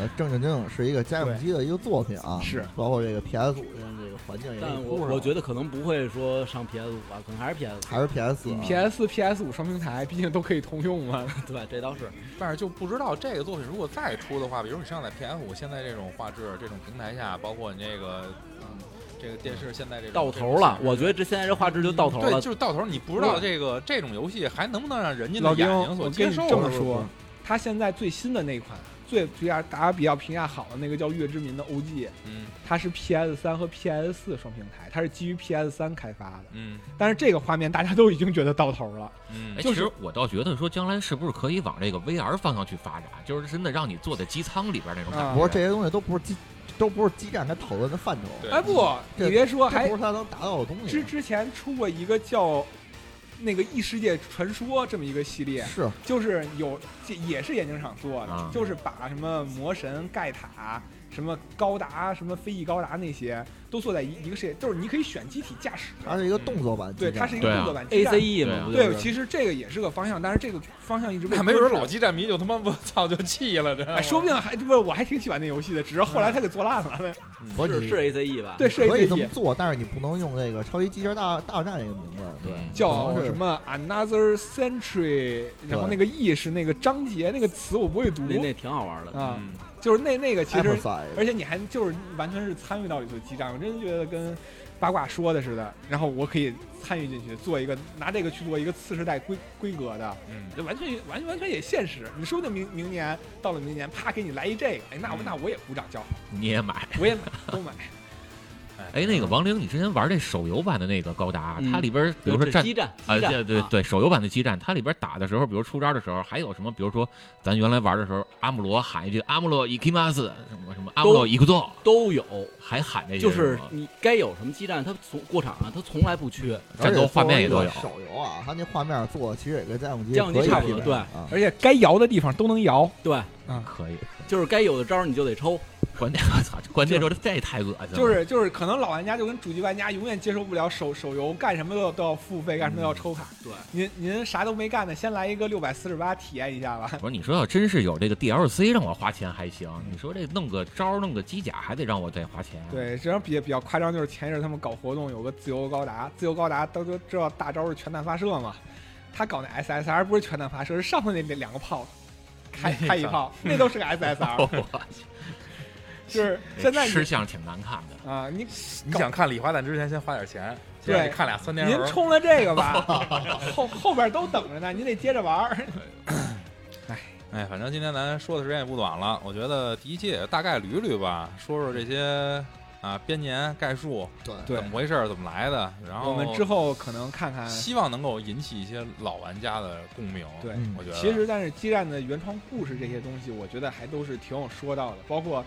Speaker 3: 呃正正经经是一个家用机的一个作品啊，
Speaker 5: 是
Speaker 3: 包括这个 PS 五的这个环境也给
Speaker 2: 但
Speaker 3: 你铺
Speaker 2: 我
Speaker 1: 啊
Speaker 3: 上
Speaker 2: 我
Speaker 3: 了，
Speaker 2: 觉得可能不会说上 PS 五啊吧，可能还是 PS
Speaker 3: 啊还是 PS
Speaker 1: 嗯
Speaker 3: 啊
Speaker 5: PS、PS 五双平台，毕竟都可以通用嘛。
Speaker 2: 对，这倒是。
Speaker 1: 嗯但是就不知道这个作品如果再出的话，比如你上在 PS 五现在这种画质、这种平台下，包括你这个嗯这个电视现在这种
Speaker 2: 到头了，我觉得这现在这画质就到头
Speaker 1: 嗯对，
Speaker 2: 了。
Speaker 1: 就是到头，你不知道这个这种游戏还能不能让人家的
Speaker 5: 老
Speaker 1: 眼
Speaker 5: 丁，
Speaker 1: 睛
Speaker 5: 我
Speaker 1: 所
Speaker 5: 跟
Speaker 1: 接
Speaker 5: 你
Speaker 1: 受？
Speaker 5: 这么说，他现在最新的那一款，最比较大家比较评价好的那个叫《月之民》的 OG，
Speaker 1: 嗯
Speaker 5: 它是 PS 三和 PS 四双平台，它是基于 PS 三开发的。
Speaker 1: 嗯
Speaker 5: 但是这个画面大家都已经觉得到头了，
Speaker 1: 嗯
Speaker 4: 哎，
Speaker 5: 就
Speaker 4: 其
Speaker 5: 是
Speaker 4: 实我倒觉得说，将来是不是可以往这个 VR 方向去发展？就是真的让你坐在机舱里边那种感
Speaker 5: 啊
Speaker 4: 觉。
Speaker 3: 不过这些东西都不是基，都不是基站该讨论的范畴，
Speaker 1: 对
Speaker 5: 哎不，
Speaker 3: 这
Speaker 5: 你别说，
Speaker 3: 这
Speaker 5: 还
Speaker 3: 不是他能达到的东
Speaker 5: 之
Speaker 3: 西。啊
Speaker 5: 之前出过一个叫那个异世界传说这么一个系列，
Speaker 3: 是，
Speaker 5: 就是有这也是眼镜厂做的，
Speaker 4: 啊
Speaker 5: 就是把什么魔神盖塔、什么高达、什么飞翼高达那些都做在一一个世界，就是你可以选机体驾驶，
Speaker 3: 它啊是一个动作版基
Speaker 5: 对，
Speaker 3: 站，
Speaker 5: 它是一
Speaker 4: 对
Speaker 5: 个
Speaker 4: 啊
Speaker 5: 动作版
Speaker 2: A
Speaker 5: 基站
Speaker 2: C E 嘛，不就
Speaker 5: 对，
Speaker 2: 是
Speaker 5: 其实这个也是个方向，但是这个方向一 直被
Speaker 1: 那没准
Speaker 5: 搁置
Speaker 1: 老基站迷就他妈我操就气了，这
Speaker 5: 哎，说不定还不是我还挺喜欢那游戏的，只是后来它给做烂了。
Speaker 3: 不
Speaker 2: 是
Speaker 3: 你
Speaker 2: 是 A C E 吧？
Speaker 5: 对，，是
Speaker 3: 可以
Speaker 5: A
Speaker 3: 这么
Speaker 5: C
Speaker 3: 做，但是你不能用那个《超级机器人大大战》这个名字。
Speaker 4: 嗯
Speaker 3: 对，
Speaker 5: 叫
Speaker 3: 可能是
Speaker 5: 什么 Another Century，然后那个 E 是那个章节那个词我不会读
Speaker 2: 那那挺好玩
Speaker 3: 嗯
Speaker 2: 的。
Speaker 1: 嗯
Speaker 5: 啊，就是那那个其实
Speaker 3: Apple，side
Speaker 5: 而且你还就是完全是参与到里头激战，我真觉得跟八卦说的似的，然后我可以参与进去，做一个拿这个去做一个次世代规规格的，
Speaker 1: 嗯，
Speaker 5: 这完全完完全也现实。你说不定明明年到了明年，啪给你来一这个，哎，那我
Speaker 1: 嗯
Speaker 5: 那我也鼓掌叫好，
Speaker 4: 你也买？
Speaker 5: 我也买都买。
Speaker 4: 哎，那个王玲，你之前玩这手游版的那个高达，
Speaker 2: 嗯
Speaker 4: 它里边比如说
Speaker 2: 这
Speaker 4: 战
Speaker 2: 基站，
Speaker 4: 啊，
Speaker 2: 基站
Speaker 4: 对对
Speaker 2: 啊
Speaker 4: 对，手游版的基站，它里边打的时候，比如出招的时候，还有什么，比如说咱原来玩的时候，阿姆罗喊一句阿姆罗伊基马斯，什么什么阿姆罗伊库多，
Speaker 2: 都有，
Speaker 4: 还喊那些
Speaker 2: 就是
Speaker 4: 什么
Speaker 2: 你该有什么基站，它从过场啊，它从来不缺。
Speaker 4: 战斗画面也都
Speaker 3: 而
Speaker 4: 有
Speaker 3: 且作为一个手游啊，它那画面做的其实也跟家用机
Speaker 2: 家用机
Speaker 3: 可以
Speaker 2: 差不多
Speaker 3: 媲美
Speaker 2: 对
Speaker 3: 啊
Speaker 5: 而且该摇的地方都能摇。
Speaker 2: 对，
Speaker 4: 可以。
Speaker 2: 啊就是该有的招儿你就得抽。
Speaker 4: 关键我操，关键说这这太恶心了，
Speaker 5: 就是就是，可能老玩家就跟主机玩家永远接受不了手手游干什么都要都要付费，干什么都要抽卡。
Speaker 2: 对，
Speaker 5: 您您啥都没干呢，先来一个六百四十八体验一下吧。
Speaker 4: 不是你说要真是有这个 DLC 让我花钱还行，你说这弄个招儿弄个机甲还得让我再花钱，，
Speaker 5: 嗯对，这样比较比较夸张，就是前一阵他们搞活动，有个自由高达，自由高达都都知道大招是全弹发射嘛，他搞那 SSR 不是全弹发射，是上头那两两个炮，开开一炮，那都是个 SSR，就是现在
Speaker 4: 吃
Speaker 5: 你
Speaker 4: 相挺难看的。
Speaker 5: 啊，你
Speaker 1: 你想看李华蛋之前，先花点钱，先让你看俩三天
Speaker 5: 您充了这个 吧，后后边都等着呢，您得接着玩儿。
Speaker 1: 哎，反正今天咱说的时间也不短了，我觉得第一季也大概捋捋吧，说说这些啊编年概述
Speaker 3: 对
Speaker 5: 对
Speaker 1: 怎么回事儿，怎么来的，然后
Speaker 5: 我们之后可能看看，
Speaker 1: 希望能够引起一些老玩家的共鸣。
Speaker 5: 对
Speaker 3: 嗯
Speaker 1: 我觉得
Speaker 5: 其实但是基站的原创故事这些东西，我觉得还都是挺有说道的，包括。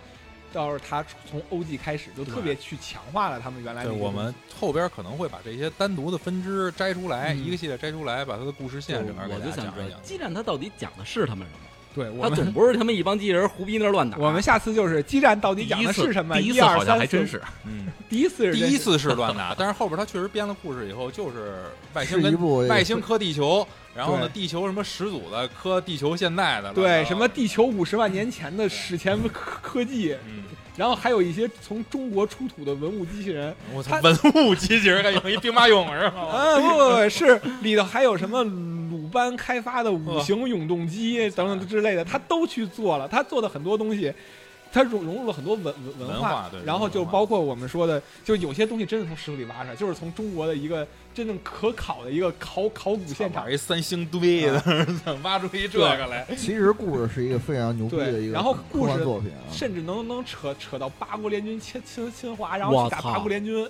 Speaker 5: 到时候他从 OG 开始就特别去强化了他们原来
Speaker 1: 对
Speaker 5: 那些
Speaker 1: 我
Speaker 5: 东西
Speaker 1: 们后边可能会把这些单独的分支摘出来，
Speaker 5: 嗯
Speaker 1: 一个系列摘出来，把它的故事线整个
Speaker 2: 我
Speaker 1: 给
Speaker 2: 就
Speaker 1: 大家
Speaker 2: 想
Speaker 1: 讲
Speaker 2: 知
Speaker 1: 一
Speaker 2: 道
Speaker 1: 讲。
Speaker 2: 基站它到底讲的是他们什么？
Speaker 5: 对我
Speaker 2: 它
Speaker 5: 们
Speaker 2: 总不是他们一帮机器人胡逼那儿乱打。
Speaker 5: 我们下次就是基站到
Speaker 4: 第
Speaker 5: 底讲
Speaker 4: 一
Speaker 5: 的
Speaker 4: 次
Speaker 5: 是什么？
Speaker 4: 第一
Speaker 5: 一
Speaker 4: 次
Speaker 5: 二
Speaker 4: 好
Speaker 5: 三
Speaker 4: 像
Speaker 5: 四
Speaker 4: 还真是，
Speaker 1: 嗯，
Speaker 5: 第一 次是
Speaker 1: 第
Speaker 5: 真
Speaker 1: 一
Speaker 5: 是
Speaker 1: 次是乱打，但是后边他确实编了故事以后，就是外星
Speaker 3: 是
Speaker 1: 跟
Speaker 3: 一部这个
Speaker 1: 外星磕地球，然后呢，
Speaker 5: 对
Speaker 1: 地球什么始祖的磕地球现代的，
Speaker 5: 对
Speaker 1: 乱七
Speaker 5: 什
Speaker 1: 八糟
Speaker 5: 么地球五十万年前的史前科科技，
Speaker 1: 嗯，
Speaker 5: 然后还有一些从中国出土的文物机器人。
Speaker 1: 我
Speaker 5: 操
Speaker 1: 操，文物机器人还有一兵马俑是吗？
Speaker 5: 啊，不不不，是里头还有什么鲁班开发的五型永动机
Speaker 1: 嗯
Speaker 5: 等等之类的，他都去做了。他做的很多东西，他融融入了很多文文
Speaker 1: 文
Speaker 5: 化
Speaker 1: 化对
Speaker 5: 然后就
Speaker 1: 文化
Speaker 5: 包括我们说的，就有些东西真的从石头里挖出来，就是从中国的一个真正可考的一个考考古现场啊
Speaker 1: 找一三星堆的，挖出一这个来，
Speaker 3: 其实故事是一个非常牛逼的
Speaker 5: 对
Speaker 3: 一个
Speaker 5: 然后
Speaker 3: 科
Speaker 5: 故事
Speaker 3: 幻作品
Speaker 2: 嗯
Speaker 3: 啊，
Speaker 5: 甚至能能扯扯到八国联军侵侵侵华，然后
Speaker 2: 我
Speaker 5: 去打
Speaker 2: 操
Speaker 5: 八国联军，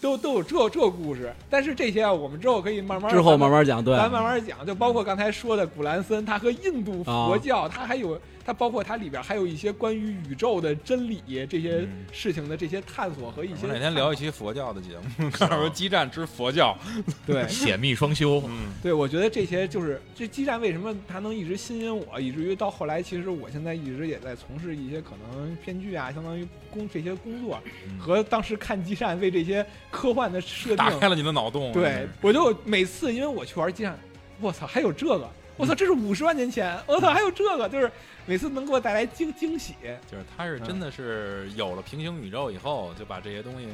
Speaker 5: 都都有这这故事。但是这些啊，我们之后可以慢 慢
Speaker 2: 之后慢
Speaker 5: 慢
Speaker 2: 慢讲，对，
Speaker 1: 啊
Speaker 5: 咱慢慢讲，就包括刚才说的古兰森，他和印度佛教，他还有它包括它里边还有一些关于宇宙的真理这些
Speaker 1: 嗯
Speaker 5: 事情的这些探索和一
Speaker 1: 我
Speaker 5: 些
Speaker 1: 们哪天聊一期佛教的节 目，告诉说激战之佛教，
Speaker 5: 对
Speaker 4: 血密双修，
Speaker 1: 嗯，
Speaker 5: 对，我觉得这些就是这基站为什么它能一直吸引我，以至于到后来，其实我现在一直也在从事一些可能编剧啊，相当于工这些工作，
Speaker 1: 嗯
Speaker 5: 和当时看基站为这些科幻的设
Speaker 1: 打开
Speaker 5: 定，
Speaker 1: 了你的脑洞，
Speaker 5: 对我就每次因为我去玩基站，我操，还有这个。我操，这是五十万年前！我操，还有这个，就是每次能给我带来惊惊喜。
Speaker 1: 就是他是
Speaker 5: 嗯
Speaker 1: 真的是有了平行宇宙以后，就把这些东西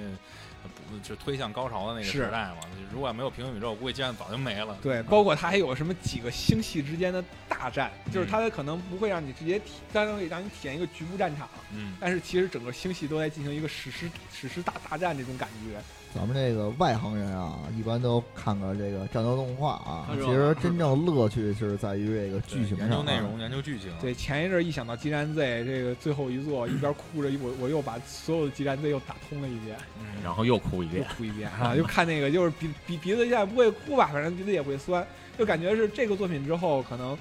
Speaker 1: 呃不就推向高潮的那个时
Speaker 5: 是
Speaker 1: 代嘛。如果没有平行宇宙，估计这样早就没了。
Speaker 5: 对，包括它还有什么几个星系之间的大战，就是它可能不会让你直接体，当然会让你体验一个局部战场，
Speaker 1: 嗯，
Speaker 5: 但是其实整个星系都在进行一个史诗史诗大大战这种感觉。
Speaker 3: 咱们这个外行人啊，一般都看看这个战斗动画啊，
Speaker 2: 看热
Speaker 3: 其
Speaker 2: 闹
Speaker 3: 实真正乐趣是在于这个
Speaker 1: 对
Speaker 3: 剧情
Speaker 1: 研
Speaker 3: 上
Speaker 1: 究
Speaker 3: 啊。
Speaker 1: 内容，研究剧情，
Speaker 5: 对，前一阵儿一想到《激战 Z》这个最后一座，一边哭着，我我又把所有的《激战 Z》又打通了一遍，
Speaker 1: 嗯，
Speaker 4: 然后又哭一
Speaker 5: 又
Speaker 4: 遍。
Speaker 5: 哭一遍啊！又看那个，就是鼻鼻鼻子现在不会哭吧，反正鼻子也会酸，就感觉是这个作品之后，可能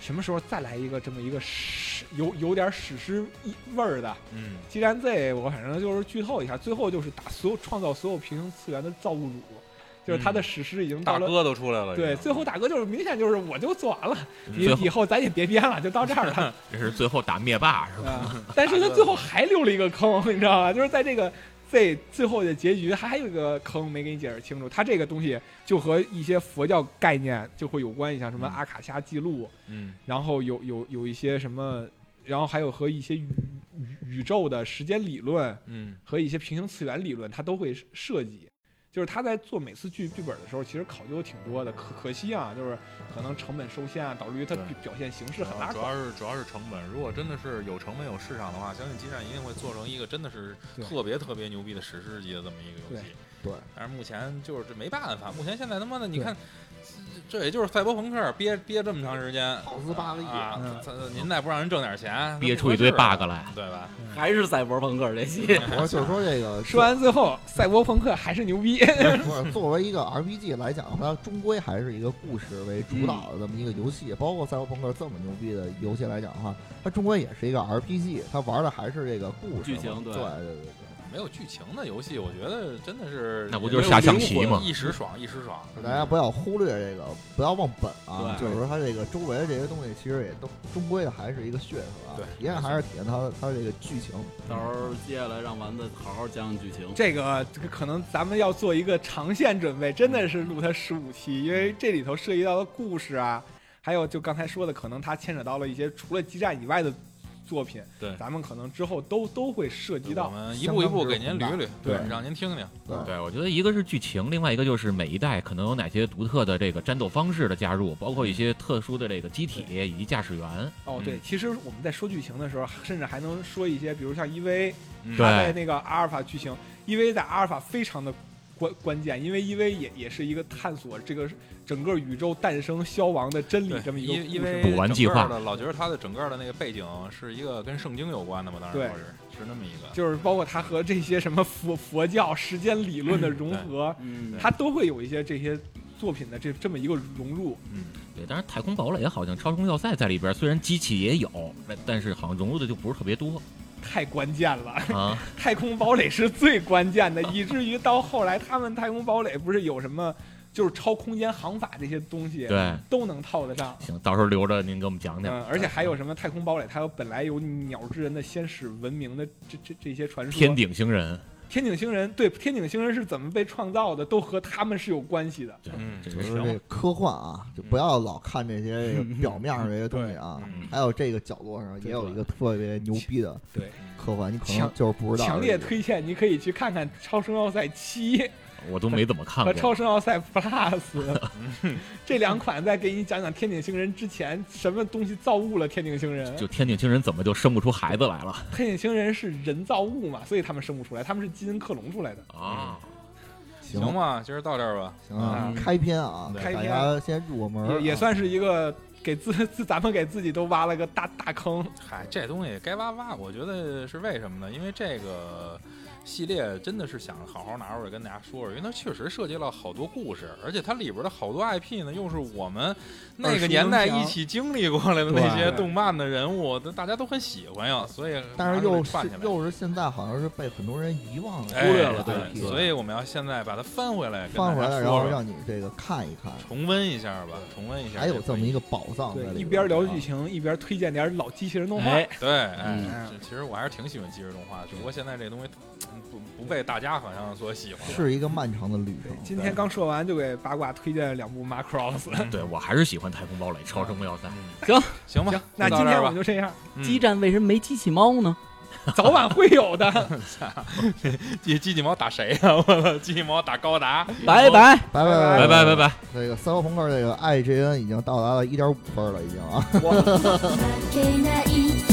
Speaker 5: 什么时候再来一个这么一个史有有点史诗一味儿的，
Speaker 1: 嗯，
Speaker 5: 既然 Z，我反正就是剧透一下，最后就是打所有创造所有平行次元的造物主，就是他的史诗已经到
Speaker 1: 大
Speaker 5: 了。
Speaker 1: 哥都出来了，
Speaker 5: 对，
Speaker 1: 已经
Speaker 5: 最后大哥就是明显就是我就做完了，你
Speaker 4: 最后
Speaker 5: 以后咱也别编了，就到这儿了。
Speaker 4: 这是最后打灭霸是吧？
Speaker 5: 啊！但是他最后还留了一个坑， 你知道吧？就是在这个 Z 最后的结局还有一个坑没给你解释清楚。他这个东西就和一些佛教概念就会有关系，像什么
Speaker 1: 嗯
Speaker 5: 阿卡夏记录，
Speaker 1: 嗯
Speaker 5: 然后有有有一些什么，然后还有和一些宇宇宇宙的时间理论，
Speaker 1: 嗯
Speaker 5: 和一些平行次元理论，它都会涉及。就是他在做每次剧剧本的时候，其实考究挺多的。可可惜啊，就是可能成本受限啊，导致于它
Speaker 1: 对
Speaker 5: 表现形式很拉
Speaker 1: 主
Speaker 5: 垮。
Speaker 1: 要是主要是成本，如果真的是有成本有市场的话，相信基站一定会做成一个真的是
Speaker 5: 对
Speaker 1: 特别特别牛逼的史诗级的这么一个游戏。
Speaker 3: 对，
Speaker 1: 但是目前就是这没办法，目前现在他妈的你
Speaker 5: 对
Speaker 1: 看，这这也就是赛博朋克憋憋这么长时间，
Speaker 3: 耗资八个亿
Speaker 1: 啊
Speaker 5: 嗯！
Speaker 1: 咱您再不让人挣点钱，
Speaker 4: 憋
Speaker 1: 那不
Speaker 4: 出一堆
Speaker 1: 合适啊
Speaker 4: bug 来，
Speaker 1: 对吧？
Speaker 2: 还是赛博朋克这戏，
Speaker 3: 我就是说这个，
Speaker 5: 说完最后，赛博朋克还是牛逼。
Speaker 3: 不是作为一个 RPG 来讲，它终归还是一个故事为主导的这么一个游戏。包括赛博朋克这么牛逼的游戏来讲的话，它终归也是一个 RPG，它玩的还是这个故事
Speaker 2: 剧情
Speaker 3: 嘛
Speaker 2: 对
Speaker 3: 对对对对。
Speaker 1: 没有剧情的游戏，我觉得真的是
Speaker 4: 那不就是下象棋吗
Speaker 1: 一时爽，一时爽。嗯
Speaker 3: 大家不要忽略这个，不要忘本啊！
Speaker 2: 嗯对
Speaker 3: 就是说，它这个周围的这些东西，其实也都终归的还是一个噱头啊
Speaker 1: 对。
Speaker 3: 体验还是体验它它这个剧情。
Speaker 2: 到时候接下来让丸子好好讲讲剧情。
Speaker 5: 这个这个可能咱们要做一个长线准备，真的是录它十五期，因为这里头涉及到的故事啊，还有就刚才说的，可能它牵扯到了一些除了基站以外的作品，
Speaker 1: 对
Speaker 5: 咱们可能之后都都会涉及
Speaker 1: 我
Speaker 5: 到。
Speaker 1: 们一步一步给您捋捋，
Speaker 3: 对
Speaker 1: 让您听听。
Speaker 3: 对
Speaker 4: 对，我觉得一个是剧情，另外一个就是每一代可能有哪些独特的这个战斗方式的加入，包括一些特殊的这个机体以及驾驶员。
Speaker 5: 哦，对
Speaker 1: 嗯，
Speaker 5: 其实我们在说剧情的时候，甚至还能说一些，比如像 EV，
Speaker 1: 嗯
Speaker 5: 它
Speaker 4: 对
Speaker 5: 在那个阿尔法剧情，EV 在阿尔法非常的关关键，因为 EV 也也是一个探索这个整个宇宙诞生消亡的真理
Speaker 1: 对
Speaker 5: 这么一个故事
Speaker 1: 因因为
Speaker 4: 补完计划
Speaker 1: 整个的老觉得它的整个的那个背景是一个跟圣经有关的嘛，当然
Speaker 5: 对
Speaker 1: 说是是那么一个。
Speaker 5: 就是包括它和这些什么佛佛教时间理论的融合，
Speaker 2: 嗯，
Speaker 5: 它都会有一些这些作品的这这么一个融入。
Speaker 1: 嗯，
Speaker 4: 对，当然太空堡垒好像超重要赛在里边，虽然机器也有，但是好像融入的就不是特别多
Speaker 5: 太关键了，
Speaker 4: 啊。
Speaker 5: 太空堡垒是最关键的，以至于到后来他们太空堡垒不是有什么就是超空间航法这些东西，
Speaker 4: 对，
Speaker 5: 都能套得上。
Speaker 4: 行，到时候留着您给我们讲讲。
Speaker 5: 嗯，而且还有什么太空堡垒？它有本来有鸟之人的先史文明的这这这些传说。
Speaker 4: 天顶星人，
Speaker 5: 天顶星人对天顶星人是怎么被创造的，都和他们是有关系的。
Speaker 4: 对
Speaker 1: 嗯
Speaker 4: 这
Speaker 3: 就是是这科幻啊，就不要老看这
Speaker 5: 嗯
Speaker 3: 些这个表面上这些东西啊
Speaker 1: 嗯。
Speaker 3: 还有这个角落上也有一个特别牛逼的
Speaker 5: 对，
Speaker 1: 嗯
Speaker 3: 科幻，你可能
Speaker 5: 强
Speaker 3: 就是不知道而已。
Speaker 5: 强烈推荐你可以去看看《超声要塞七》。
Speaker 4: 我都没怎么看
Speaker 5: 和
Speaker 4: 过。
Speaker 5: 超声奥赛 Plus 这两款，再给你讲讲天顶星人之前什么东西造物了天顶星人。
Speaker 4: 就天顶星人怎么就生不出孩子来了
Speaker 5: 天顶星人是人造物嘛，所以他们生不出来，他们是基因克隆出来的。
Speaker 4: 啊？
Speaker 3: 行
Speaker 1: 行吧，今儿到这儿吧。
Speaker 3: 行啊
Speaker 5: 嗯，
Speaker 3: 开篇啊，
Speaker 1: 对
Speaker 5: 开
Speaker 3: 大
Speaker 5: 篇
Speaker 3: 家先入个门儿啊，
Speaker 5: 也也算是一个给自自咱们给自己都挖了个大大坑，
Speaker 1: 嗨，这东西该挖挖，我觉得是为什么呢？因为这个系列真的是想好好拿出来跟大家说说，因为它确实涉及了好多故事，而且它里边的好多 IP 呢，又是我们那个年代一起经历过来的那些
Speaker 5: 对
Speaker 1: 动漫的人物，大家都很喜欢呀，所以
Speaker 3: 但是
Speaker 1: 拿出来
Speaker 3: 又是
Speaker 1: 串起来
Speaker 3: 又是现在好像是被很多人遗忘了，
Speaker 1: 哎
Speaker 2: 忽略了
Speaker 1: 对
Speaker 2: 对
Speaker 3: 对
Speaker 1: 所以我们要现在把它翻回来，跟
Speaker 3: 翻回
Speaker 1: 大
Speaker 3: 来，
Speaker 1: 家
Speaker 3: 然
Speaker 1: 说
Speaker 3: 后
Speaker 1: 说
Speaker 3: 让你这个看一看，
Speaker 1: 重温一下吧，重温一下，
Speaker 3: 还有这么一
Speaker 1: 个。
Speaker 3: 个宝藏在
Speaker 5: 对，
Speaker 3: 里
Speaker 5: 一
Speaker 3: 边
Speaker 5: 边聊
Speaker 3: 啊
Speaker 5: 剧情，一边推荐点老机器人动画。
Speaker 2: 哎，
Speaker 1: 对，哎，
Speaker 2: 嗯
Speaker 1: 这其实我还是挺喜欢即时动画，只不过现在这东西嗯不不被大家好像所喜欢了。
Speaker 3: 是一个漫长的旅程。
Speaker 5: 今天刚说完，就给八卦推荐了两部《马 cross》。
Speaker 4: 对我还是喜欢太空堡垒、超声要塞。
Speaker 1: 行吧
Speaker 5: 行，，那
Speaker 1: 就
Speaker 5: 今
Speaker 1: 到这
Speaker 5: 天
Speaker 1: 儿
Speaker 5: 我
Speaker 1: 吧
Speaker 5: 们。就这样，
Speaker 1: 嗯
Speaker 2: 基站为什么没机器猫呢？
Speaker 5: 早晚会有的。
Speaker 1: 机机器猫打谁呀、 我操，机器猫打高达。
Speaker 2: 拜拜。
Speaker 3: 拜拜
Speaker 4: 拜拜拜拜。
Speaker 3: 这个三号朋克这个 IGN 已经到达了一点五分了，已经啊。
Speaker 7: 負けないと